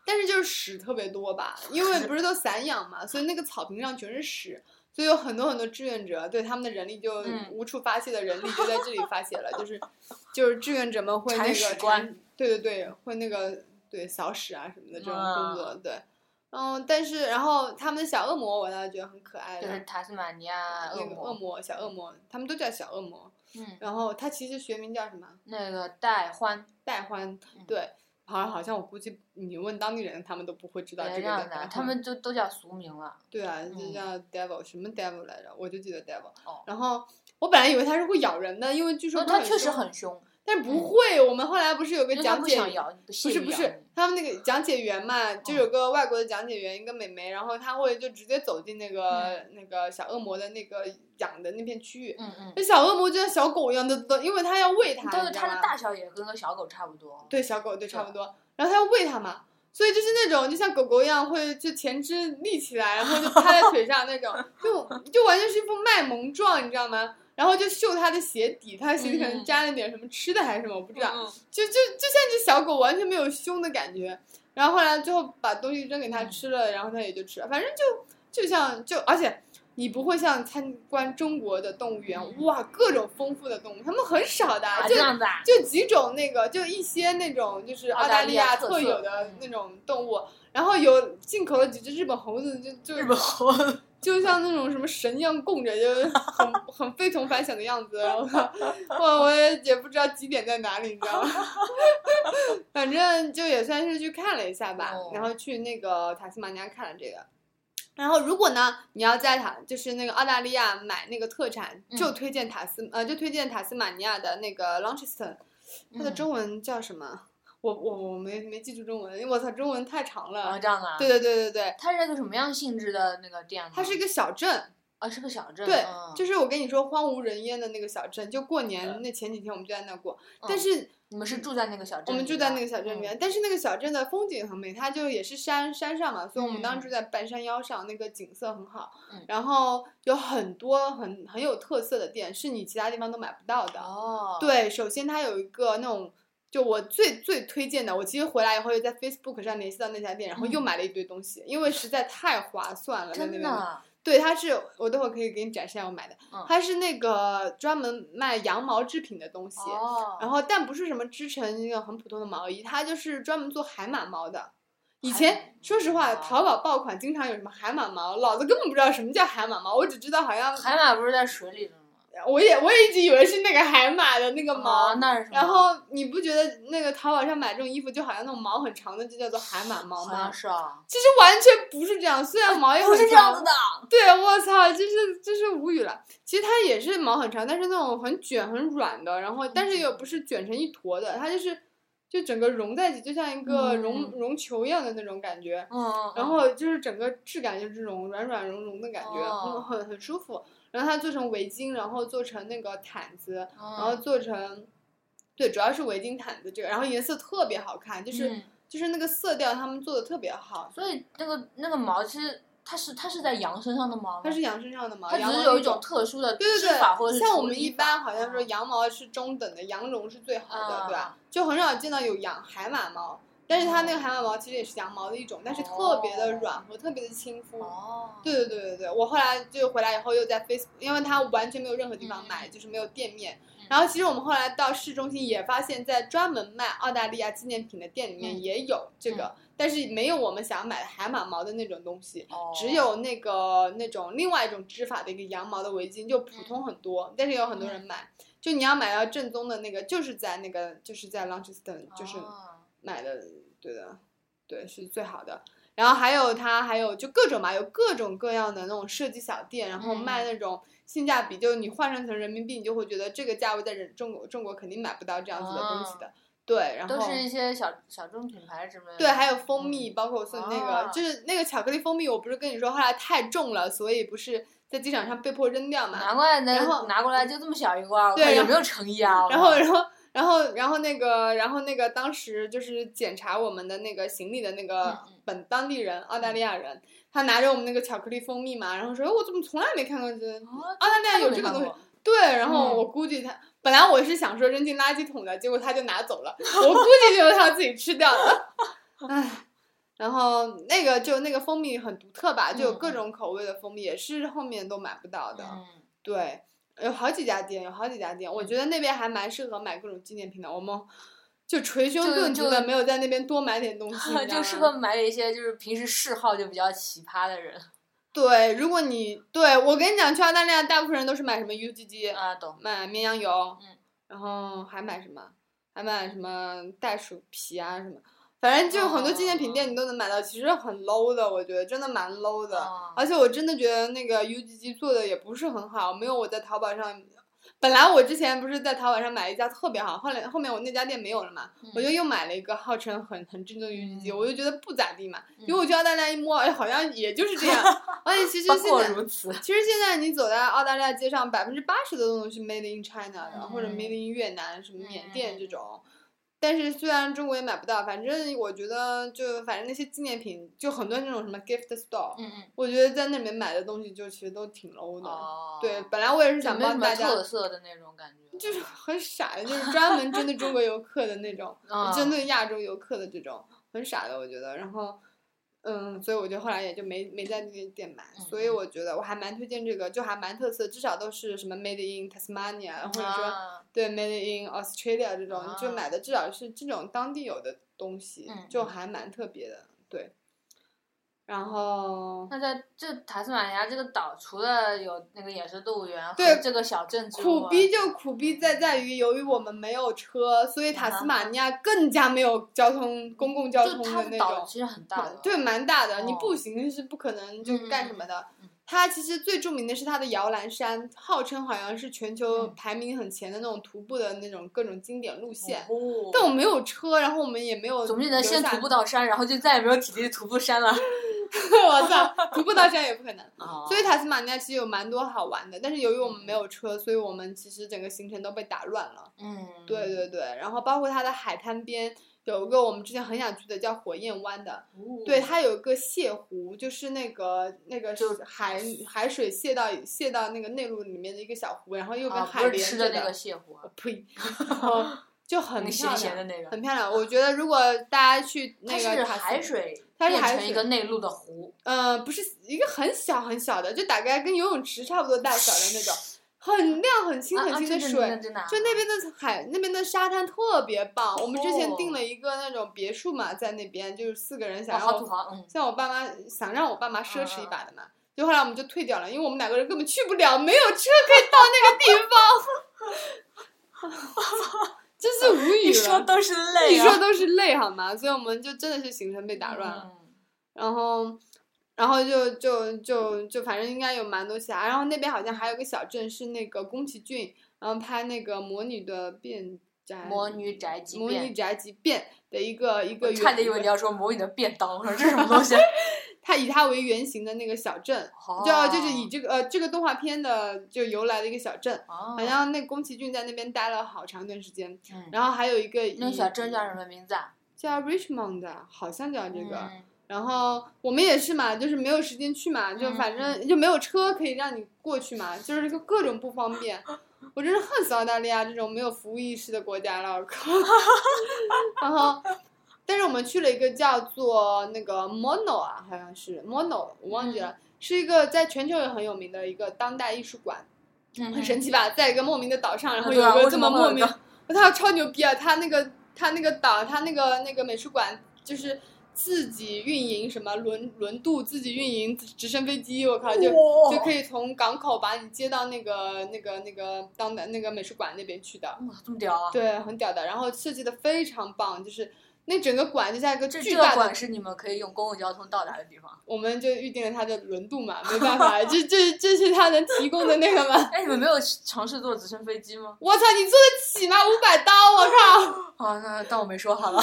[SPEAKER 3] 但是就是屎特别多吧，因为不是都散养嘛，所以那个草坪上全是屎。所以有很多很多志愿者对他们的人力就
[SPEAKER 2] 嗯
[SPEAKER 3] 无处发泄的人力就在这里发泄了，就是就是志愿者们会那
[SPEAKER 2] 铲屎
[SPEAKER 3] 个
[SPEAKER 2] 官
[SPEAKER 3] 铲，对对对，会那个对扫屎啊什么的这种工作，对，嗯，但是然后他们的小恶魔我倒是觉得很可爱
[SPEAKER 2] 就是
[SPEAKER 3] 的，
[SPEAKER 2] 塔斯马尼亚恶
[SPEAKER 3] 嗯那个恶
[SPEAKER 2] 魔，
[SPEAKER 3] 魔小恶魔，他们都叫小恶魔，
[SPEAKER 2] 嗯，
[SPEAKER 3] 然后他其实学名叫什么？
[SPEAKER 2] 那个戴欢，
[SPEAKER 3] 戴欢
[SPEAKER 2] 嗯，
[SPEAKER 3] 对，好像好像我估计你问当地人他们都不会知道
[SPEAKER 2] 别
[SPEAKER 3] 这个
[SPEAKER 2] 这
[SPEAKER 3] 叫
[SPEAKER 2] 样
[SPEAKER 3] 戴
[SPEAKER 2] 的，
[SPEAKER 3] 欢
[SPEAKER 2] 他们就都叫俗名了，
[SPEAKER 3] 对啊，就
[SPEAKER 2] 嗯
[SPEAKER 3] 叫 devil、什么 devil 来着？我就记得 devil。
[SPEAKER 2] 哦
[SPEAKER 3] 然后我本来以为它是会咬人的，因为据说
[SPEAKER 2] 哦
[SPEAKER 3] 不
[SPEAKER 2] 它
[SPEAKER 3] 是
[SPEAKER 2] 确实
[SPEAKER 3] 凶，
[SPEAKER 2] 很凶，
[SPEAKER 3] 但是不会。我们后来不是有个
[SPEAKER 2] 因为它
[SPEAKER 3] 讲
[SPEAKER 2] 不
[SPEAKER 3] 解，
[SPEAKER 2] 想咬你，不
[SPEAKER 3] 不
[SPEAKER 2] 屑
[SPEAKER 3] 是
[SPEAKER 2] 于
[SPEAKER 3] 不
[SPEAKER 2] 咬
[SPEAKER 3] 是
[SPEAKER 2] 你，
[SPEAKER 3] 他们那个讲解员嘛，就
[SPEAKER 2] 哦
[SPEAKER 3] 有个外国的讲解员，一个美眉，然后她会就直接走进那个、那个小恶魔的那个养的那片区域。
[SPEAKER 2] 嗯嗯。
[SPEAKER 3] 那小恶魔就像小狗一样的，都因为它要喂它，
[SPEAKER 2] 但是
[SPEAKER 3] 你知
[SPEAKER 2] 它
[SPEAKER 3] 道
[SPEAKER 2] 的
[SPEAKER 3] 吗
[SPEAKER 2] 大小也跟个小狗差不多，
[SPEAKER 3] 对小狗对差不多，然后它要喂它嘛，所以就是那种就像狗狗一样会就前肢立起来，然后就趴在腿上
[SPEAKER 2] [LAUGHS]
[SPEAKER 3] 那种，就就完全是一副卖萌状，你知道吗？然后就嗅它的鞋底，它的鞋底可
[SPEAKER 2] 嗯
[SPEAKER 3] 能沾了点什么吃的还是什么，我不知道，
[SPEAKER 2] 嗯
[SPEAKER 3] 就就就像只小狗完全没有凶的感觉。然后后来最后把东西扔给它
[SPEAKER 2] 嗯
[SPEAKER 3] 吃了，然后它也就吃了，反正就就像就而且。你不会像参观中国的动物园，
[SPEAKER 2] 嗯
[SPEAKER 3] 哇，各种丰富的动物，它们很少的，
[SPEAKER 2] 啊，
[SPEAKER 3] 就
[SPEAKER 2] 这样子啊，
[SPEAKER 3] 就几种那个，就一些那种就是
[SPEAKER 2] 澳
[SPEAKER 3] 澳
[SPEAKER 2] 大
[SPEAKER 3] 大
[SPEAKER 2] 利
[SPEAKER 3] 利
[SPEAKER 2] 亚
[SPEAKER 3] 亚
[SPEAKER 2] 特
[SPEAKER 3] 特
[SPEAKER 2] 色
[SPEAKER 3] 有的那种动物，然后有进口了几只日本猴子，就就
[SPEAKER 2] 猴子，
[SPEAKER 3] 就像那种什么神一样供着，就是 [LAUGHS] 很很非同凡响的样子。
[SPEAKER 2] [LAUGHS]
[SPEAKER 3] 我我我也也不知道几点在哪里，你知道吗？反正就也算是去看了一下吧，
[SPEAKER 2] 哦
[SPEAKER 3] 然后去那个塔斯马尼亚看了这个。然后，如果呢，你要在塔，就是那个澳大利亚买那个特产，
[SPEAKER 2] 嗯
[SPEAKER 3] 就推荐塔斯，呃，就推荐塔斯马尼亚的那个 Launceston，它的
[SPEAKER 2] 嗯
[SPEAKER 3] 中文叫什么？我我我没没记住中文，因为我操，中文太长
[SPEAKER 2] 啊，
[SPEAKER 3] 了。
[SPEAKER 2] 这样子啊，
[SPEAKER 3] 对对对对对，
[SPEAKER 2] 它是一个什么样性质的那个店呢？
[SPEAKER 3] 它是一个小镇，
[SPEAKER 2] 啊，是个小镇，
[SPEAKER 3] 对
[SPEAKER 2] 嗯，
[SPEAKER 3] 就是我跟你说荒无人烟的那个小镇，就过年那前几天我们就在那过，但
[SPEAKER 2] 嗯
[SPEAKER 3] 是
[SPEAKER 2] 你们是住在那个小镇里的，嗯
[SPEAKER 3] 我们就在那个小镇里面，但是那个小镇的风景很美，它就也是山山上嘛，所以我们当时住在半山腰上，那个景色很好
[SPEAKER 2] 嗯，
[SPEAKER 3] 然后有很多很很有特色的店，是你其他地方都买不到
[SPEAKER 2] 嗯。
[SPEAKER 3] 的。
[SPEAKER 2] 哦，，
[SPEAKER 3] 对，首先它有一个那种。就我最最推荐的，我其实回来以后又在 Facebook 上联系到那家店，然后又
[SPEAKER 2] 嗯
[SPEAKER 3] 买了一堆东西，因为实在太划算了。在
[SPEAKER 2] 真
[SPEAKER 3] 那边
[SPEAKER 2] 的
[SPEAKER 3] 买
[SPEAKER 2] 啊，
[SPEAKER 3] 对，它是我等会儿可以给你展示一下我买的
[SPEAKER 2] 嗯，
[SPEAKER 3] 它是那个专门卖羊毛制品的东西，
[SPEAKER 2] 哦，
[SPEAKER 3] 然后但不是什么织成那个很普通的毛衣，它就是专门做海马毛的。
[SPEAKER 2] 海哦
[SPEAKER 3] 以前
[SPEAKER 2] 马
[SPEAKER 3] 说实话，
[SPEAKER 2] 毛
[SPEAKER 3] 淘宝爆款经常有什么海马毛，老子根本不知道什么叫海马毛，我只知道好像
[SPEAKER 2] 海马不是在水里的吗？
[SPEAKER 3] 我也我也一直以为是那个海马的那个毛。
[SPEAKER 2] 毛那是什么？
[SPEAKER 3] 然后你不觉得那个淘宝上买这种衣服，就好像那种毛很长的就叫做海马毛
[SPEAKER 2] 好
[SPEAKER 3] 吗
[SPEAKER 2] 像？是哎啊，哦
[SPEAKER 3] 其实完全不是这样，虽然毛也很长，
[SPEAKER 2] 的。
[SPEAKER 3] 对，我操，就是就是无语了。其实它也是毛很长，但是那种很卷很软的，然后
[SPEAKER 2] 嗯
[SPEAKER 3] 但是又不是卷成一坨的，它就是就整个融在一起，就像一个绒、绒球一样的那种感觉。
[SPEAKER 2] 嗯嗯，
[SPEAKER 3] 然后就是整个质感就是这种软软绒绒的感觉，
[SPEAKER 2] 哦
[SPEAKER 3] 嗯，很很舒服。然后它做成围巾，然后做成那个毯子，
[SPEAKER 2] 嗯
[SPEAKER 3] 然后做成，对，主要是围巾毯子这个，然后颜色特别好看，就是、
[SPEAKER 2] 嗯
[SPEAKER 3] 就是那个色调他们做的特别好。
[SPEAKER 2] 所以那个那个毛其实它是它是在羊身上的毛吗，
[SPEAKER 3] 它是羊身上的嘛，
[SPEAKER 2] 哦它
[SPEAKER 3] 羊
[SPEAKER 2] 只
[SPEAKER 3] 毛
[SPEAKER 2] 是有
[SPEAKER 3] 那
[SPEAKER 2] 一种特殊的
[SPEAKER 3] 对
[SPEAKER 2] 织法或者
[SPEAKER 3] 对
[SPEAKER 2] 是
[SPEAKER 3] 对，像我
[SPEAKER 2] 处
[SPEAKER 3] 们
[SPEAKER 2] 理
[SPEAKER 3] 一般
[SPEAKER 2] 法
[SPEAKER 3] 好像说
[SPEAKER 2] 嗯
[SPEAKER 3] 羊毛是中等的，羊绒是最好的，对吧
[SPEAKER 2] 啊？
[SPEAKER 3] 就很少见到有羊海马毛，但是它
[SPEAKER 2] 嗯
[SPEAKER 3] 那个海马毛其实也是羊毛的一种，但是特别的软和，特别的亲肤。
[SPEAKER 2] 哦，
[SPEAKER 3] 对对对对对，我后来就回来以后又在 Facebook，因为它完全没有任何地方买，就是没有店面。
[SPEAKER 2] 嗯
[SPEAKER 3] 然后其实我们后来到市中心也发现，在专门卖澳大利亚纪念品的店里面
[SPEAKER 2] 嗯
[SPEAKER 3] 也有这个，但是没有我们想买的海马毛的那种东西。
[SPEAKER 2] 哦
[SPEAKER 3] 只有那个那种另外一种织法的一个羊毛的围巾，就普
[SPEAKER 2] 嗯
[SPEAKER 3] 通很多，但是也有很多人买。就你要买到正宗的那个，就是在那个就是在 Launceston 就是
[SPEAKER 2] 哦
[SPEAKER 3] 买的，对的，对是最好的。然后还有它还有就各种嘛，有各种各样的那种设计小店，然后
[SPEAKER 2] 嗯
[SPEAKER 3] 卖那种性价比，就你换算成人民币，你就会觉得这个价位在人中国中国肯定买不到这样子的东西的。对，然后
[SPEAKER 2] 哦都是一些小小众品牌什么的。
[SPEAKER 3] 对，还有蜂蜜，包括送那个，
[SPEAKER 2] 哦
[SPEAKER 3] 就是那个巧克力蜂蜜，我不是跟你说后来太重了，所以不是在机场上被迫扔掉嘛。
[SPEAKER 2] 难怪
[SPEAKER 3] 然后
[SPEAKER 2] 能拿过来就这么小一罐，
[SPEAKER 3] 对然
[SPEAKER 2] 有
[SPEAKER 3] 后
[SPEAKER 2] 没有诚意啊？
[SPEAKER 3] 然后，然后，然后，然后那个，然后那个，当时就是检查我们的那个行李的那个
[SPEAKER 2] 嗯嗯嗯
[SPEAKER 3] 本当地人，澳大利亚人，他拿着我们那个巧克力蜂蜜嘛，然后说，哎我怎么从来没看过这？
[SPEAKER 2] 哦
[SPEAKER 3] 澳大利亚啊有这个东西，，对，然后
[SPEAKER 2] 嗯
[SPEAKER 3] 我估计他、本来我是想说扔进垃圾桶的，结果他就拿走了，我估计就是他自己吃掉了。唉，然后那个就那个蜂蜜很独特吧，就有各
[SPEAKER 2] 嗯嗯
[SPEAKER 3] 种口味的蜂蜜，也是后面都买不到的。
[SPEAKER 2] 嗯，
[SPEAKER 3] 对，有好几家店，有好几家店，我觉得那边还蛮适合买各种纪念品的。我们就捶胸
[SPEAKER 2] 就
[SPEAKER 3] 顿足
[SPEAKER 2] 就
[SPEAKER 3] 的没有在那边多买点东西，你知
[SPEAKER 2] [LAUGHS]
[SPEAKER 3] 道
[SPEAKER 2] 就适
[SPEAKER 3] 吗
[SPEAKER 2] 合买给一些就是平时嗜好就比较奇葩的人
[SPEAKER 3] 对，如果你对我跟你讲，去澳大利亚大部分人都是买什么 UGG，
[SPEAKER 2] 啊，懂？
[SPEAKER 3] 买绵羊油，
[SPEAKER 2] 嗯，
[SPEAKER 3] 然后还买什么？还买什么袋鼠皮啊什么？反正就很多纪念品
[SPEAKER 2] 哦
[SPEAKER 3] 店你都能买到，其实很 low 的，我觉得真的蛮 low 的。
[SPEAKER 2] 哦
[SPEAKER 3] 而且我真的觉得那个 UGG 做的也不是很好，没有我在淘宝上。本来我之前不是在淘宝上买一家特别好，后来后面我那家店没有了嘛，我就又买了一个号称很很正宗的 UGG，、
[SPEAKER 2] 嗯
[SPEAKER 3] 我就觉得不咋地嘛。
[SPEAKER 2] 嗯
[SPEAKER 3] 结果我去澳大利亚一摸，哎，好像也就是
[SPEAKER 2] [LAUGHS]
[SPEAKER 3] 这样。而且其实
[SPEAKER 2] 不
[SPEAKER 3] 现
[SPEAKER 2] 过
[SPEAKER 3] 在
[SPEAKER 2] 如此，
[SPEAKER 3] 其实现在你走在澳大利亚街上，百分之八十的东西是 made in China 的，
[SPEAKER 2] 嗯
[SPEAKER 3] 或者 made in 越南、什么缅甸
[SPEAKER 2] 嗯
[SPEAKER 3] 这种。但是虽然中国也买不到，反正我觉得就反正那些纪念品，就很多那种什么 gift store，、
[SPEAKER 2] 嗯嗯，
[SPEAKER 3] 我觉得在那里面买的东西就其实都挺 low 的。
[SPEAKER 2] 哦，
[SPEAKER 3] 嗯对，本来我也是
[SPEAKER 2] 就
[SPEAKER 3] 想
[SPEAKER 2] 没什
[SPEAKER 3] 帮
[SPEAKER 2] 么
[SPEAKER 3] 大家，
[SPEAKER 2] 特色的那种感觉，，
[SPEAKER 3] 就是很傻的，就是专门针对中国游客的那种
[SPEAKER 2] [LAUGHS] 啊
[SPEAKER 3] 针对亚洲游客的这种，很傻的，我觉得。然后，嗯，所以我就后来也就没没在那个店买，
[SPEAKER 2] 嗯
[SPEAKER 3] 所以我觉得我还蛮推荐这个，就还蛮特色，至少都是什么 Made in Tasmania，或者说、
[SPEAKER 2] 啊
[SPEAKER 3] 对 Made in Australia 这种，就
[SPEAKER 2] 啊
[SPEAKER 3] 买的至少是这种当地有的东西，
[SPEAKER 2] 嗯
[SPEAKER 3] 就
[SPEAKER 2] 嗯
[SPEAKER 3] 还蛮特别的，对。然后
[SPEAKER 2] 那在这塔斯马尼亚这个岛，除了有那个野生动物园和
[SPEAKER 3] 对
[SPEAKER 2] 这个小镇之
[SPEAKER 3] 苦
[SPEAKER 2] 外，
[SPEAKER 3] 逼就苦逼在在于，由于我们没有车，所以塔斯马尼亚更加没有交通公共交
[SPEAKER 2] 嗯就
[SPEAKER 3] 通
[SPEAKER 2] 它
[SPEAKER 3] 的
[SPEAKER 2] 的
[SPEAKER 3] 那
[SPEAKER 2] 岛
[SPEAKER 3] 种，
[SPEAKER 2] 其实很大的，
[SPEAKER 3] 对，蛮大的。你
[SPEAKER 2] 哦
[SPEAKER 3] 步行是不可能就干什么的
[SPEAKER 2] 嗯嗯。
[SPEAKER 3] 它其实最著名的是它的摇篮山，号称好像是全
[SPEAKER 2] 嗯
[SPEAKER 3] 球排名很前的那种徒步的那种各种经典路线。
[SPEAKER 2] 哦
[SPEAKER 3] 但我没有车，然后我们也没有
[SPEAKER 2] 总不能先
[SPEAKER 3] 留下
[SPEAKER 2] 徒步到山，然后就再也没有体力徒步山了。
[SPEAKER 3] [LAUGHS] 我
[SPEAKER 2] [LAUGHS]
[SPEAKER 3] 操，徒步到山也不可能。
[SPEAKER 2] 哦
[SPEAKER 3] 所以塔斯马尼亚其实有蛮多好玩的，但是由于我们没有车，所以我们其实整个行程都被打乱了。
[SPEAKER 2] 嗯，
[SPEAKER 3] 对对对，然后包括它的海滩边有一个我们之前很想去的叫火焰湾的，
[SPEAKER 2] 哦
[SPEAKER 3] 对，它有一个泻湖，就是那个那个
[SPEAKER 2] 就是
[SPEAKER 3] 海海水泻到泻到那个内陆里面的一个小湖，然后又跟
[SPEAKER 2] 啊
[SPEAKER 3] 海
[SPEAKER 2] 不是
[SPEAKER 3] 连
[SPEAKER 2] 吃
[SPEAKER 3] 着
[SPEAKER 2] 的那个 [LAUGHS] 泻湖啊，
[SPEAKER 3] 呸，然后就很
[SPEAKER 2] 那个
[SPEAKER 3] 漂
[SPEAKER 2] 咸咸的
[SPEAKER 3] 亮，
[SPEAKER 2] 那个，
[SPEAKER 3] 很漂亮。我觉得如果大家去那
[SPEAKER 2] 它
[SPEAKER 3] 个
[SPEAKER 2] 是
[SPEAKER 3] 塔斯
[SPEAKER 2] 海，水
[SPEAKER 3] 它是
[SPEAKER 2] 变
[SPEAKER 3] 海
[SPEAKER 2] 成一
[SPEAKER 3] 水
[SPEAKER 2] 个内陆的湖，
[SPEAKER 3] 呃，不是一个很小很小的，就大概跟游泳池差不多大小的
[SPEAKER 2] [LAUGHS]
[SPEAKER 3] 那种，很亮很清
[SPEAKER 2] 啊
[SPEAKER 3] 很
[SPEAKER 2] 啊
[SPEAKER 3] 清
[SPEAKER 2] 真
[SPEAKER 3] 的水。
[SPEAKER 2] 真的
[SPEAKER 3] 就那边的海，那边的沙滩特别棒。我们之前
[SPEAKER 2] 嗯哦
[SPEAKER 3] 订了一个那种别墅嘛，在那边就是四个人
[SPEAKER 2] 哦
[SPEAKER 3] 想让
[SPEAKER 2] 好土嗯
[SPEAKER 3] 我，
[SPEAKER 2] 豪，嗯，
[SPEAKER 3] 像我爸妈想让我爸妈奢侈一把的嘛，就后来我们就退掉了，因为我们两个人根本去不了，没有车可以到那个地方， [LAUGHS] 真是无语
[SPEAKER 2] [LAUGHS] 一说
[SPEAKER 3] 了。
[SPEAKER 2] 都是
[SPEAKER 3] 你
[SPEAKER 2] 泪
[SPEAKER 3] 说
[SPEAKER 2] 啊。嗯
[SPEAKER 3] 都是泪好吗？所以我们就真的是行程被打乱了。然后，然后就就就就反正应该有蛮多其他。然后那边好像还有个小镇是那个宫崎骏，然后拍那个《魔女的变宅》
[SPEAKER 2] 嗯魔女宅急
[SPEAKER 3] 魔女
[SPEAKER 2] 便，
[SPEAKER 3] 宅急便》的一个一个
[SPEAKER 2] 差点以为
[SPEAKER 3] 原
[SPEAKER 2] 你要说魔女的便当，我说这是什么东西？啊
[SPEAKER 3] 它以它为原型的那个小镇，
[SPEAKER 2] 哦
[SPEAKER 3] 就就是以这个呃这个动画片的就由来的一个小镇。
[SPEAKER 2] 好
[SPEAKER 3] 好像那宫崎骏在那边待了好长一段时间，
[SPEAKER 2] 哦嗯
[SPEAKER 3] 然后还有一个
[SPEAKER 2] 那
[SPEAKER 3] 以
[SPEAKER 2] 小镇叫什么名字啊？
[SPEAKER 3] 叫 Richmond，的好像叫这个，
[SPEAKER 2] 嗯
[SPEAKER 3] 然后我们也是嘛，就是没有时间去嘛，就
[SPEAKER 2] 嗯
[SPEAKER 3] 反正就没有车可以让你过去嘛，就是各各种不方便。我真是恨死澳大利亚这种没有服务意识的国家了，我
[SPEAKER 2] [LAUGHS]
[SPEAKER 3] 靠！然后，但是我们去了一个叫做那个 Mono 啊，好像是 Mono，我忘
[SPEAKER 2] 嗯
[SPEAKER 3] 记了，是一个在全球也很有名的一个当代艺术馆，
[SPEAKER 2] 嗯
[SPEAKER 3] 很神奇吧？在一个莫名的岛上，然后
[SPEAKER 2] 对
[SPEAKER 3] 有
[SPEAKER 2] 啊
[SPEAKER 3] 一
[SPEAKER 2] 为
[SPEAKER 3] 个
[SPEAKER 2] 什
[SPEAKER 3] 这
[SPEAKER 2] 么
[SPEAKER 3] 么
[SPEAKER 2] 会有
[SPEAKER 3] 莫
[SPEAKER 2] 一
[SPEAKER 3] 名
[SPEAKER 2] 个，
[SPEAKER 3] 他超牛逼啊！他那个他那个岛，他那个那个美术馆就是自己运营什么轮轮渡，自己运营直升飞机，我靠就。
[SPEAKER 2] 哇
[SPEAKER 3] 啊就可以从港口把你接到那个、那个、那个当的那个美术馆那边去的，
[SPEAKER 2] 哇，这么屌啊！
[SPEAKER 3] 对，很屌的。然后设计的非常棒，就是那整个馆就像一个
[SPEAKER 2] 这
[SPEAKER 3] 巨
[SPEAKER 2] 这
[SPEAKER 3] 大的
[SPEAKER 2] 馆是你们可以用公共交通到达的地方。
[SPEAKER 3] 我们就预定了它的轮渡嘛，没办法，这这这是它能提供的那个吗？ [LAUGHS]
[SPEAKER 2] 哎，你们没有尝试坐直升飞机吗？
[SPEAKER 3] 我操，你坐得起吗？五百刀，我靠！
[SPEAKER 2] 啊，那当我没说好了。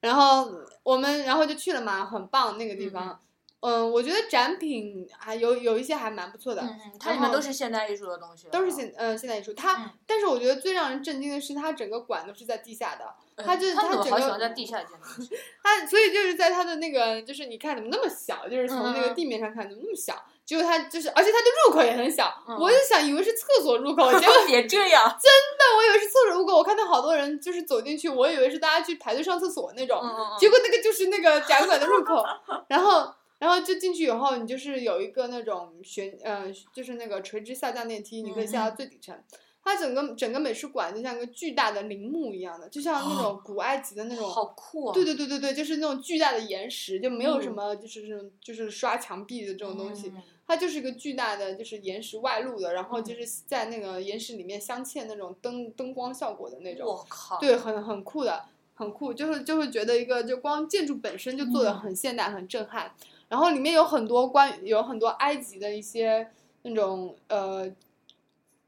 [SPEAKER 3] 然后我们然后就去了嘛，很棒那个地方。嗯我觉得展品还有有一些还蛮不错的，
[SPEAKER 2] 嗯，嗯，它里面都是现代艺术的东西了，
[SPEAKER 3] 都是现嗯、现代艺术。它、
[SPEAKER 2] 嗯
[SPEAKER 3] 但是我觉得最让人震惊的是，它整个馆都是在地下的，
[SPEAKER 2] 嗯
[SPEAKER 3] 它就是
[SPEAKER 2] 他们
[SPEAKER 3] 它
[SPEAKER 2] 怎么
[SPEAKER 3] 整
[SPEAKER 2] 好
[SPEAKER 3] 个
[SPEAKER 2] 喜欢在地下建东西？
[SPEAKER 3] 它所以就是在它的那个就是你看怎么那么小，就是从那
[SPEAKER 2] 嗯
[SPEAKER 3] 个
[SPEAKER 2] 嗯
[SPEAKER 3] 地面上看怎么那么小，结果它就是而且它的入口也很小，
[SPEAKER 2] 嗯
[SPEAKER 3] 我就想以为是厕所入口，
[SPEAKER 2] [LAUGHS]
[SPEAKER 3] 结果
[SPEAKER 2] 别这样，
[SPEAKER 3] 但我以为是厕所入口，我看到好多人就是走进去，我以为是大家去排队上厕所那种，
[SPEAKER 2] 嗯嗯
[SPEAKER 3] 结果那个就是那个展馆的入口，然后然后就进去以后，你就是有一个那种悬，嗯、就是那个垂直下降电梯，你可以
[SPEAKER 2] 嗯
[SPEAKER 3] 下到最底层。它整个整个美术馆就像个巨大的陵墓一样的，就像那种古埃及的那
[SPEAKER 2] 嗯，
[SPEAKER 3] 种，
[SPEAKER 2] 好酷啊！
[SPEAKER 3] 对对对对对，就是那种巨大的岩石，就没有什
[SPEAKER 2] 嗯
[SPEAKER 3] 么就是这种就是刷墙壁的这
[SPEAKER 2] 这
[SPEAKER 3] 种东西，
[SPEAKER 2] 嗯
[SPEAKER 3] 它就是一个巨大的就是岩石外露的，然后就是在那个岩石里面镶嵌那种灯灯光效果的那种。
[SPEAKER 2] 嗯我靠，
[SPEAKER 3] 对，很很酷的，很酷，就是就会觉得一个就光建筑本身就做的
[SPEAKER 2] 嗯
[SPEAKER 3] 很现代、很震撼，然后里面有很多关于有很多埃及的一些那种呃，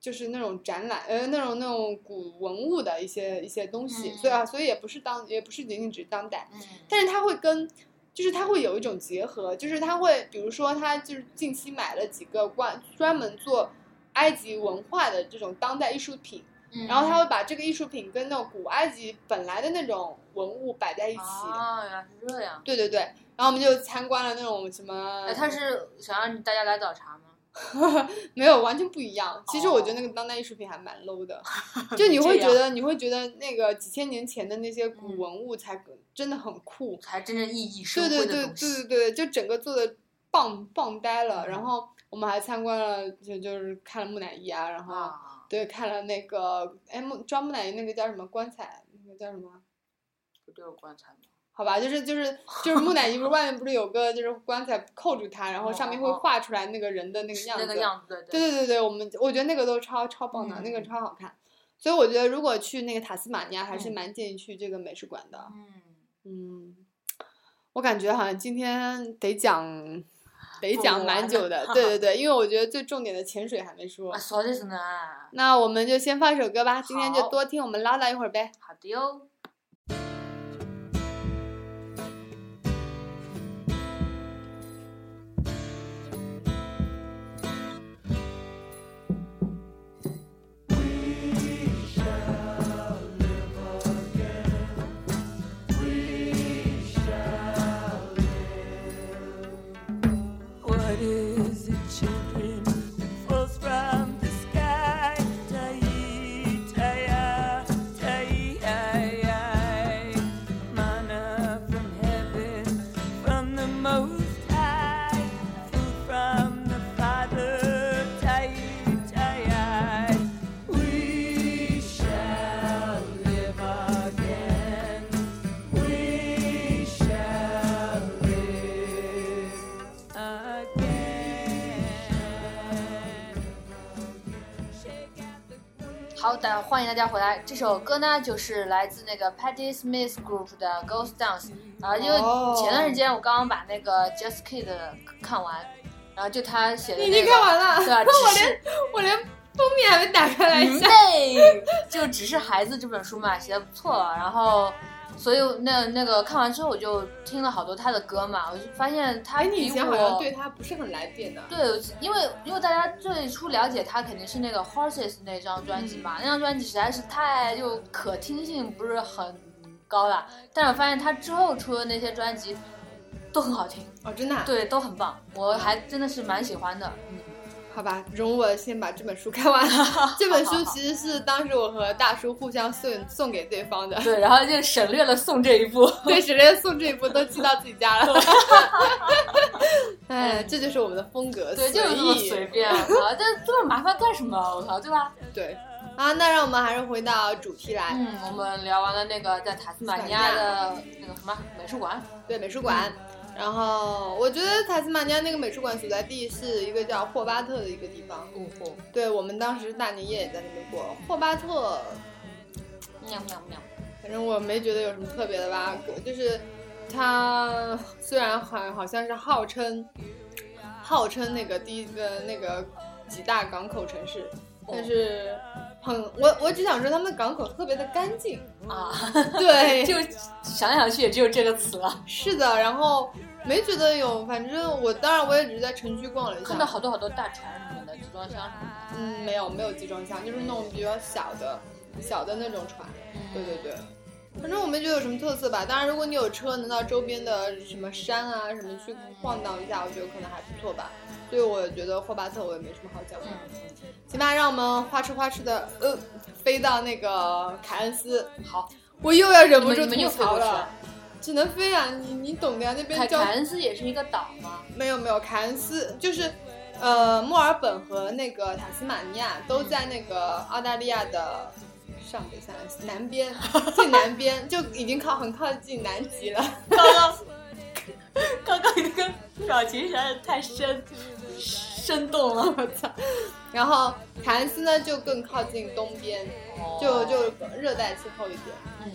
[SPEAKER 3] 就是那种展览呃那种那种古文物的一些一些东西，所以啊，所以也不是当也不是仅仅只是当代，
[SPEAKER 2] 嗯，
[SPEAKER 3] 但是它会跟，就是它会有一种结合，就是它会，比如说它就是近期买了几个关专门做埃及文化的这种当代艺术品，
[SPEAKER 2] 嗯
[SPEAKER 3] 然后它会把这个艺术品跟那种古埃及本来的那种文物摆在一起。
[SPEAKER 2] 啊，原来是这样。
[SPEAKER 3] 对对对，然后我们就参观了那种什么，
[SPEAKER 2] 哎，他是想让大家来找茬吗？
[SPEAKER 3] 没有完全不一样。其实我觉
[SPEAKER 2] 哦
[SPEAKER 3] 得那个当代艺术品还蛮 low
[SPEAKER 2] [LAUGHS]
[SPEAKER 3] 的，就你会
[SPEAKER 2] 这样
[SPEAKER 3] 觉得你会觉得那个几千年前的那些古
[SPEAKER 2] 嗯
[SPEAKER 3] 文物才真的很酷。
[SPEAKER 2] 才真正意义
[SPEAKER 3] 对
[SPEAKER 2] 深
[SPEAKER 3] 对
[SPEAKER 2] 贵
[SPEAKER 3] 对
[SPEAKER 2] 的
[SPEAKER 3] 对
[SPEAKER 2] 东西。
[SPEAKER 3] 对对，就整个做的棒棒呆了。
[SPEAKER 2] 嗯
[SPEAKER 3] 然后我们还参观了，就就是看了木乃伊啊，然后、
[SPEAKER 2] 啊，
[SPEAKER 3] 对看了那个哎木装木乃伊那个叫什么棺材，那个叫什么？
[SPEAKER 2] 不就是棺材吗？
[SPEAKER 3] 好吧，就是就是就是木乃伊，不是外面不是有个就是棺材扣住它，然后上面会
[SPEAKER 2] 哦哦哦
[SPEAKER 3] 画出来那个人的那个样子。
[SPEAKER 2] 那个样子，
[SPEAKER 3] 对
[SPEAKER 2] 对，
[SPEAKER 3] 对对对，我们我觉得那个都超超棒的，那个
[SPEAKER 2] 嗯
[SPEAKER 3] 超好看。所以我觉得如果去那个塔斯马尼亚，还是
[SPEAKER 2] 嗯
[SPEAKER 3] 蛮建议去这个美术馆的。
[SPEAKER 2] 嗯，
[SPEAKER 3] 嗯，我感觉好像今天得讲，得
[SPEAKER 2] 不
[SPEAKER 3] 讲
[SPEAKER 2] 完
[SPEAKER 3] 蛮久的。
[SPEAKER 2] [LAUGHS]
[SPEAKER 3] [LAUGHS] 对对对，因为我觉得最重点的潜水还没说
[SPEAKER 2] 啊，。そうですね。
[SPEAKER 3] 那我们就先放一首歌吧，今天就
[SPEAKER 2] 好
[SPEAKER 3] 多听我们唠叨一会儿呗。
[SPEAKER 2] 好的哟。
[SPEAKER 5] What is it, children, that falls from the sky? Tai, tai, tai,
[SPEAKER 2] 大欢迎大家回来。这首歌呢，就是来自那个 Patti Smith Group 的《Ghost Dance》啊，因为
[SPEAKER 3] 哦
[SPEAKER 2] 前段时间我刚刚把那个 Just Kid 看完，然后就他写的
[SPEAKER 3] 你已
[SPEAKER 2] 那
[SPEAKER 3] 经
[SPEAKER 2] 个，
[SPEAKER 3] 看完了，
[SPEAKER 2] 对啊，
[SPEAKER 3] [LAUGHS] 我
[SPEAKER 2] 只
[SPEAKER 3] 连
[SPEAKER 2] 是嗯
[SPEAKER 3] 我连封面还没打开来一下。
[SPEAKER 2] 对，就只是孩子这本书嘛，写的不错了。然后，所以那那个看完之后，我就听了好多他的歌嘛，我就发现他
[SPEAKER 3] 哎，
[SPEAKER 2] 比我
[SPEAKER 3] 你以前好像对他不是很来电的。
[SPEAKER 2] 对，因为因为大家最初了解他肯定是那个 Horses 那张专辑嘛，那张专辑实在是太就可听性不是很高了，但是我发现他之后出的那些专辑都很好听，
[SPEAKER 3] 哦，真的啊？
[SPEAKER 2] 对，都很棒，我还真的是蛮喜欢的。嗯，
[SPEAKER 3] 好吧，容我先把这本书看完。
[SPEAKER 2] [LAUGHS]
[SPEAKER 3] 这本
[SPEAKER 2] 好
[SPEAKER 3] 书
[SPEAKER 2] 好好
[SPEAKER 3] 其实是当时我和大叔互相送送给对方
[SPEAKER 2] [LAUGHS]
[SPEAKER 3] 的，
[SPEAKER 2] 对，然后就省略了送这一步。
[SPEAKER 3] 对，直接送这一步都寄到自己家了。 [LAUGHS] 哎，这就是我们的风格，
[SPEAKER 2] [LAUGHS] 对，就是这么
[SPEAKER 3] 意
[SPEAKER 2] 随便，啊我靠，这这么麻烦干什么？啊我靠，对吧？
[SPEAKER 3] 对啊，那让我们还是回到主题来。
[SPEAKER 2] 嗯，我们聊完了那个在塔斯马尼亚的那个什么美术馆，
[SPEAKER 3] 对美术馆。
[SPEAKER 2] 嗯
[SPEAKER 3] 然后我觉得塔斯马尼亚那个美术馆所在地是一个叫霍巴特的一个地方。
[SPEAKER 2] 呜呼，
[SPEAKER 3] 对我们当时大年夜也在那边过。霍巴特，
[SPEAKER 2] 喵喵喵，
[SPEAKER 3] 反正我没觉得有什么特别的吧，我就是它虽然好好像是号称号称那个第一个那个几大港口城市，但是很我我只想说他们的港口特别的干
[SPEAKER 2] [LAUGHS]
[SPEAKER 3] 净。
[SPEAKER 2] 啊，
[SPEAKER 3] 对，
[SPEAKER 2] 就想想去也只有这个词了。
[SPEAKER 3] 是的，然后没觉得有，反正我当然我也只是在城区逛了一
[SPEAKER 2] 看到
[SPEAKER 3] 下，
[SPEAKER 2] 好多好多大船什么的，集装箱什么
[SPEAKER 3] 嗯，没有没有集装箱，就是那种比较小的小的那种船，
[SPEAKER 2] 的。
[SPEAKER 3] 对对对。反正我没觉得有什么特色吧，当然如果你有车能到周边的什么山啊什么去晃荡一下，我觉得可能还不错吧。所以我觉得霍巴特我也没什么好
[SPEAKER 2] 嗯
[SPEAKER 3] 讲的。行吧，让我们花痴花痴的呃飞到那个凯恩斯，
[SPEAKER 2] 嗯，好，
[SPEAKER 3] 我又要忍
[SPEAKER 2] 你
[SPEAKER 3] 不
[SPEAKER 2] 们
[SPEAKER 3] 住
[SPEAKER 2] 你们
[SPEAKER 3] 吐
[SPEAKER 2] 又飞
[SPEAKER 3] 槽
[SPEAKER 2] 过去
[SPEAKER 3] 了。。只能飞啊，你你懂的呀，那
[SPEAKER 2] 凯
[SPEAKER 3] 边交
[SPEAKER 2] 凯恩斯也是一个岛吗？
[SPEAKER 3] 没有没有，凯恩斯就是，呃，墨尔本和那个塔斯马尼亚都在那个澳大利亚的上北下南
[SPEAKER 2] [LAUGHS]
[SPEAKER 3] 南边，最南边就已经靠很靠近南极了。
[SPEAKER 2] 刚刚刚刚那个表情实在是太生生动了，我操！
[SPEAKER 3] 然后凯恩斯呢就更靠近东边，
[SPEAKER 2] 哦
[SPEAKER 3] 就就热带气候一点。
[SPEAKER 2] 嗯，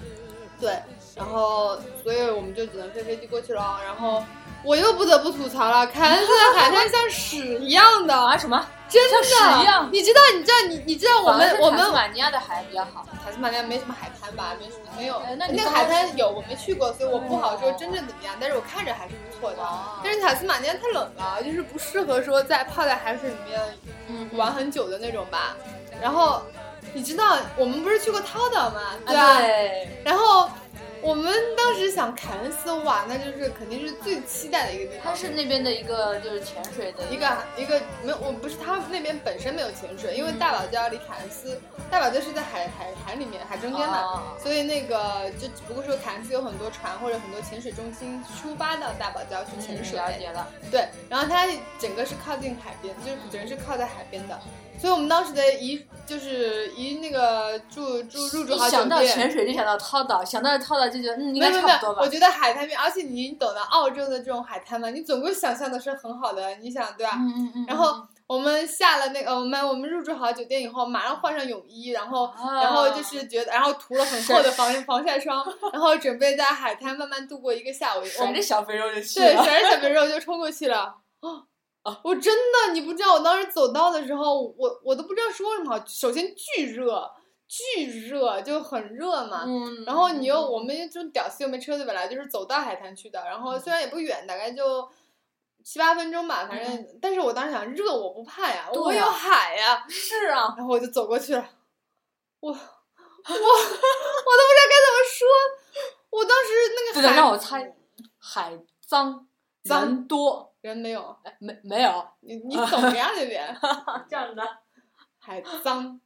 [SPEAKER 3] 对，然后所以我们就只能飞飞机过去了。然后我又不得不吐槽了，凯恩斯的海滩像屎一样的，
[SPEAKER 2] 啊什么？
[SPEAKER 3] 真的，
[SPEAKER 2] [LAUGHS] 像屎一样
[SPEAKER 3] 你知道，你知道，你你知道我
[SPEAKER 2] 反而
[SPEAKER 3] 们
[SPEAKER 2] 是
[SPEAKER 3] 我
[SPEAKER 2] 塔
[SPEAKER 3] 们
[SPEAKER 2] 斯马尼亚的海比较好。
[SPEAKER 3] 塔斯马尼亚没什么海滩吧，没什么没有
[SPEAKER 2] 哎，那
[SPEAKER 3] 那
[SPEAKER 2] 你
[SPEAKER 3] 个
[SPEAKER 2] 刚
[SPEAKER 3] 海
[SPEAKER 2] 刚
[SPEAKER 3] 滩有我没去过，所以我不好说真正怎么样，但是我看着还是不错的
[SPEAKER 2] 哦。
[SPEAKER 3] 但是塔斯马尼亚太冷了，就是不适合说在泡在海水里面
[SPEAKER 2] 嗯
[SPEAKER 3] 玩很久的那种吧。然后你知道我们不是去过涛岛吗？对吧？
[SPEAKER 2] 啊对，
[SPEAKER 3] 然后我们当时想凯恩斯，哇，那就是肯定是最期待的一个地方
[SPEAKER 2] 它。是那边的一个就是潜水的
[SPEAKER 3] 一个一个没有，我不是他那边本身没有潜水，因
[SPEAKER 2] 嗯
[SPEAKER 3] 为大堡礁离凯恩斯，大堡礁是在海海海里面海中间嘛，
[SPEAKER 2] 哦
[SPEAKER 3] 所以那个就只不过说凯恩斯有很多船或者很多潜水中心出发到大堡礁去潜
[SPEAKER 2] 潜嗯
[SPEAKER 3] 水
[SPEAKER 2] 水，了解了。
[SPEAKER 3] 对，然后它整个是靠近海边，就是整个是靠在海边的，所以我们当时的一就是一那个住住入住好
[SPEAKER 2] 一
[SPEAKER 3] 酒
[SPEAKER 2] 想到
[SPEAKER 3] 店。
[SPEAKER 2] 潜水就想到涛岛，想到涛岛就觉得嗯应
[SPEAKER 3] 没有
[SPEAKER 2] 该差
[SPEAKER 3] 没有没
[SPEAKER 2] 不
[SPEAKER 3] 有
[SPEAKER 2] 多，吧
[SPEAKER 3] 我。觉得海滩边，而且你懂得澳洲的这种海滩嘛，你总归想象的是很好的，你想对吧？
[SPEAKER 2] 嗯嗯嗯。
[SPEAKER 3] 然后我们下了那呃个，我们我们入住好酒店以后，马上换上泳衣，然后
[SPEAKER 2] 啊
[SPEAKER 3] 然后就是觉得，然后涂了很厚的防防晒霜，然后准备在海滩慢慢度过一个下午。我
[SPEAKER 2] 甩
[SPEAKER 3] 们
[SPEAKER 2] 着小肥肉就去
[SPEAKER 3] 对，
[SPEAKER 2] 了。哦
[SPEAKER 3] 甩着小肥肉就冲过去了。啊！我真的，你不知道，我当时走到的时候，我我都不知道说什么好。首先巨热，巨热，就很热嘛。
[SPEAKER 2] 嗯
[SPEAKER 3] 然后你又，我们就屌丝又没车子，本来就是走到海滩去的。然
[SPEAKER 2] 嗯
[SPEAKER 3] 后虽然也不远，大概就七八分钟吧，反正。但是我当时想，热我不怕呀，
[SPEAKER 2] 对啊
[SPEAKER 3] 我
[SPEAKER 2] 呀
[SPEAKER 3] 有海呀。
[SPEAKER 2] 是啊，
[SPEAKER 3] 然后我就走过去了，我我我都不知道该怎么说。我当时那
[SPEAKER 2] 不
[SPEAKER 3] 个
[SPEAKER 2] 能
[SPEAKER 3] 海
[SPEAKER 2] 让我猜，海脏
[SPEAKER 3] 脏
[SPEAKER 2] 人多，
[SPEAKER 3] 人没有，
[SPEAKER 2] 哎没没有
[SPEAKER 3] 你
[SPEAKER 2] [LAUGHS]
[SPEAKER 3] 你懂的呀那边
[SPEAKER 2] 这样啊的，
[SPEAKER 3] 海脏，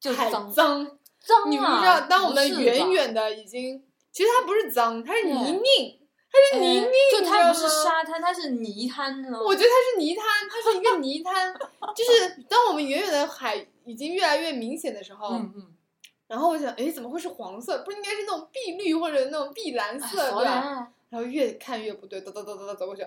[SPEAKER 2] 就是
[SPEAKER 3] 海
[SPEAKER 2] 脏
[SPEAKER 3] 脏，
[SPEAKER 2] 脏啊
[SPEAKER 3] 你不知道，当我们
[SPEAKER 2] 不是
[SPEAKER 3] 远
[SPEAKER 2] 吧
[SPEAKER 3] 远的已经，其实它不是脏，它是
[SPEAKER 2] 对
[SPEAKER 3] 泥泞，
[SPEAKER 2] 哎
[SPEAKER 3] 它是泥泞，
[SPEAKER 2] 就
[SPEAKER 3] 你知
[SPEAKER 2] 它
[SPEAKER 3] 道
[SPEAKER 2] 不是
[SPEAKER 3] 吗
[SPEAKER 2] 沙滩，它是泥滩呢。
[SPEAKER 3] 我觉得它是泥滩，它是一个泥滩， [LAUGHS] 就是当我们远远的海已经越来越明显的时候，
[SPEAKER 2] 嗯嗯，
[SPEAKER 3] 然后我想，哎，怎么会是黄色？不应该是那种碧绿或者那种碧蓝
[SPEAKER 2] 哎
[SPEAKER 3] 色，
[SPEAKER 2] 好
[SPEAKER 3] 对吧？
[SPEAKER 2] 难啊
[SPEAKER 3] 然后越看越不对，哒哒哒哒哒走过去，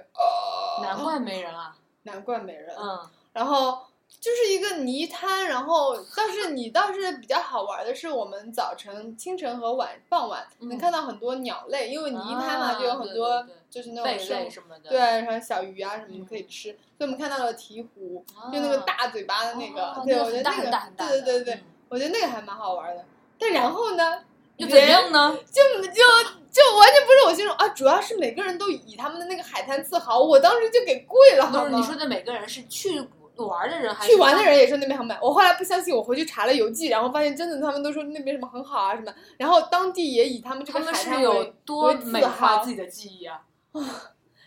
[SPEAKER 2] 难怪没人啊。
[SPEAKER 3] 哦难怪没人。
[SPEAKER 2] 嗯，
[SPEAKER 3] 然后就是一个泥滩，然后但是你倒是比较好玩的是，我们早晨、清晨和晚傍晚
[SPEAKER 2] 嗯
[SPEAKER 3] 能看到很多鸟类，因为泥滩嘛，
[SPEAKER 2] 啊
[SPEAKER 3] 就有很多
[SPEAKER 2] 对对对
[SPEAKER 3] 就是那种
[SPEAKER 2] 贝
[SPEAKER 3] 生
[SPEAKER 2] 类
[SPEAKER 3] 物
[SPEAKER 2] 什么的，
[SPEAKER 3] 对，，然后小鱼啊什么
[SPEAKER 2] 嗯
[SPEAKER 3] 的可以吃，所以我们看到了鹈鹕，
[SPEAKER 2] 啊
[SPEAKER 3] 就那个大嘴巴的那个
[SPEAKER 2] 哦，
[SPEAKER 3] 对
[SPEAKER 2] 那个
[SPEAKER 3] 我觉
[SPEAKER 2] 很
[SPEAKER 3] 得
[SPEAKER 2] 大
[SPEAKER 3] 那
[SPEAKER 2] 很大
[SPEAKER 3] 个
[SPEAKER 2] 很，大
[SPEAKER 3] 对
[SPEAKER 2] 的，
[SPEAKER 3] 对对对
[SPEAKER 2] 嗯，，
[SPEAKER 3] 我觉得那个还蛮好玩的。但然后呢，
[SPEAKER 2] 又怎样呢？
[SPEAKER 3] 就就就完全不是我心中啊，主要是每个人都以他们的那个海滩自豪，我当时就给跪了，
[SPEAKER 2] 就
[SPEAKER 3] 好
[SPEAKER 2] 是
[SPEAKER 3] 吗？
[SPEAKER 2] 你说的每个人是去玩的人还是
[SPEAKER 3] 去玩的人也说那边好买，我后来不相信，我回去查了游记，然后发现真的他们都说那边什么很好啊什么，然后当地也以他们这
[SPEAKER 2] 他
[SPEAKER 3] 个
[SPEAKER 2] 们
[SPEAKER 3] 海
[SPEAKER 2] 是不
[SPEAKER 3] 滩
[SPEAKER 2] 是
[SPEAKER 3] 为，
[SPEAKER 2] 有多
[SPEAKER 3] 为自
[SPEAKER 2] 美化
[SPEAKER 3] 豪
[SPEAKER 2] 自己的记忆啊？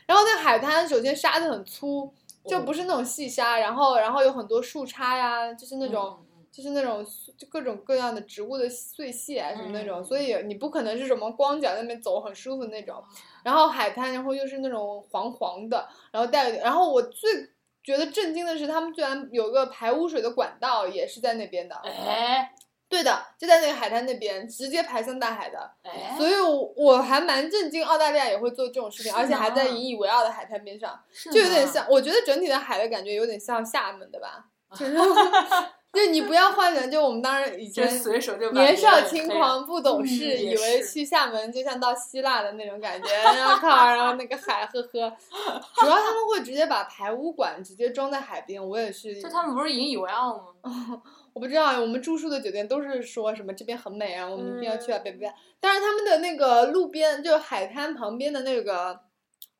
[SPEAKER 3] 然后那海滩首先沙子很粗，就
[SPEAKER 2] 哦
[SPEAKER 3] 不是那种细沙，然后然后有很多树杈呀，就是那
[SPEAKER 2] 嗯，
[SPEAKER 3] 种。
[SPEAKER 2] 嗯
[SPEAKER 3] 就是那种就各种各样的植物的碎屑啊什么那种，
[SPEAKER 2] 嗯
[SPEAKER 3] 所以你不可能是什么光脚在那边走很舒服那种。然后海滩，然后又是那种黄黄的，然后带有，然后我最觉得震惊的是，他们居然有个排污水的管道也是在那边的。
[SPEAKER 2] 嗯哎
[SPEAKER 3] 对的，就在那个海滩那边，直接排向大海的。
[SPEAKER 2] 哎，
[SPEAKER 3] 所以我，我还蛮震惊，澳大利亚也会做这种事情，
[SPEAKER 2] 是
[SPEAKER 3] 而且还在
[SPEAKER 2] 吗
[SPEAKER 3] 引以为傲的海滩边上。
[SPEAKER 2] 是
[SPEAKER 3] 就有点
[SPEAKER 2] 吗，
[SPEAKER 3] 像，我觉得整体的海的感觉有点像厦门的吧，
[SPEAKER 2] 啊
[SPEAKER 3] [LAUGHS] 就是就你不要幻想，就我们当时以
[SPEAKER 2] 就
[SPEAKER 3] 前
[SPEAKER 2] 是随手就把别
[SPEAKER 3] 年
[SPEAKER 2] 人
[SPEAKER 3] 少
[SPEAKER 2] 给
[SPEAKER 3] 轻
[SPEAKER 2] 推了，
[SPEAKER 3] 狂不懂
[SPEAKER 2] 嗯
[SPEAKER 3] 事，
[SPEAKER 2] 也
[SPEAKER 3] 以为
[SPEAKER 2] 是
[SPEAKER 3] 去厦门就像到希腊的那种感觉，然后靠，然后那个海，呵呵。主要他们会直接把排污管直接装在海边，我也是，
[SPEAKER 2] 就他们不是引以为傲吗？
[SPEAKER 3] 哦我不知道，我们住宿的酒店都是说什么这边很美啊，我们一定要去啊，
[SPEAKER 2] 嗯
[SPEAKER 3] 别别别。但是他们的那个路边，就是海滩旁边的那个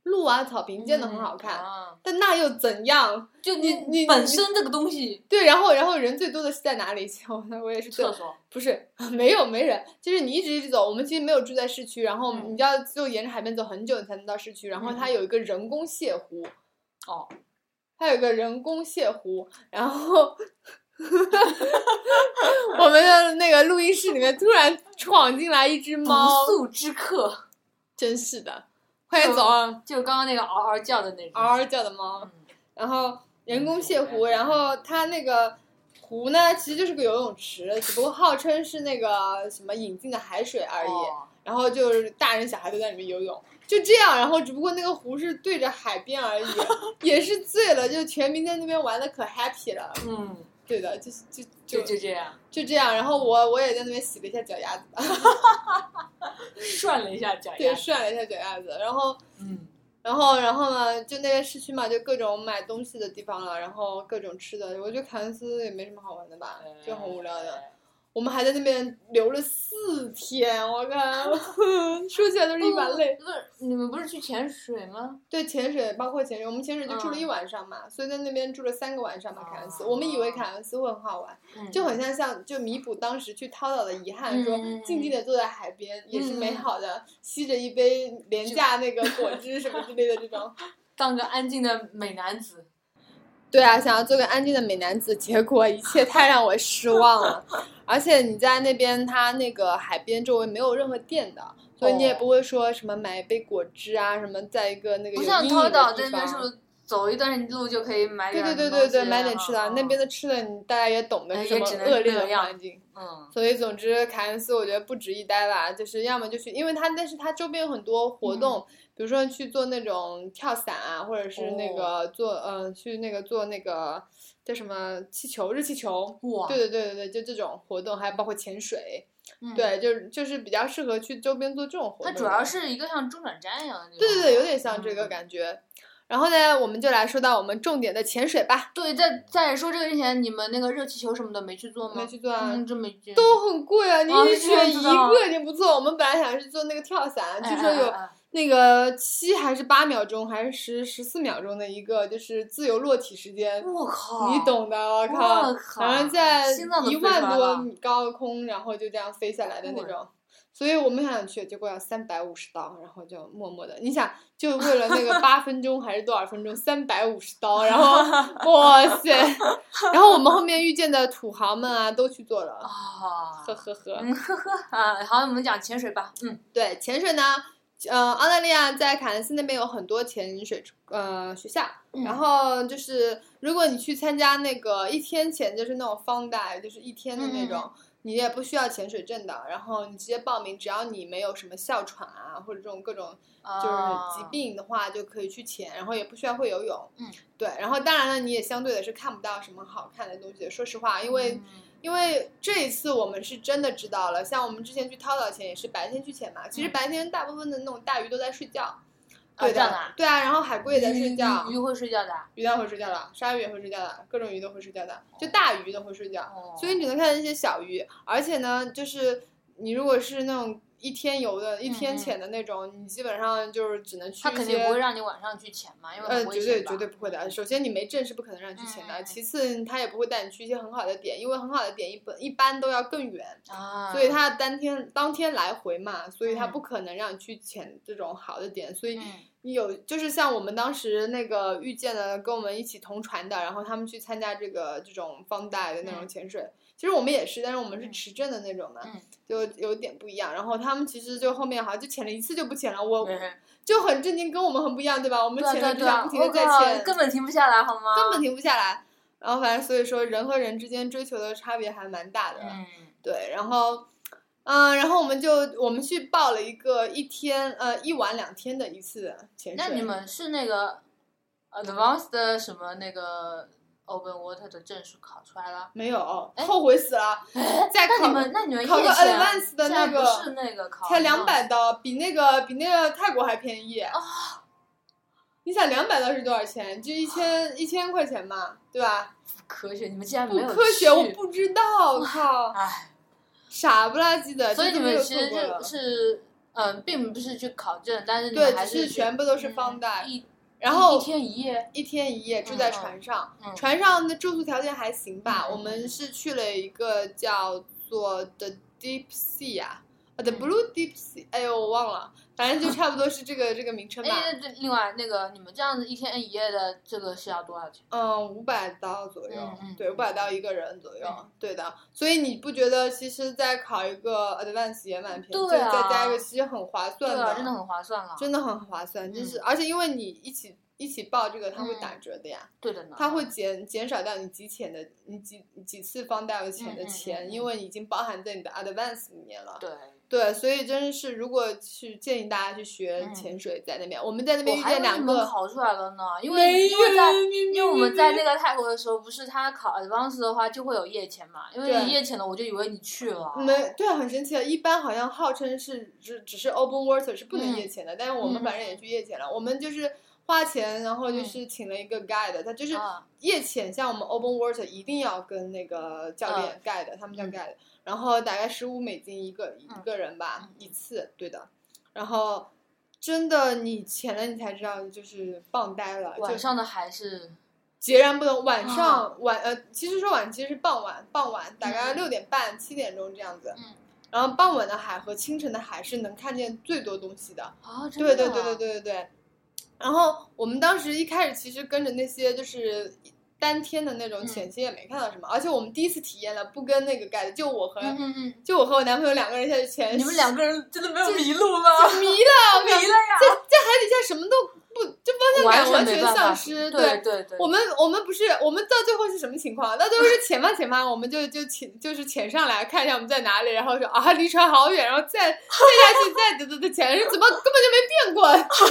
[SPEAKER 3] 路啊、草坪建的很
[SPEAKER 2] 嗯
[SPEAKER 3] 好看，
[SPEAKER 2] 啊
[SPEAKER 3] 但那又怎样？
[SPEAKER 2] 就
[SPEAKER 3] 你你你
[SPEAKER 2] 本身这个东西，
[SPEAKER 3] 对，然后然后人最多的是在哪里？ [LAUGHS] 我我也是对
[SPEAKER 2] 厕，所
[SPEAKER 3] 不是 [LAUGHS] 没有没人，就是你一直一直走。我们其实没有住在市区，然后
[SPEAKER 2] 嗯
[SPEAKER 3] 你知道就沿着海边走很久，你才能到市区。然后它有一个人工泻湖，
[SPEAKER 2] 哦，
[SPEAKER 3] 它有一个人工泻湖，然后 [LAUGHS] 我们的那个录音室里面突然闯进来一只猫
[SPEAKER 2] 不，速之客，
[SPEAKER 3] 真是的，快点走啊！
[SPEAKER 2] 就刚刚那个嗷嗷叫的那种。
[SPEAKER 3] 嗷嗷叫的猫。
[SPEAKER 2] 嗯
[SPEAKER 3] 然后人工泻湖，然后它那个湖呢，其实就是个游泳池，只不过号称是那个什么引进的海水而已。
[SPEAKER 2] 哦
[SPEAKER 3] 然后就是大人小孩都在里面游泳，就这样。然后只不过那个湖是对着海边
[SPEAKER 2] [LAUGHS]
[SPEAKER 3] 而已，也是醉了，就全民在那边玩的可 happy 了。
[SPEAKER 2] 嗯，
[SPEAKER 3] 对的，就是就
[SPEAKER 2] 就
[SPEAKER 3] 就
[SPEAKER 2] 就这样
[SPEAKER 3] 就这样。然后我我也在那边洗了一下脚丫子，
[SPEAKER 2] 涮了一下脚
[SPEAKER 3] 对，
[SPEAKER 2] 丫，
[SPEAKER 3] 涮了一下脚丫子，然后。
[SPEAKER 2] 嗯，
[SPEAKER 3] 然后，然后呢，就那个市区嘛，就各种买东西的地方了，然后各种吃的。我觉得凯恩斯也没什么好玩的吧，
[SPEAKER 2] 哎
[SPEAKER 3] 就很无聊的。我们还在那边留了四天，我靠，说起来都是一把泪。
[SPEAKER 2] 不是你们不是去潜水吗？
[SPEAKER 3] 对，潜水包括潜水，我们潜水就住了一晚上嘛，所以在那边住了三个晚上嘛。凯恩斯，我们以为凯恩斯会很好玩，
[SPEAKER 2] 嗯
[SPEAKER 3] 就很像像就弥补当时去涛岛的遗憾，
[SPEAKER 2] 嗯
[SPEAKER 3] 说
[SPEAKER 2] 嗯嗯
[SPEAKER 3] 静静的坐在海边也是美
[SPEAKER 2] 嗯嗯
[SPEAKER 3] 好的，吸着一杯廉价那个果汁什么之类的这
[SPEAKER 2] [LAUGHS]
[SPEAKER 3] 种。
[SPEAKER 2] 当个安静的美男子，
[SPEAKER 3] 对啊，想要做个安静的美男子，结果一切太让我失望了。
[SPEAKER 2] [LAUGHS]
[SPEAKER 3] 而且你在那边，它那个海边周围没有任何店的，所以你也
[SPEAKER 2] 哦
[SPEAKER 3] 不会说什么买一杯果汁啊，什么在一个那个有
[SPEAKER 2] 不
[SPEAKER 3] 阴
[SPEAKER 2] 像
[SPEAKER 3] 影
[SPEAKER 2] 涛
[SPEAKER 3] 的
[SPEAKER 2] 岛
[SPEAKER 3] 地
[SPEAKER 2] 那边是不
[SPEAKER 3] 方。
[SPEAKER 2] 是走一段路就可以买
[SPEAKER 3] 对
[SPEAKER 2] 点
[SPEAKER 3] 对对
[SPEAKER 2] 东
[SPEAKER 3] 对
[SPEAKER 2] 西
[SPEAKER 3] 对，买点吃的啊，
[SPEAKER 2] 啊
[SPEAKER 3] 那边的吃的你大家也懂的
[SPEAKER 2] 哎
[SPEAKER 3] 是什
[SPEAKER 2] 也
[SPEAKER 3] 么
[SPEAKER 2] 只能
[SPEAKER 3] 恶劣
[SPEAKER 2] 那
[SPEAKER 3] 的
[SPEAKER 2] 样
[SPEAKER 3] 环境。
[SPEAKER 2] 嗯
[SPEAKER 3] 所以总之，凯恩斯我觉得不值一呆吧，就是要么就去，因为它但是它周边有很多活动，
[SPEAKER 2] 嗯
[SPEAKER 3] 比如说去做那种跳伞啊，或者是那
[SPEAKER 2] 哦
[SPEAKER 3] 个做、呃去那个做那个叫什么气球日气球，
[SPEAKER 2] 哇，
[SPEAKER 3] 对对对对对，就这种活动，还包括潜水，
[SPEAKER 2] 嗯，
[SPEAKER 3] 对，就是就是比较适合去周边做这种活
[SPEAKER 2] 它
[SPEAKER 3] 动。
[SPEAKER 2] 主要是一嗯个像中转站一样的地方。
[SPEAKER 3] 对对对，有点像这个感觉。然后呢，我们就来说到我们重点的潜水吧，
[SPEAKER 2] 对，在在说这个之前，你们那个热气球什么的没去做吗？
[SPEAKER 3] 没去做啊。
[SPEAKER 2] 嗯，真没去。
[SPEAKER 3] 都很贵啊！你
[SPEAKER 2] 哦
[SPEAKER 3] 一
[SPEAKER 2] 是这样
[SPEAKER 3] 选一
[SPEAKER 2] 子的啊
[SPEAKER 3] 个已经不错。我们本来想是做那个跳伞，
[SPEAKER 2] 哎
[SPEAKER 3] 据说有
[SPEAKER 2] 哎哎哎
[SPEAKER 3] 那个七还是八秒钟，还是十十四秒钟的一个，就是自由落体时
[SPEAKER 2] 哎
[SPEAKER 3] 间，
[SPEAKER 2] 我靠，
[SPEAKER 3] 你懂的，我靠！
[SPEAKER 2] 我靠
[SPEAKER 3] 然后在
[SPEAKER 2] 心脏都
[SPEAKER 3] 一
[SPEAKER 2] 飞出来
[SPEAKER 3] 万
[SPEAKER 2] 了
[SPEAKER 3] 多米高空，然后就这样飞下来的那种。所以我们想去，结果要三百五十刀，然后就默默的，你想，就为了那个八分钟还是多少分钟，三百五十刀，
[SPEAKER 2] [LAUGHS]
[SPEAKER 3] 然后哇塞，然后我们后面遇见的土豪们啊，都去做了，
[SPEAKER 2] 啊
[SPEAKER 3] 呵呵呵。
[SPEAKER 2] 嗯呵呵啊，好，我们讲潜水吧。嗯，
[SPEAKER 3] 对，潜水呢，呃，澳大利亚在凯恩斯那边有很多潜水呃学校，然后就是如果你去参加那个一天潜，就是那种 fun dive，就是一天的那种。你也不需要潜水证的，然后你直接报名，只要你没有什么哮喘啊或者这种各种
[SPEAKER 2] 啊
[SPEAKER 3] 就是疾病的话，就可以去潜，然后也不需要会游泳。
[SPEAKER 2] 哦嗯，
[SPEAKER 3] 对。然后当然了，你也相对的是看不到什么好看的东西的。说实话，因
[SPEAKER 2] 啊，
[SPEAKER 3] 为、
[SPEAKER 2] 嗯
[SPEAKER 3] 因为这一次我们是真的知道了，像我们之前去涛岛前也是白天去潜嘛，其实
[SPEAKER 2] 嗯
[SPEAKER 3] 白天大部分的那种大鱼都在睡觉。
[SPEAKER 2] 啊
[SPEAKER 3] 对
[SPEAKER 2] 这
[SPEAKER 3] 的，
[SPEAKER 2] 样的啊
[SPEAKER 3] 对啊，然后海龟也在睡觉，
[SPEAKER 2] 鱼鱼会睡觉的啊，
[SPEAKER 3] 鱼蛋会睡觉的，鲨鱼也会睡觉的，各种鱼都会睡觉的，就大鱼都会睡觉，
[SPEAKER 2] 哦
[SPEAKER 3] 所以你只能看到一些小鱼。而且呢，就是你如果是那种一天游的、一天潜的那种，你基本上就是只能去
[SPEAKER 2] 他
[SPEAKER 3] 一
[SPEAKER 2] 嗯肯
[SPEAKER 3] 些
[SPEAKER 2] 定不会让你晚上去潜嘛，因为
[SPEAKER 3] 呃，
[SPEAKER 2] 很危
[SPEAKER 3] 绝
[SPEAKER 2] 险
[SPEAKER 3] 对
[SPEAKER 2] 吧嗯
[SPEAKER 3] 绝对不会的。首先，你没证是不可能让你去潜的；
[SPEAKER 2] 嗯嗯嗯
[SPEAKER 3] 其次，他也不会带你去一些很好的点，因为很好的点一本一般都要更远，
[SPEAKER 2] 啊，
[SPEAKER 3] 所以他当天当天来回嘛，所以他
[SPEAKER 2] 嗯
[SPEAKER 3] 不可能让你去潜这种好的点，所以
[SPEAKER 2] 嗯
[SPEAKER 3] 你有就是像我们当时那个遇见了跟我们一起同船的，然后他们去参加这个这种放贷的那种
[SPEAKER 2] 嗯
[SPEAKER 3] 潜水，其实我们也是，但是我们是
[SPEAKER 2] 嗯
[SPEAKER 3] 持证的那种的，
[SPEAKER 2] 嗯
[SPEAKER 3] 就有点不一样。然后他们其实就后面好像就潜了一次就不潜了，我
[SPEAKER 2] 对
[SPEAKER 3] 就很震惊，跟我们很不一样，对吧？我们
[SPEAKER 2] 对啊
[SPEAKER 3] 潜
[SPEAKER 2] 对啊对啊，
[SPEAKER 3] 了就想不停的
[SPEAKER 2] 我
[SPEAKER 3] 在
[SPEAKER 2] 靠
[SPEAKER 3] 潜，
[SPEAKER 2] 根本停不下来好吗？
[SPEAKER 3] 根本停不下来。然后反正所以说人和人之间追求的差别还蛮大的。
[SPEAKER 2] 嗯
[SPEAKER 3] 对，然后，嗯、然后我们就我们去报了一个一天呃一晚两天的一次潜水。
[SPEAKER 2] 那你们是那个 advanced 的什么那个 open water 的证书考出来了？
[SPEAKER 3] 没有
[SPEAKER 2] 哎，
[SPEAKER 3] 后悔死
[SPEAKER 2] [LAUGHS]
[SPEAKER 3] 了，再
[SPEAKER 2] 那
[SPEAKER 3] 考
[SPEAKER 2] 你们哦那你们
[SPEAKER 3] 考
[SPEAKER 2] 夜
[SPEAKER 3] 个
[SPEAKER 2] 潜
[SPEAKER 3] advanced
[SPEAKER 2] 现
[SPEAKER 3] 的那
[SPEAKER 2] 在
[SPEAKER 3] 个
[SPEAKER 2] 不是那个考
[SPEAKER 3] 才两百刀，比那个比那个泰国还便宜。
[SPEAKER 2] 哦
[SPEAKER 3] 你想两百刀是多少钱？就一千一千块钱嘛，对吧？
[SPEAKER 2] 科学，你们竟然
[SPEAKER 3] 不
[SPEAKER 2] 没有
[SPEAKER 3] 科学，我
[SPEAKER 2] 去
[SPEAKER 3] 不知道，靠，
[SPEAKER 2] 唉，
[SPEAKER 3] 傻不拉几的。
[SPEAKER 2] 所以你
[SPEAKER 3] 这都没
[SPEAKER 2] 们
[SPEAKER 3] 有
[SPEAKER 2] 其实
[SPEAKER 3] 做过
[SPEAKER 2] 就
[SPEAKER 3] 了
[SPEAKER 2] 是嗯，并不是去考证，但是你
[SPEAKER 3] 对
[SPEAKER 2] 们，还
[SPEAKER 3] 只是
[SPEAKER 2] 去
[SPEAKER 3] 全部都是
[SPEAKER 2] 嗯
[SPEAKER 3] 放贷，
[SPEAKER 2] 一
[SPEAKER 3] 然后
[SPEAKER 2] 一天一夜，
[SPEAKER 3] 一天一夜住
[SPEAKER 2] 嗯
[SPEAKER 3] 在
[SPEAKER 2] 嗯
[SPEAKER 3] 船上，
[SPEAKER 2] 嗯
[SPEAKER 3] 船上的住宿条件还行吧。
[SPEAKER 2] 嗯嗯
[SPEAKER 3] 我们是去了一个叫做 The Deep Sea 啊啊，The
[SPEAKER 2] 嗯
[SPEAKER 3] Blue Deep Sea，哎呦我忘了，反正
[SPEAKER 2] [LAUGHS]
[SPEAKER 3] 就差不多是这个这个名称吧。
[SPEAKER 2] 哎，这另外那个你们这样子一天一夜的这个是要多少钱？
[SPEAKER 3] 嗯，五百刀左右，
[SPEAKER 2] 嗯嗯
[SPEAKER 3] 对，五
[SPEAKER 2] 嗯
[SPEAKER 3] 百刀一个人左右，
[SPEAKER 2] 嗯
[SPEAKER 3] 对的。所以你不觉得其实再考一个 Advanced 也蛮便宜，就
[SPEAKER 2] 对啊
[SPEAKER 3] 再加一个其实很划
[SPEAKER 2] 对
[SPEAKER 3] 算
[SPEAKER 2] 啊，真的很划嗯算了。
[SPEAKER 3] 真的很划算，就是、而且因为你一起一起报这个，它
[SPEAKER 2] 嗯
[SPEAKER 3] 会打折的呀。
[SPEAKER 2] 对的呢。
[SPEAKER 3] 它会减减少掉你几钱的，你几几次放贷的钱的
[SPEAKER 2] 嗯嗯
[SPEAKER 3] 钱，
[SPEAKER 2] 嗯
[SPEAKER 3] 因为已经包含在你的 advance 里面了。
[SPEAKER 2] 对，
[SPEAKER 3] 对，所以真的是，如果去建议大家去学
[SPEAKER 2] 嗯
[SPEAKER 3] 潜水，在那边，我们在那边
[SPEAKER 2] 我
[SPEAKER 3] 遇
[SPEAKER 2] 还以
[SPEAKER 3] 见
[SPEAKER 2] 为你
[SPEAKER 3] 两
[SPEAKER 2] 们
[SPEAKER 3] 个，
[SPEAKER 2] 考出来了呢，因
[SPEAKER 3] 没
[SPEAKER 2] 为因为在
[SPEAKER 3] 有
[SPEAKER 2] 因为我们在那个泰国的时候，不是他考 advance 的话就会有夜潜嘛，因为
[SPEAKER 3] 对
[SPEAKER 2] 你夜潜了，我就以为你去了。
[SPEAKER 3] 没对，很神奇的。啊一般好像号称是只只是 open water 是不能夜潜的，但是我们
[SPEAKER 2] 嗯
[SPEAKER 3] 反正也去夜潜了，我们就是。花钱，然后就是请了一个 guide，、他就是
[SPEAKER 2] 啊
[SPEAKER 3] 夜潜，像我们 open water 一定要跟那个教练 guide，、他们叫
[SPEAKER 2] 嗯
[SPEAKER 3] guide，然后大概十五美金一个、
[SPEAKER 2] 嗯
[SPEAKER 3] 一个人吧
[SPEAKER 2] 嗯，嗯
[SPEAKER 3] 一次，对的。然后真的你潜了，你才知道就是棒呆了，就
[SPEAKER 2] 晚上的还是
[SPEAKER 3] 截然不同。
[SPEAKER 2] 嗯
[SPEAKER 3] 晚上、晚呃，其实说晚其实是傍晚，傍晚大概
[SPEAKER 2] 嗯
[SPEAKER 3] 六点半、七点钟这样子。
[SPEAKER 2] 嗯
[SPEAKER 3] 然后傍晚的海和清晨的海是能看见最多东西的。
[SPEAKER 2] 啊，真
[SPEAKER 3] 对
[SPEAKER 2] 的
[SPEAKER 3] 对
[SPEAKER 2] 啊
[SPEAKER 3] 对对对对对。然后我们当时一开始其实跟着那些就是单天的那种
[SPEAKER 2] 嗯
[SPEAKER 3] 潜行也没看到什么，而且我们第一次体验了不跟那个盖的，就我和、
[SPEAKER 2] 嗯嗯嗯，
[SPEAKER 3] 就我和我男朋友两个人下去潜，
[SPEAKER 2] 你们两个人真的没有
[SPEAKER 3] 这
[SPEAKER 2] 迷路
[SPEAKER 3] [LAUGHS]
[SPEAKER 2] 吗？
[SPEAKER 3] 迷的
[SPEAKER 2] 迷了呀，
[SPEAKER 3] 在在海底下什么都不，就方向
[SPEAKER 2] 完
[SPEAKER 3] 感完
[SPEAKER 2] 没
[SPEAKER 3] 全
[SPEAKER 2] 办法
[SPEAKER 3] 丧失，
[SPEAKER 2] 对对对，
[SPEAKER 3] 我们我们不是我们到最后是什么情况？到最后是潜吧潜吧，我们就就潜就是潜上来看一下我们在哪里，然后说啊离船好远，然后再再下去再得得得潜，怎么根本就没变过？ [LAUGHS]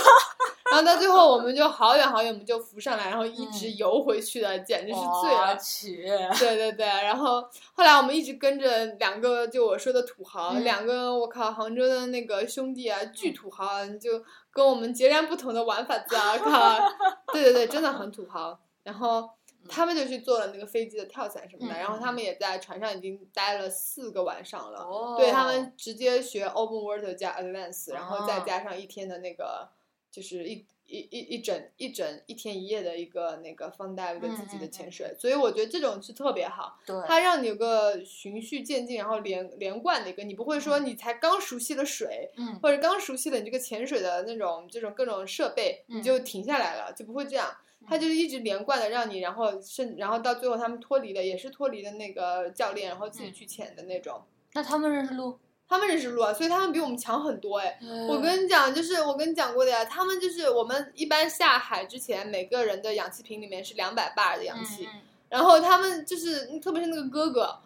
[SPEAKER 3] 然后到最后我们就好远好远，我们就浮上来，然后一直游回去的，简直是醉
[SPEAKER 2] 我
[SPEAKER 3] 了。
[SPEAKER 2] 去，
[SPEAKER 3] 对对对，然后后来我们一直跟着两个，就我说的土豪，
[SPEAKER 2] 嗯
[SPEAKER 3] 两个我靠杭州的那个兄弟啊，巨土豪，啊，就跟我们截然不同的玩法子啊，
[SPEAKER 2] [LAUGHS]
[SPEAKER 3] 靠，对对对，真的很土豪。然后他们就去做了那个飞机的跳伞什么的，
[SPEAKER 2] 嗯
[SPEAKER 3] 然后他们也在船上已经待了四个晚上了，
[SPEAKER 2] 哦，
[SPEAKER 3] 对他们直接学 open water 加 advance，然后再
[SPEAKER 2] 哦
[SPEAKER 3] 加上一天的那个，就是一一一一整一整一天一夜的一个那个 fun dive 的
[SPEAKER 2] 嗯
[SPEAKER 3] 自己的
[SPEAKER 2] 嗯
[SPEAKER 3] 潜
[SPEAKER 2] 嗯
[SPEAKER 3] 水，所以我觉得这种是特别好，
[SPEAKER 2] 哦对，
[SPEAKER 3] 它让你有个循序渐进，然后连连贯的一个，你不会说你才刚熟悉了水。
[SPEAKER 2] 嗯
[SPEAKER 3] 或者刚熟悉了你这个潜水的那种这种各种设备，你
[SPEAKER 2] 嗯
[SPEAKER 3] 就停下来了，就不会这样。它就是一直连贯的让你，然后甚然后到最后他们脱离了，也是脱离了那个教练，然后自己
[SPEAKER 2] 嗯
[SPEAKER 3] 去潜的那种。
[SPEAKER 2] 那他们认识路，嗯
[SPEAKER 3] 他们认识路啊，所以他们比我们强很多哎。我
[SPEAKER 2] 我
[SPEAKER 3] 跟你讲，就是我跟你讲过的呀，他们就是我们一般下海之前，每个人的氧
[SPEAKER 2] 嗯
[SPEAKER 3] 气瓶里面是两百巴尔的氧气，然后他们就是特别是那个哥哥，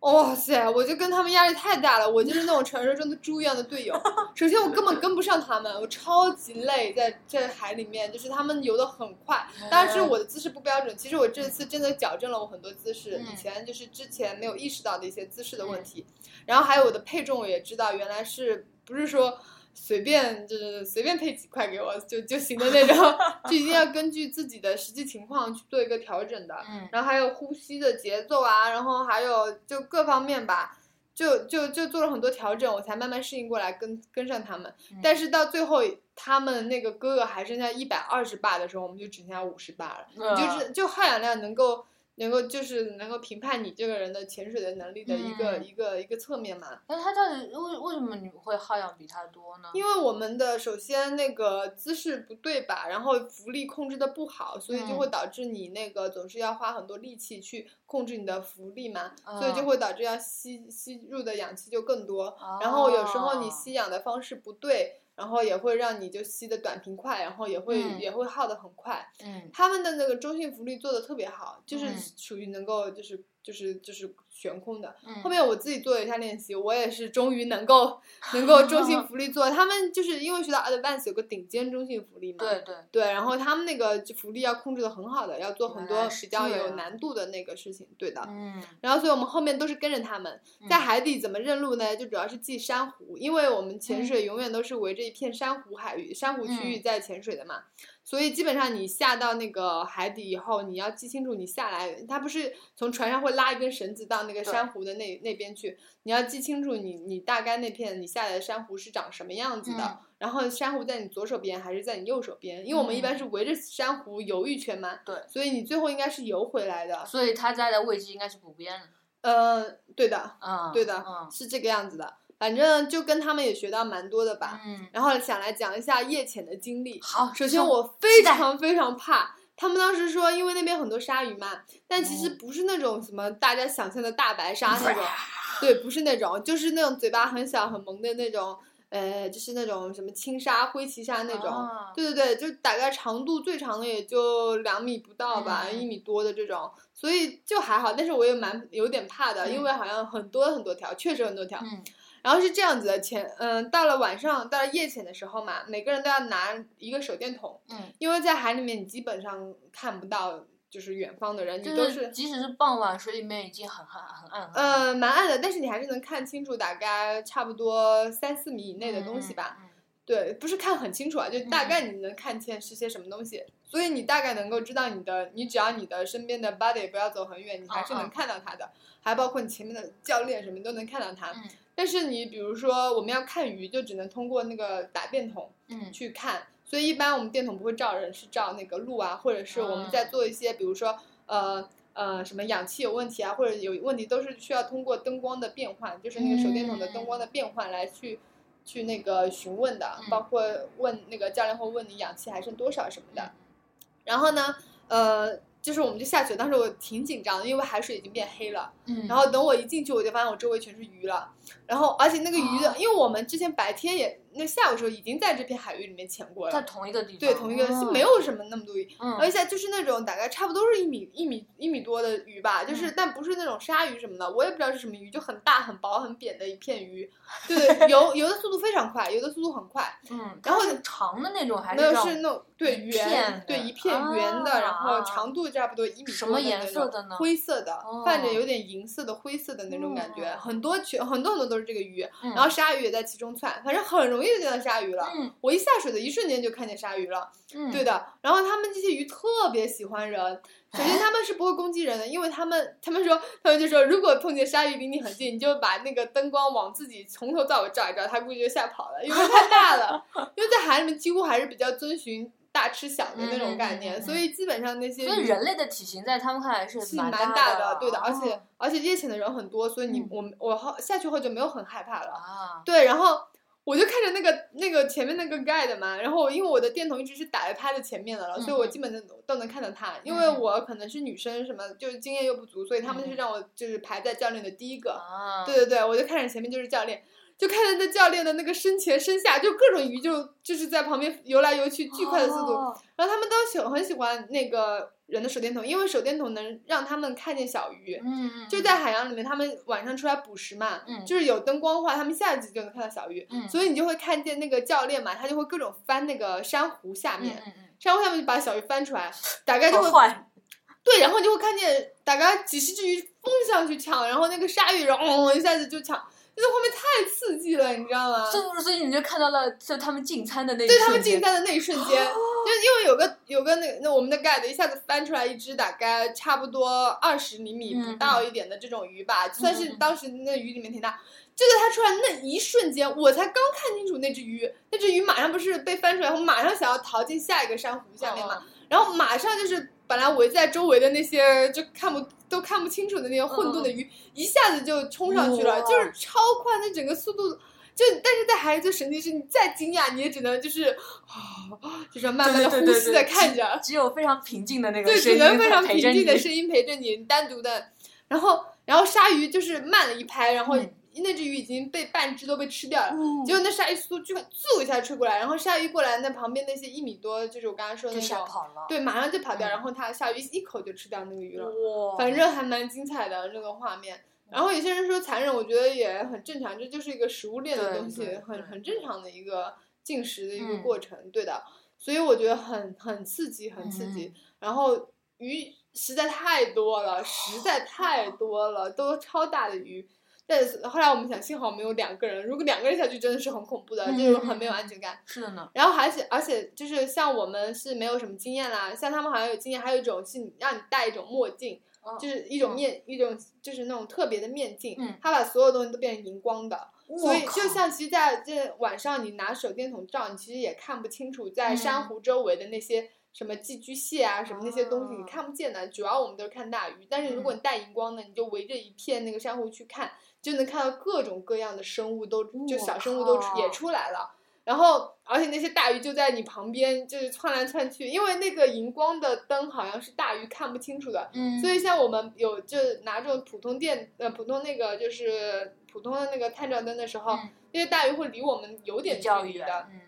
[SPEAKER 3] 哇、塞，我就跟他们压力太大了，我就是那种传说中的猪一样的队友。首先，我根本跟不上他们，我超级累，在在海里面，就是他们游的很快。当然是我的姿势不标准，其实我这次真的矫正了我很多姿势，
[SPEAKER 2] 嗯
[SPEAKER 3] 以前就是之前没有意识到的一些姿势的问题。然后还有我的配重，我也知道原来是不是说。随便就是随便配几块给我就就行的那种，就一定要根据自己的实际情况去做一个调整的。
[SPEAKER 2] 嗯，
[SPEAKER 3] 然后还有呼吸的节奏啊，然后还有就各方面吧，就就就做了很多调整，我才慢慢适应过来跟跟上他们。但
[SPEAKER 2] 是
[SPEAKER 3] 是到最后，他们那个哥哥还剩下一百二十把的时候，我们就只剩下五十把了。
[SPEAKER 2] 嗯
[SPEAKER 3] 你
[SPEAKER 2] 啊
[SPEAKER 3] 就是就耗氧量能够能够就是能够评判你这个人的潜水的能力的一个、
[SPEAKER 2] 嗯
[SPEAKER 3] 一个一个侧面嘛。
[SPEAKER 2] 那他到底为为什么你会耗氧比他多呢？
[SPEAKER 3] 因为我们的首先那个姿势不对吧，然后浮力控制的不好，所以就会导致你那个总是要花很多力气去控制你的浮力嘛，所以就
[SPEAKER 2] 嗯
[SPEAKER 3] 会导致要吸吸入的氧气就更多，然后有时候你
[SPEAKER 2] 哦
[SPEAKER 3] 吸氧的方式不对，然后也会让你就吸的短平快，然后也会、
[SPEAKER 2] 嗯
[SPEAKER 3] 也会耗的很快。
[SPEAKER 2] 嗯
[SPEAKER 3] 他们的那个中性浮力做的特别好，就是
[SPEAKER 2] 嗯
[SPEAKER 3] 属于能够就是就是就是悬空的，
[SPEAKER 2] 嗯，
[SPEAKER 3] 后面我自己做了一下练习，我也是终于能够能够
[SPEAKER 2] [LAUGHS]
[SPEAKER 3] 中性浮力做。他们就是因为学到 Advanced 有个顶尖中性浮力嘛，
[SPEAKER 2] 对对，
[SPEAKER 3] 对然后他们那个浮力要控制的很好的，要做很
[SPEAKER 2] 原
[SPEAKER 3] 多
[SPEAKER 2] 来是
[SPEAKER 3] 比较
[SPEAKER 2] 这
[SPEAKER 3] 有
[SPEAKER 2] 样
[SPEAKER 3] 难度的那个事情，对的。
[SPEAKER 2] 嗯，
[SPEAKER 3] 然后，所以我们后面都是跟着他们，在
[SPEAKER 2] 嗯
[SPEAKER 3] 海底怎么认路呢？就主要是记珊瑚，因为我们潜水永远都是围着一片珊瑚海域、珊瑚区域
[SPEAKER 2] 嗯
[SPEAKER 3] 在潜水的嘛，所以基本上你下到那个海底以后，你要记清楚你下来，它不是从船上会拉一根绳子到那个
[SPEAKER 2] 对
[SPEAKER 3] 珊瑚的那那边去，你要记清楚你你大概那片你下来的珊瑚是长什么样子
[SPEAKER 2] 嗯
[SPEAKER 3] 的，然后珊瑚在你左手边还是在你右手边？因为我们一般
[SPEAKER 2] 嗯
[SPEAKER 3] 是围着珊瑚游一圈嘛，
[SPEAKER 2] 对
[SPEAKER 3] 所以你最后应该是游回来的
[SPEAKER 2] 嗯，，所以他在的位置应该是不变的。
[SPEAKER 3] 呃，对的，
[SPEAKER 2] 嗯，
[SPEAKER 3] 对的，
[SPEAKER 2] 嗯
[SPEAKER 3] 是这个样子的。反正就跟他们也学到蛮多的吧。
[SPEAKER 2] 嗯，
[SPEAKER 3] 然后想来讲一下夜潜的经历。
[SPEAKER 2] 好，
[SPEAKER 3] 首先，
[SPEAKER 2] 说
[SPEAKER 3] 我非
[SPEAKER 2] 待
[SPEAKER 3] 常非常怕。他们当时说，因为那边很多鲨鱼嘛，但其
[SPEAKER 2] 哦
[SPEAKER 3] 实不是那种什么大家想象的大白
[SPEAKER 2] 哎
[SPEAKER 3] 鲨那种，对，不是那种，就是那种嘴巴很小很萌的那种，呃，就是那种什么青鲨、灰鳍鲨那种。
[SPEAKER 2] 啊
[SPEAKER 3] 对对对，就大概长度最长的也就两米不到吧，
[SPEAKER 2] 嗯
[SPEAKER 3] 一、米多的这种，所以就还好。但是我也蛮有点怕的，因为好像很多很多条，确实很多条。
[SPEAKER 2] 嗯
[SPEAKER 3] 然后是这样子的，潜，嗯，到了晚上，到了夜潜的时候嘛，每个人都要拿一个手电筒，
[SPEAKER 2] 嗯，
[SPEAKER 3] 因为在海里面你基本上看不到就是远方的人，你
[SPEAKER 2] 就
[SPEAKER 3] 都
[SPEAKER 2] 是
[SPEAKER 3] 是。
[SPEAKER 2] 即使是傍晚，水里面已经很暗很暗。很暗，
[SPEAKER 3] 呃，蛮暗的，但是你还是能看清楚，大概差不多三四米以内的东西吧。
[SPEAKER 2] 嗯。嗯嗯
[SPEAKER 3] 对，不是看很清楚啊，就大概
[SPEAKER 2] 嗯
[SPEAKER 3] 你能看见是些什么东西，所以你大概能够知道你的，你只要你的身边的 body 不要走很远，你还
[SPEAKER 2] 嗯
[SPEAKER 3] 是
[SPEAKER 2] 嗯
[SPEAKER 3] 能看到它的，还包括你前面的教练什么你都能看到它。
[SPEAKER 2] 嗯
[SPEAKER 3] 但是你比如说我们要看鱼，就只能通过那个打便筒
[SPEAKER 2] 嗯
[SPEAKER 3] 去看，所以一般我们电筒不会照人，是照那个路啊，或者是我们在
[SPEAKER 2] 嗯
[SPEAKER 3] 做一些，比如说呃。呃，什么氧气有问题啊，或者有问题，都是需要通过灯光的变换，就是那个手电筒的灯光的变换来去、去那个询问的，
[SPEAKER 2] 嗯
[SPEAKER 3] 包括问那个教练会问你氧气还剩多少什么
[SPEAKER 2] 嗯
[SPEAKER 3] 的。然后呢，呃，就是我们就下去，当时我挺紧张的，因为海水已经变黑了。
[SPEAKER 2] 嗯，
[SPEAKER 3] 然后等我一进去，我就发现我周围全是鱼了。然后，而且那个鱼
[SPEAKER 2] 哦
[SPEAKER 3] 的，因为我们之前白天也那下午的时候已经在这片海域里面潜过
[SPEAKER 2] 在
[SPEAKER 3] 了，
[SPEAKER 2] 同一个地方，
[SPEAKER 3] 对，同一个
[SPEAKER 2] 嗯
[SPEAKER 3] 是没，有什么那么多鱼，
[SPEAKER 2] 嗯，
[SPEAKER 3] 而且就是那种大概差不多是一米一米一米多的鱼吧，就是、
[SPEAKER 2] 嗯
[SPEAKER 3] 但不是那种鲨鱼什么的，我也不知道是什么鱼，就很大很薄很扁的一片鱼，对对， [LAUGHS] 游游的速度非常快，游的速度很快，
[SPEAKER 2] 嗯，
[SPEAKER 3] 然后
[SPEAKER 2] 它是长的那种还
[SPEAKER 3] 没
[SPEAKER 2] 是
[SPEAKER 3] 有
[SPEAKER 2] 这种
[SPEAKER 3] 是那种对
[SPEAKER 2] 一
[SPEAKER 3] 圆
[SPEAKER 2] 片
[SPEAKER 3] 对
[SPEAKER 2] 的
[SPEAKER 3] 一片圆的，然后
[SPEAKER 2] 啊
[SPEAKER 3] 长度差不多一米
[SPEAKER 2] 什
[SPEAKER 3] 多
[SPEAKER 2] 么
[SPEAKER 3] 的
[SPEAKER 2] 颜
[SPEAKER 3] 那
[SPEAKER 2] 色
[SPEAKER 3] 种
[SPEAKER 2] 的呢
[SPEAKER 3] 灰色的，泛着
[SPEAKER 2] 哦
[SPEAKER 3] 有点银色的灰色的那种感觉，
[SPEAKER 2] 哦
[SPEAKER 3] 很多全很多很多都是这个鱼，
[SPEAKER 2] 嗯
[SPEAKER 3] 然后鲨鱼也在其中窜，反正很容易就见到鲨鱼了。
[SPEAKER 2] 嗯
[SPEAKER 3] 我一下水的一瞬间就看见鲨鱼了，
[SPEAKER 2] 嗯，
[SPEAKER 3] 对的。然后他们这些鱼特别喜欢人，首先他们是不会攻击人的，因为他们他们说他们就说，如果碰见鲨鱼离你很近，你就把那个灯光往自己从头到尾照一照，它估计就吓跑了，因为太大
[SPEAKER 2] [LAUGHS]
[SPEAKER 3] 了。因为在海里面几乎还是比较遵循大吃小的那种概
[SPEAKER 2] 嗯嗯
[SPEAKER 3] 念，
[SPEAKER 2] 嗯嗯嗯
[SPEAKER 3] 所以基本上那些
[SPEAKER 2] 所以
[SPEAKER 3] 鱼
[SPEAKER 2] 人类的体型在他们看来是
[SPEAKER 3] 是
[SPEAKER 2] 蛮
[SPEAKER 3] 蛮
[SPEAKER 2] 大
[SPEAKER 3] 的，对的，而且
[SPEAKER 2] 哦
[SPEAKER 3] 而且夜潜的人很多，所以你
[SPEAKER 2] 嗯
[SPEAKER 3] 我们我后下去后就没有很害怕了。
[SPEAKER 2] 啊，
[SPEAKER 3] 对，然后我就看着那个那个前面那个 guide 嘛，然后因为我的电筒一直是打在他的前面的了，所以我
[SPEAKER 2] 嗯嗯
[SPEAKER 3] 基本上都能看到他。因为
[SPEAKER 2] 嗯嗯
[SPEAKER 3] 我可能是女生，什么就是经验又不足，所以他们
[SPEAKER 2] 嗯
[SPEAKER 3] 是
[SPEAKER 2] 嗯
[SPEAKER 3] 让我就是排在教练的第一个。
[SPEAKER 2] 啊，
[SPEAKER 3] 对对对，我就看着前面就是教练，就看见那教练的那个身前身下，就各种鱼就就是在旁边游来游去，巨快的速度。
[SPEAKER 2] 哦
[SPEAKER 3] 然后他们都喜很喜欢那个人的手电筒，因为手电筒能让他们看见小鱼。
[SPEAKER 2] 嗯嗯，
[SPEAKER 3] 就在海洋里面，他们晚上出来捕食嘛，
[SPEAKER 2] 嗯
[SPEAKER 3] 就是有灯光的话，他们下一集就能看到小鱼，
[SPEAKER 2] 嗯
[SPEAKER 3] 所以你就会看见那个教练嘛，他就会各种翻那个珊瑚下
[SPEAKER 2] 嗯
[SPEAKER 3] 面，
[SPEAKER 2] 嗯嗯
[SPEAKER 3] 珊瑚下面就把小鱼翻出来，大概
[SPEAKER 2] 嗯，
[SPEAKER 3] 就
[SPEAKER 2] 好
[SPEAKER 3] 会
[SPEAKER 2] 坏，
[SPEAKER 3] 对，然后就会看见大概几十只鱼冲上去抢，然后那个鲨鱼然后嗡一下子就抢，那个画面太刺激了，你知道吗？
[SPEAKER 2] 所以所以你就看到了，就他们进餐的那一
[SPEAKER 3] 呃对他们
[SPEAKER 2] 瞬间哦
[SPEAKER 3] 进餐的那一瞬间，就因为有个有个那那我们的 guide 一下子翻出来一只大概差不多二十厘米
[SPEAKER 2] 嗯
[SPEAKER 3] 不
[SPEAKER 2] 嗯
[SPEAKER 3] 到一点的这种鱼吧，算是
[SPEAKER 2] 嗯嗯
[SPEAKER 3] 当时那鱼里面挺大。就在它出来那一瞬间，我才刚看清楚那只鱼，那只鱼马上不是被翻出来，我马上想要逃进下一个珊瑚下面嘛，然后马上就是本来围在周围的那些就看不都看不清楚的那些混沌的鱼，一下子就冲上去了，
[SPEAKER 2] 嗯哇
[SPEAKER 3] 就是超快，那整个速度。就但是在海里最神奇是，你再惊讶你也只能就是，啊，就是慢慢的
[SPEAKER 2] 对
[SPEAKER 3] 呼
[SPEAKER 2] 对对
[SPEAKER 3] 吸
[SPEAKER 2] 对
[SPEAKER 3] 的看着，
[SPEAKER 2] 哦只有非常平静的那个
[SPEAKER 3] 对，
[SPEAKER 2] 声
[SPEAKER 3] 只
[SPEAKER 2] 音
[SPEAKER 3] 能非常
[SPEAKER 2] 陪
[SPEAKER 3] 平
[SPEAKER 2] 着
[SPEAKER 3] 静的
[SPEAKER 2] 你
[SPEAKER 3] 声音陪着你，单独的。然后，然后鲨鱼就是慢了一拍，然后
[SPEAKER 2] 嗯
[SPEAKER 3] 那只鱼已经被半只都被吃掉了。
[SPEAKER 2] 嗯
[SPEAKER 3] 结果那鲨鱼速就嗖一下吹过来，然后鲨鱼过来，那旁边那些一米多，就是我刚刚说的
[SPEAKER 2] 就
[SPEAKER 3] 那
[SPEAKER 2] 吓
[SPEAKER 3] 种，
[SPEAKER 2] 跑了。
[SPEAKER 3] 对，马上就跑掉，
[SPEAKER 2] 嗯
[SPEAKER 3] 然后它鲨鱼一口就吃掉那个鱼了。
[SPEAKER 2] 哇，
[SPEAKER 3] 反正还蛮精彩的那个画面。然后有些人说残忍，我觉得也很正常，这就是一个食物链的
[SPEAKER 2] 对
[SPEAKER 3] 东西
[SPEAKER 2] 对，
[SPEAKER 3] 很
[SPEAKER 2] 对
[SPEAKER 3] 很正常的一个进食的一个
[SPEAKER 2] 嗯
[SPEAKER 3] 过程，对的。所以我觉得很很刺激，很刺激。
[SPEAKER 2] 嗯
[SPEAKER 3] 然后鱼实在太多了，实在太多了，都超大的鱼。但是后来我们想，幸好我们有两个人，如果两个人下去真的是很恐怖的，
[SPEAKER 2] 嗯
[SPEAKER 3] 就是
[SPEAKER 2] 嗯
[SPEAKER 3] 很
[SPEAKER 2] 嗯
[SPEAKER 3] 没有
[SPEAKER 2] 嗯
[SPEAKER 3] 安全感。
[SPEAKER 2] 是的呢，
[SPEAKER 3] 然后而且而且就是像我们是没有什么经验啦，像他们好像有经验，还有一种是你让你戴一种墨镜，
[SPEAKER 2] 哦
[SPEAKER 3] 就是一
[SPEAKER 2] 嗯
[SPEAKER 3] 种面、一种就是那种特别的面镜，
[SPEAKER 2] 嗯
[SPEAKER 3] 它把所有东西都变成荧光的，所以
[SPEAKER 2] 我靠
[SPEAKER 3] 就像其实在这晚上你拿手电筒照，你其实也看不清楚在珊
[SPEAKER 2] 嗯
[SPEAKER 3] 瑚周围的那些。什么寄居蟹啊，什么那些东西你
[SPEAKER 2] 啊
[SPEAKER 3] 看不见的，主要我们都是看大鱼。但是如果
[SPEAKER 2] 嗯
[SPEAKER 3] 你带荧光呢，你就围着一片那个珊瑚去看，就能看到各种各样的生物都，就
[SPEAKER 2] 我
[SPEAKER 3] 小生物都出也
[SPEAKER 2] 靠
[SPEAKER 3] 出来了。然后，而且那些大鱼就在你旁边，就是窜来窜去，因为那个荧光的灯好像是大鱼看不清楚的，
[SPEAKER 2] 嗯，
[SPEAKER 3] 所以像我们有就拿这种普通电呃普通那个就是普通的那个探照灯的时候，
[SPEAKER 2] 嗯
[SPEAKER 3] 那些大鱼会离我们有点
[SPEAKER 2] 比
[SPEAKER 3] 距
[SPEAKER 2] 较
[SPEAKER 3] 离
[SPEAKER 2] 远
[SPEAKER 3] 的，，
[SPEAKER 2] 嗯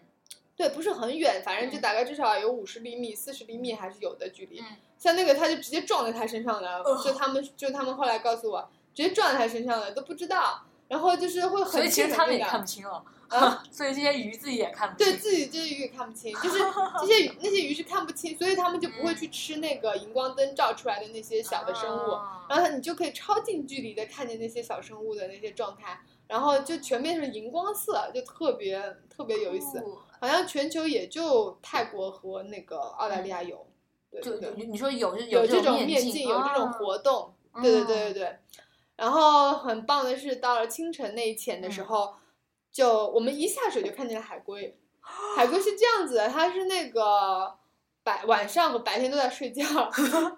[SPEAKER 3] 对，不是很远，反正就
[SPEAKER 2] 嗯
[SPEAKER 3] 大概至少有五十厘米、四十厘米还是有的距离。
[SPEAKER 2] 嗯
[SPEAKER 3] 像那个他就直接撞在他身上了，
[SPEAKER 2] 哦
[SPEAKER 3] 就他们就他们后来告诉我，直接撞在他身上了都不知道，然后就是会很
[SPEAKER 2] 所以其实
[SPEAKER 3] 近很
[SPEAKER 2] 他们
[SPEAKER 3] 近
[SPEAKER 2] 也
[SPEAKER 3] 的
[SPEAKER 2] 看不清哦
[SPEAKER 3] 啊，
[SPEAKER 2] [LAUGHS] 所以这些鱼自己也看不清。
[SPEAKER 3] 对自己这些鱼也看不清，就是
[SPEAKER 2] [LAUGHS]
[SPEAKER 3] 这些鱼那些鱼是看不清，所以他们就不
[SPEAKER 2] 嗯
[SPEAKER 3] 会去吃那个荧光灯照出来的那些小的生物，
[SPEAKER 2] 啊
[SPEAKER 3] 然后你就可以超近距离的看见那些小生物的那些状态，然后就全面是荧光色，就特别特别有意思。
[SPEAKER 2] 哦
[SPEAKER 3] 好像全球也就泰国和那个澳大利亚有，嗯对
[SPEAKER 2] 就
[SPEAKER 3] 对
[SPEAKER 2] 就
[SPEAKER 3] 对，
[SPEAKER 2] 你说有是
[SPEAKER 3] 有
[SPEAKER 2] 这
[SPEAKER 3] 种
[SPEAKER 2] 面
[SPEAKER 3] 镜，有这种
[SPEAKER 2] 啊
[SPEAKER 3] 活动，对对对对对。然后很棒的是，到了清晨那一浅的时
[SPEAKER 2] 嗯
[SPEAKER 3] 候，就我们一下水就看见了海龟。海龟是这样子的，它是那个白晚上和白天都在睡
[SPEAKER 2] [LAUGHS]
[SPEAKER 3] 觉，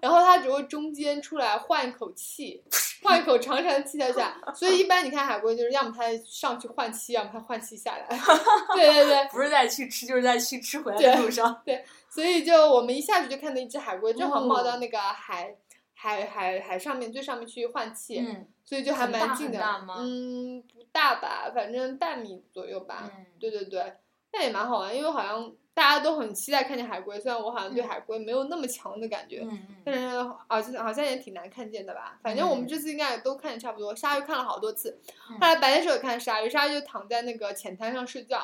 [SPEAKER 3] 然后它只会中间出来换一口气，换一口长长的气在下。所以一般你看海龟，就是要么它上去换气，要么它换气下来。 [LAUGHS] 对对对，
[SPEAKER 2] 不是在去吃，就是在去吃回来的路上。
[SPEAKER 3] 所以就我们一下去就看到一只海龟，正好冒
[SPEAKER 2] 哦
[SPEAKER 3] 到那个海、海海海上面最上面去换气。
[SPEAKER 2] 嗯
[SPEAKER 3] 所以就还
[SPEAKER 2] 很大
[SPEAKER 3] 蛮近
[SPEAKER 2] 很
[SPEAKER 3] 的
[SPEAKER 2] 大吗，
[SPEAKER 3] 嗯，不大吧，反正半米左右吧。
[SPEAKER 2] 嗯
[SPEAKER 3] 对对对，那也蛮好玩，因为好像大家都很期待看见海龟，虽然我好像对
[SPEAKER 2] 嗯
[SPEAKER 3] 海龟没有那么强的感觉，
[SPEAKER 2] 嗯嗯，
[SPEAKER 3] 但哦是好像好像也挺难看见的吧。反正我们
[SPEAKER 2] 嗯
[SPEAKER 3] 这次应该也都看的差不多，鲨鱼看了好多次，
[SPEAKER 2] 嗯
[SPEAKER 3] 后来白天时候也看鲨鱼，鲨鱼就躺在那个浅滩上睡觉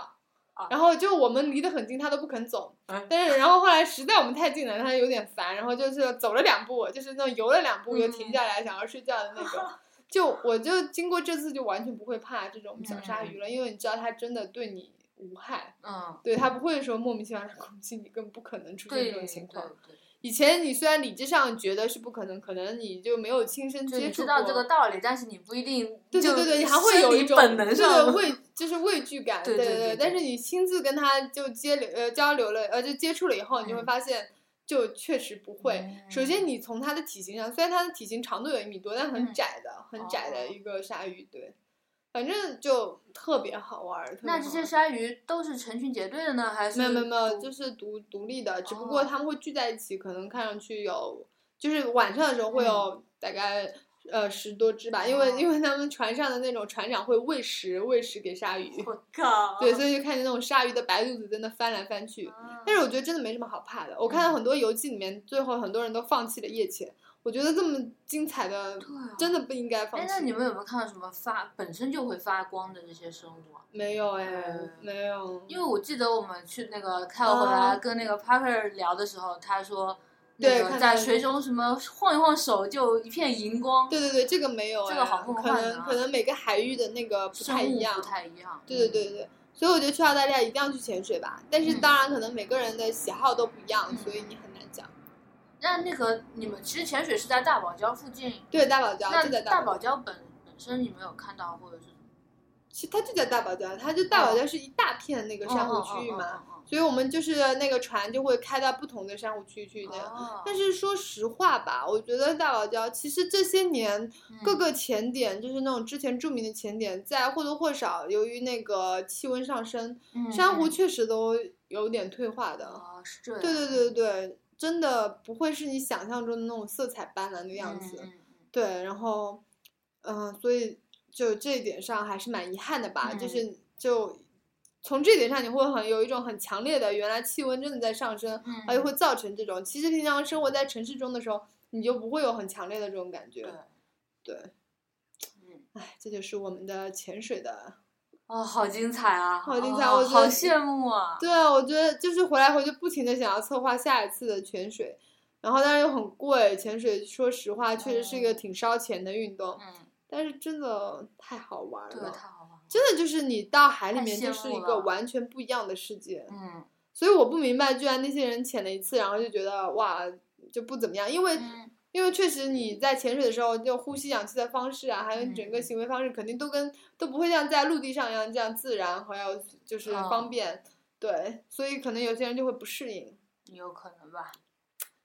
[SPEAKER 2] 啊。
[SPEAKER 3] 然后就我们离得很近，它都不肯走
[SPEAKER 2] 哎。
[SPEAKER 3] 但是然后后来实在我们太近了，它有点烦，然后就是走了两步，就是那种游了两步
[SPEAKER 2] 嗯
[SPEAKER 3] 又停下来想要睡觉的那
[SPEAKER 2] [LAUGHS]
[SPEAKER 3] 种。就我就经过这次就完全不会怕这种小鲨鱼了，因为你知道它真的对你无害，
[SPEAKER 2] 嗯，
[SPEAKER 3] 对它不会说莫名其妙的攻击你，更不可能出现
[SPEAKER 2] 对
[SPEAKER 3] 这种情况。
[SPEAKER 2] 对
[SPEAKER 3] 以前你虽然理智上觉得是不可能，可能你就没有亲身
[SPEAKER 2] 对，就
[SPEAKER 3] 接
[SPEAKER 2] 你
[SPEAKER 3] 触
[SPEAKER 2] 知
[SPEAKER 3] 过。
[SPEAKER 2] 道这个道理，但是你不一定
[SPEAKER 3] 对对
[SPEAKER 2] 就
[SPEAKER 3] 对对，你还会有
[SPEAKER 2] 生
[SPEAKER 3] 一
[SPEAKER 2] 理
[SPEAKER 3] 种
[SPEAKER 2] 本能上
[SPEAKER 3] 对
[SPEAKER 2] 的
[SPEAKER 3] 对畏，就是畏惧
[SPEAKER 2] [LAUGHS]
[SPEAKER 3] 感。
[SPEAKER 2] 对
[SPEAKER 3] 对
[SPEAKER 2] 对对对
[SPEAKER 3] 但是你亲自跟他就接流呃交流了，呃就接触了以后，你就会
[SPEAKER 2] 嗯
[SPEAKER 3] 发现就确实不会。首先，你从它的体型上，虽然它的体型长度有一米多，但很
[SPEAKER 2] 嗯
[SPEAKER 3] 窄的，很窄的
[SPEAKER 2] 哦
[SPEAKER 3] 一个鲨鱼，对，反正就特别好玩儿。特别
[SPEAKER 2] 那这
[SPEAKER 3] 好
[SPEAKER 2] 些
[SPEAKER 3] 玩儿
[SPEAKER 2] 鲨鱼都是成群结队的呢，还是
[SPEAKER 3] 没有没有没有，
[SPEAKER 2] 独
[SPEAKER 3] 就是独独立的，只不过
[SPEAKER 2] 哦嗯
[SPEAKER 3] 他们会聚在一起，可能看上去有，就是晚上的时候会有大概呃十多只吧，因
[SPEAKER 2] 哦
[SPEAKER 3] 为因为他们船上的那种船长会喂食喂食给鲨鱼，
[SPEAKER 2] 我靠，
[SPEAKER 3] 对，所以就看见那种鲨鱼的白肚子在那翻来翻去。
[SPEAKER 2] 哦啊
[SPEAKER 3] 但是我觉得真的没什么好怕的。我
[SPEAKER 2] 嗯
[SPEAKER 3] 看到很多游记里面，最后很多人都放弃了夜潜。我觉得这么精彩的，真的不应该放
[SPEAKER 2] 哎，
[SPEAKER 3] 弃。
[SPEAKER 2] 那你们有没有看到什么发本身就会发光的这些生物啊？
[SPEAKER 3] 没有哎
[SPEAKER 2] 嗯，
[SPEAKER 3] 没有。
[SPEAKER 2] 因为我记得我们去那个开完回来
[SPEAKER 3] 啊
[SPEAKER 2] 跟那个 Parker 聊的时候，他说
[SPEAKER 3] 对
[SPEAKER 2] 那个
[SPEAKER 3] 看
[SPEAKER 2] 在
[SPEAKER 3] 到
[SPEAKER 2] 水中什么晃一晃手就一片荧光，
[SPEAKER 3] 对对对，这个没有哎，
[SPEAKER 2] 这个好梦
[SPEAKER 3] 可
[SPEAKER 2] 幻
[SPEAKER 3] 能
[SPEAKER 2] 啊
[SPEAKER 3] 可能每个海域的那个不
[SPEAKER 2] 生
[SPEAKER 3] 太
[SPEAKER 2] 物
[SPEAKER 3] 一样
[SPEAKER 2] 不。太一样。
[SPEAKER 3] 对对对对，所以我觉得去澳大利亚一定要去潜水吧。但是
[SPEAKER 2] 嗯
[SPEAKER 3] 当然，可能每个人的喜好都不一样，
[SPEAKER 2] 嗯
[SPEAKER 3] 所以你很难讲。
[SPEAKER 2] 那那个你们其实潜水是在大堡礁附近，
[SPEAKER 3] 对，大堡礁
[SPEAKER 2] 那
[SPEAKER 3] 就在
[SPEAKER 2] 大
[SPEAKER 3] 堡
[SPEAKER 2] 堡礁本本身你们有看到或者是
[SPEAKER 3] 其实它就在大堡礁，它就大堡礁是一大片那个珊瑚区域嘛，
[SPEAKER 2] 哦哦哦
[SPEAKER 3] 所以我们就是那个船就会开到不同的珊瑚区域去那
[SPEAKER 2] 哦
[SPEAKER 3] 样。
[SPEAKER 2] 哦
[SPEAKER 3] 但是说实话吧，我觉得大堡礁其实这些年
[SPEAKER 2] 嗯
[SPEAKER 3] 各个潜点，就是那种之前著名的潜点，在或多或少由于那个气温上升，
[SPEAKER 2] 嗯
[SPEAKER 3] 珊瑚
[SPEAKER 2] 嗯
[SPEAKER 3] 确实都有点退化的。
[SPEAKER 2] 哦是这样，
[SPEAKER 3] 对对对对，真的不会是你想象中的那种色彩斑斓的样子。
[SPEAKER 2] 嗯嗯嗯
[SPEAKER 3] 对，然后，嗯、所以就这一点上还是蛮遗憾的吧，就
[SPEAKER 2] 嗯
[SPEAKER 3] 是就从这一点上你会很有一种很强烈的，原来气温真的在上升，而且
[SPEAKER 2] 嗯
[SPEAKER 3] 会造成这种。其实平常生活在城市中的时候，你就不会有很强烈的这种感觉
[SPEAKER 2] 对。
[SPEAKER 3] 对，
[SPEAKER 2] 嗯
[SPEAKER 3] 哎，这就是我们的潜水的。
[SPEAKER 2] 哦，好精彩啊！
[SPEAKER 3] 好精彩
[SPEAKER 2] 哦
[SPEAKER 3] 我觉得
[SPEAKER 2] 好羡慕啊！
[SPEAKER 3] 对啊，我觉得就是回来后就不停的想要策划下一次的潜水，然后但是又很贵，潜水说实话确实是一个
[SPEAKER 2] 嗯
[SPEAKER 3] 挺烧钱的运动，
[SPEAKER 2] 嗯，
[SPEAKER 3] 但是真的太好玩
[SPEAKER 2] 对，
[SPEAKER 3] 了。
[SPEAKER 2] 太好玩了。
[SPEAKER 3] 真的就是你到海里
[SPEAKER 2] 太
[SPEAKER 3] 面
[SPEAKER 2] 羡
[SPEAKER 3] 就是
[SPEAKER 2] 慕
[SPEAKER 3] 一个
[SPEAKER 2] 了
[SPEAKER 3] 完全不一样的世界，
[SPEAKER 2] 嗯
[SPEAKER 3] 所以我不明白，居然那些人潜了一次，然后就觉得哇就不怎么样，因为、
[SPEAKER 2] 嗯
[SPEAKER 3] 因为确实你在潜水的时候，就呼吸氧气的方式啊，还有你整个
[SPEAKER 2] 嗯
[SPEAKER 3] 行为方式，肯定都跟都不会像在陆地上一样这样自然，还有就是
[SPEAKER 2] 嗯
[SPEAKER 3] 方便，对，所以可能有些人就会不适应，
[SPEAKER 2] 有可能吧，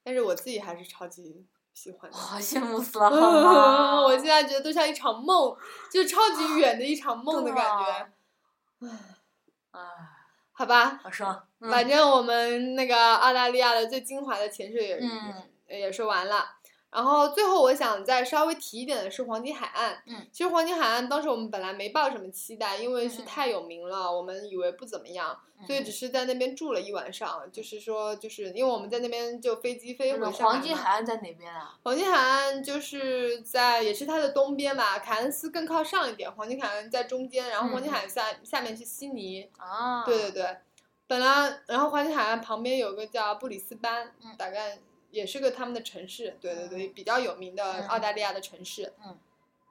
[SPEAKER 3] 但是我自己还是超级喜
[SPEAKER 2] [LAUGHS]
[SPEAKER 3] 欢的。
[SPEAKER 2] 好羡慕
[SPEAKER 3] [LAUGHS]
[SPEAKER 2] 死了，好吗？
[SPEAKER 3] 嗯，我现在觉得都像一场梦，就是超级远的一场
[SPEAKER 2] [GASPS]
[SPEAKER 3] 梦
[SPEAKER 2] 对
[SPEAKER 3] 的感觉
[SPEAKER 2] 啊。啊，
[SPEAKER 3] 好吧，
[SPEAKER 2] 好爽，嗯
[SPEAKER 3] 反正我们那个澳大利亚的最精华的潜水也、
[SPEAKER 2] 嗯
[SPEAKER 3] 呃也说完了，然后最后我想再稍微提一点的是黄金海岸。
[SPEAKER 2] 嗯，
[SPEAKER 3] 其实黄金海岸当时我们本来没抱什么期待，因为是
[SPEAKER 2] 嗯
[SPEAKER 3] 太有名了，我们以为不怎么样，所以只是在那边住了一晚上。就是说，就是因为我们在那边就飞机飞
[SPEAKER 2] 嗯
[SPEAKER 3] 回上海
[SPEAKER 2] 黄金
[SPEAKER 3] 嘛
[SPEAKER 2] 海岸在哪边啊？
[SPEAKER 3] 黄金海岸就是在也是它的东边吧，凯恩斯更靠上一点，黄金海岸在中间，然后
[SPEAKER 2] 嗯
[SPEAKER 3] 黄金海岸下、下面是悉尼。
[SPEAKER 2] 啊，
[SPEAKER 3] 对对对，本来然后黄金海岸旁边有个叫布里斯班，
[SPEAKER 2] 嗯
[SPEAKER 3] 大概也是个他们的城市，对对对，比较有名的
[SPEAKER 2] 嗯
[SPEAKER 3] 澳大利亚的城市。
[SPEAKER 2] 嗯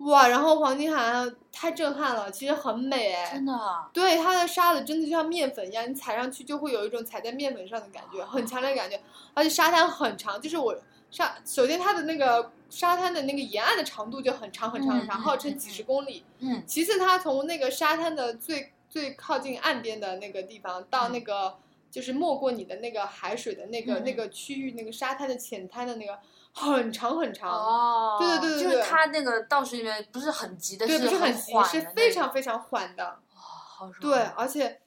[SPEAKER 3] 哇，然后黄金海岸太震撼了，其实很美哎
[SPEAKER 2] 真。的啊，
[SPEAKER 3] 对它的沙子真的就像面粉一样，你踩上去就会有一种踩在面粉上的感觉，很强烈的感觉。而且沙滩很长，就是我沙首先它的那个沙滩的那个沿岸的长度就很长很长很
[SPEAKER 2] 嗯
[SPEAKER 3] 长，
[SPEAKER 2] 嗯
[SPEAKER 3] 号称
[SPEAKER 2] 嗯嗯
[SPEAKER 3] 几十公里。
[SPEAKER 2] 嗯
[SPEAKER 3] 其次，它从那个沙滩的最最靠近岸边的那个地方，到
[SPEAKER 2] 嗯
[SPEAKER 3] 那个、就是没过你的那个海水的那
[SPEAKER 2] 嗯
[SPEAKER 3] 个、
[SPEAKER 2] 嗯
[SPEAKER 3] 那个区域，那个沙滩的浅滩的那个，很长很长。
[SPEAKER 2] 哦，
[SPEAKER 3] 对对对对
[SPEAKER 2] 就是
[SPEAKER 3] 对
[SPEAKER 2] 它那个倒水里面不是很急的，
[SPEAKER 3] 对，不是
[SPEAKER 2] 很
[SPEAKER 3] 急，
[SPEAKER 2] 缓
[SPEAKER 3] 是
[SPEAKER 2] 的那
[SPEAKER 3] 非
[SPEAKER 2] 种哦
[SPEAKER 3] 常非常缓的。
[SPEAKER 2] 哇，好爽，
[SPEAKER 3] 对，而且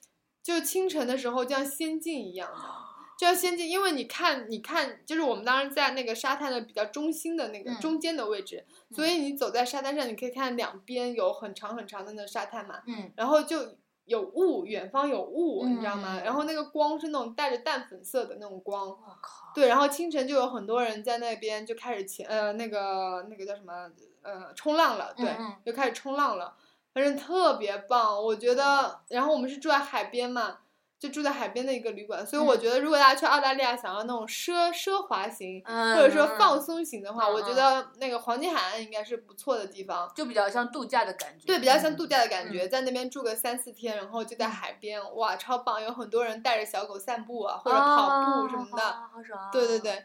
[SPEAKER 3] 就清晨的时候，就像仙境一样的，
[SPEAKER 2] 哦
[SPEAKER 3] 就像仙境。因为你看，你看，就是我们当时在那个沙滩的比较中心的那个、
[SPEAKER 2] 嗯
[SPEAKER 3] 中间的位置，所以你走在沙滩上，你可以看两边有很长很长的那沙滩嘛。
[SPEAKER 2] 嗯，
[SPEAKER 3] 然后就有雾，远方有雾，你知道吗？
[SPEAKER 2] 嗯
[SPEAKER 3] 然后那个光是那种带着淡粉色的那种光，
[SPEAKER 2] 我靠，
[SPEAKER 3] 对。然后清晨就有很多人在那边就开始潜，呃，那个那个叫什么，呃，冲浪了，对，
[SPEAKER 2] 嗯嗯
[SPEAKER 3] 就开始冲浪了，反正特别棒，我觉
[SPEAKER 2] 嗯
[SPEAKER 3] 得。然后我们是住在海边嘛。就住在海边的一个旅馆，所以我
[SPEAKER 2] 嗯
[SPEAKER 3] 觉得如果大家去澳大利亚想要那种奢奢华型、
[SPEAKER 2] 嗯，
[SPEAKER 3] 或者说
[SPEAKER 2] 嗯
[SPEAKER 3] 放
[SPEAKER 2] 嗯
[SPEAKER 3] 松型的话，
[SPEAKER 2] 嗯
[SPEAKER 3] 我觉
[SPEAKER 2] 嗯
[SPEAKER 3] 得那个黄金海岸应该是不错的地方。
[SPEAKER 2] 就比较像度假的感觉，
[SPEAKER 3] 对，比较像
[SPEAKER 2] 嗯
[SPEAKER 3] 度假的感觉，在那边住个三四天，然后就在海边，哇，超棒！有很多人带着小狗散步啊，或者跑步什么的。
[SPEAKER 2] 啊、好爽、啊。
[SPEAKER 3] 对对，对，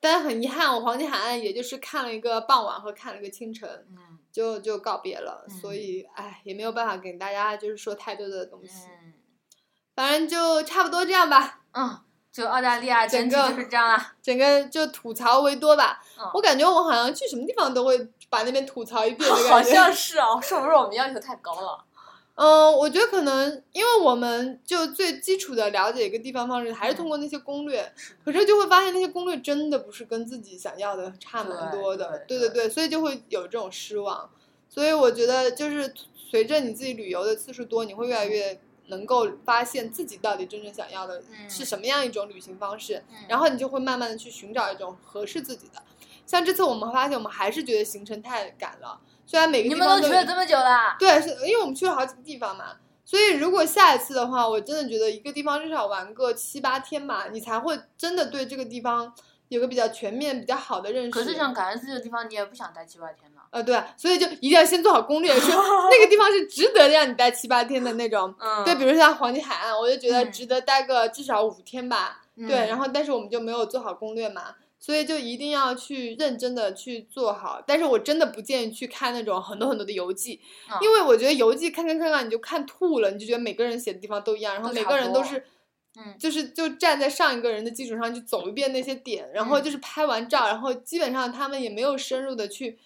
[SPEAKER 3] 但很遗憾，我黄金海岸也就是看了一个傍晚和看了一个清晨，
[SPEAKER 2] 嗯
[SPEAKER 3] 就就告别了。所
[SPEAKER 2] 嗯
[SPEAKER 3] 以，哎，也没有办法给大家就是说太多的东西，
[SPEAKER 2] 嗯
[SPEAKER 3] 反正就差不多这样吧。
[SPEAKER 2] 嗯，就澳大利亚
[SPEAKER 3] 整
[SPEAKER 2] 整体
[SPEAKER 3] 个
[SPEAKER 2] 就是这样啊。
[SPEAKER 3] 整个就吐槽为多吧，
[SPEAKER 2] 嗯
[SPEAKER 3] 我感觉我好像去什么地方都会把那边吐槽一遍的感觉，
[SPEAKER 2] 好像是哦，是不是我们要求太高了？
[SPEAKER 3] 嗯，我觉得可能因为我们就最基础的了解一个地方方式，还是
[SPEAKER 2] 嗯
[SPEAKER 3] 通过那些攻略。可是就会发现那些攻略真的不是跟自己想要的差蛮
[SPEAKER 2] 对
[SPEAKER 3] 多的。
[SPEAKER 2] 对
[SPEAKER 3] 对
[SPEAKER 2] 对
[SPEAKER 3] 对，所以就会有这种失望。所以我觉得就是随着你自己旅游的次数多，你会越来越能够发现自己到底真正想要的
[SPEAKER 2] 嗯
[SPEAKER 3] 是什么样一种旅行方式，
[SPEAKER 2] 嗯
[SPEAKER 3] 然后你就会慢慢的去寻找一种合适自己的。像这次我们发现，我们还是觉得行程太赶了。虽然每个
[SPEAKER 2] 你
[SPEAKER 3] 地
[SPEAKER 2] 们
[SPEAKER 3] 方
[SPEAKER 2] 都
[SPEAKER 3] 都
[SPEAKER 2] 去
[SPEAKER 3] 有
[SPEAKER 2] 了这么久了，
[SPEAKER 3] 对，是因为我们去了好几个地方嘛，所以如果下一次的话，我真的觉得一个地方至少玩个七八天吧，你才会真的对这个地方有个比较全面、比较好的认识。
[SPEAKER 2] 可是像感恩寺这个地方，你也不想待七八天吧？
[SPEAKER 3] 呃，对，所以就一定要先做好攻略，
[SPEAKER 2] [LAUGHS]
[SPEAKER 3] 是那个地方是值得让你待七八天的那种。
[SPEAKER 2] 嗯
[SPEAKER 3] 对，比如像黄金海岸，我就觉得
[SPEAKER 2] 嗯
[SPEAKER 3] 值得待个至少五天吧。对，然
[SPEAKER 2] 后
[SPEAKER 3] 后但是我们就没有做好攻略嘛，所以就一定要去认真的去做好。但是我真的不建议去看那种很多很多的游记，
[SPEAKER 2] 嗯
[SPEAKER 3] 因为我觉得游记看看看看你就看吐了，你就觉得每个人写的地方都一样，然后
[SPEAKER 2] 都
[SPEAKER 3] 每
[SPEAKER 2] 差
[SPEAKER 3] 个
[SPEAKER 2] 不
[SPEAKER 3] 人都
[SPEAKER 2] 多
[SPEAKER 3] 是，
[SPEAKER 2] 嗯
[SPEAKER 3] 就是就站在上一个人的基础上去走一遍那些点，然后
[SPEAKER 2] 嗯
[SPEAKER 3] 就是拍完照，然后基本上他们也没有深入的去。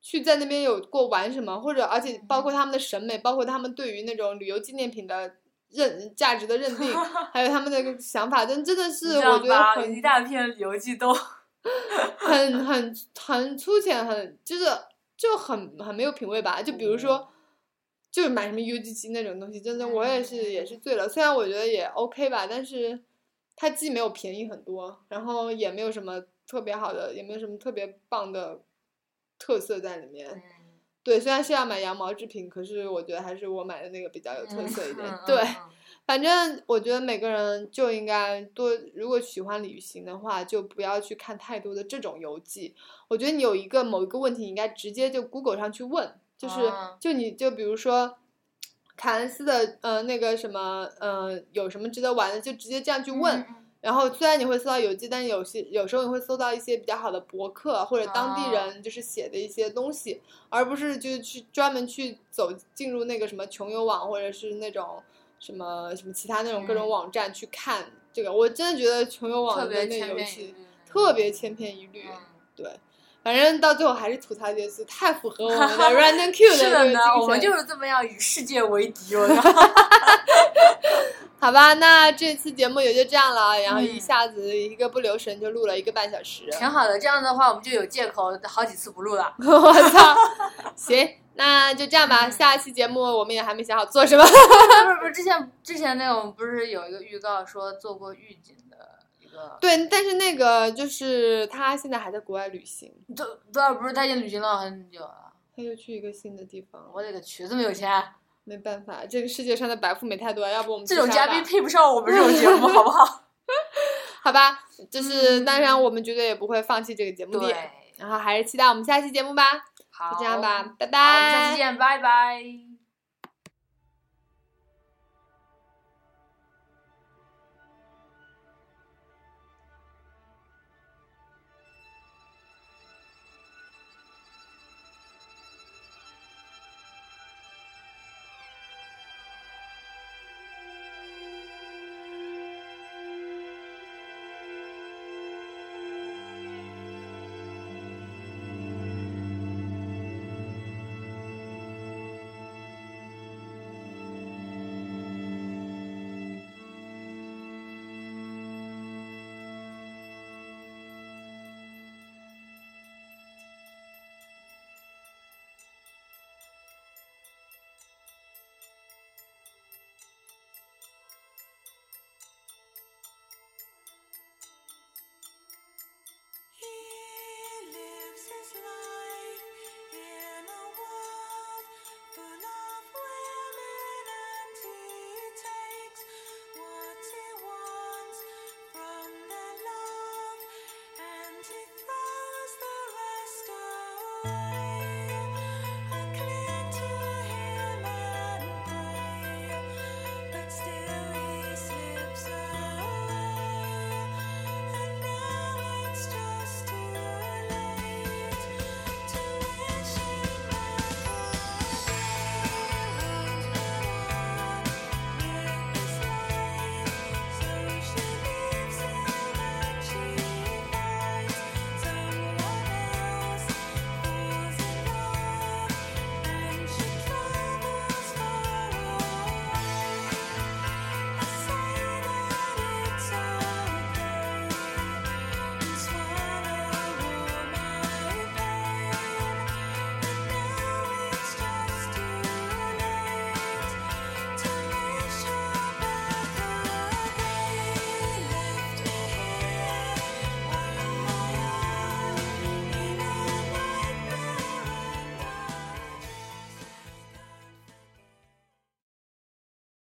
[SPEAKER 3] 去在那边有过玩什么，或者而且
[SPEAKER 2] 嗯
[SPEAKER 3] 包括他们的审美，包括他们对于那种旅游纪念品的认价值的认
[SPEAKER 2] [LAUGHS]
[SPEAKER 3] 定，还有他们的一个想法，真真的
[SPEAKER 2] 你
[SPEAKER 3] 是
[SPEAKER 2] 知道
[SPEAKER 3] 我觉得
[SPEAKER 2] 吧
[SPEAKER 3] 很
[SPEAKER 2] 一大片游记都
[SPEAKER 3] 很很很粗浅，很就是就很很没有品味吧。就比如
[SPEAKER 2] 嗯
[SPEAKER 3] 说，就是买什么 UGG 那种东西，真的我也是也
[SPEAKER 2] 嗯
[SPEAKER 3] 是醉了。虽然我觉得也 OK 吧，但是它既没有便宜很多，然后也没有什么特别好的，也没有什么特别棒的特色在里
[SPEAKER 2] 嗯
[SPEAKER 3] 面。对，虽然是要买羊毛制品，可是我觉得还是我买的那个比较
[SPEAKER 2] 嗯
[SPEAKER 3] 有特色一点。对。反正我觉得每个人就应该多，如果喜欢旅行的话，就不要去看太多的这种游记。我觉得你有一个某一个问题，你应该直接就 Google 上去问，就是、
[SPEAKER 2] 啊
[SPEAKER 3] 就你就比如说凯恩斯的呃那个什么呃有什么值得玩的，就直接这样去
[SPEAKER 2] 嗯
[SPEAKER 3] 问。然后虽然你会搜到游记，但是有些有时候你会搜到一些比较好的博客或者当
[SPEAKER 2] 哦
[SPEAKER 3] 地人就是写的一些东西，而不是就是去专门去走进入那个什么穷游网或者是那种什么什么其他那种各种
[SPEAKER 2] 嗯
[SPEAKER 3] 网站去看这个。我真的觉得穷游
[SPEAKER 2] 特
[SPEAKER 3] 网的
[SPEAKER 2] 别
[SPEAKER 3] 那
[SPEAKER 2] 千
[SPEAKER 3] 游
[SPEAKER 2] 篇一
[SPEAKER 3] 戏
[SPEAKER 2] 律，
[SPEAKER 3] 特别千篇一律，
[SPEAKER 2] 嗯
[SPEAKER 3] 对。反正到最后还是吐槽这次太符合
[SPEAKER 2] [LAUGHS]
[SPEAKER 3] 我们的 random Q
[SPEAKER 2] 是
[SPEAKER 3] 这个
[SPEAKER 2] 的
[SPEAKER 3] 精
[SPEAKER 2] 呢，
[SPEAKER 3] 神。
[SPEAKER 2] 我们就是这么样与世界为敌，我操！
[SPEAKER 3] 好吧，那这期节目也就这样了，然后一
[SPEAKER 2] 嗯
[SPEAKER 3] 下子一个不留神就录了一个半小时，
[SPEAKER 2] [LAUGHS] 挺好的，这样的话我们就有借口好几次不录 [LAUGHS] 了。
[SPEAKER 3] [LAUGHS] 我操！行，那就这样
[SPEAKER 2] 嗯
[SPEAKER 3] 吧。下一期节目我们也还没想好做什么。 [LAUGHS]
[SPEAKER 2] 不是不是，之前之前那个我们不是有一个预告说做过预警的一个，
[SPEAKER 3] 对，但是那个就是他现在还在国外旅行，
[SPEAKER 2] 都都不是他已经旅行了很久了。
[SPEAKER 3] 他又去一个新的地方。
[SPEAKER 2] 我勒个去，这么有钱，
[SPEAKER 3] 没办法，这个世界上的白富美太多了，要不我们
[SPEAKER 2] 这
[SPEAKER 3] 自
[SPEAKER 2] 种
[SPEAKER 3] 杀
[SPEAKER 2] 嘉
[SPEAKER 3] 吧
[SPEAKER 2] 宾配不上我们这种节目，好不好？
[SPEAKER 3] 好吧？就是
[SPEAKER 2] 嗯
[SPEAKER 3] 当然，我们绝对也不会放弃这个节目的。
[SPEAKER 2] 对，
[SPEAKER 3] 然后还是期待我们下期节目吧，
[SPEAKER 2] [LAUGHS] 好，
[SPEAKER 3] 就这样吧，拜拜，
[SPEAKER 2] 好，我们下期见，拜拜。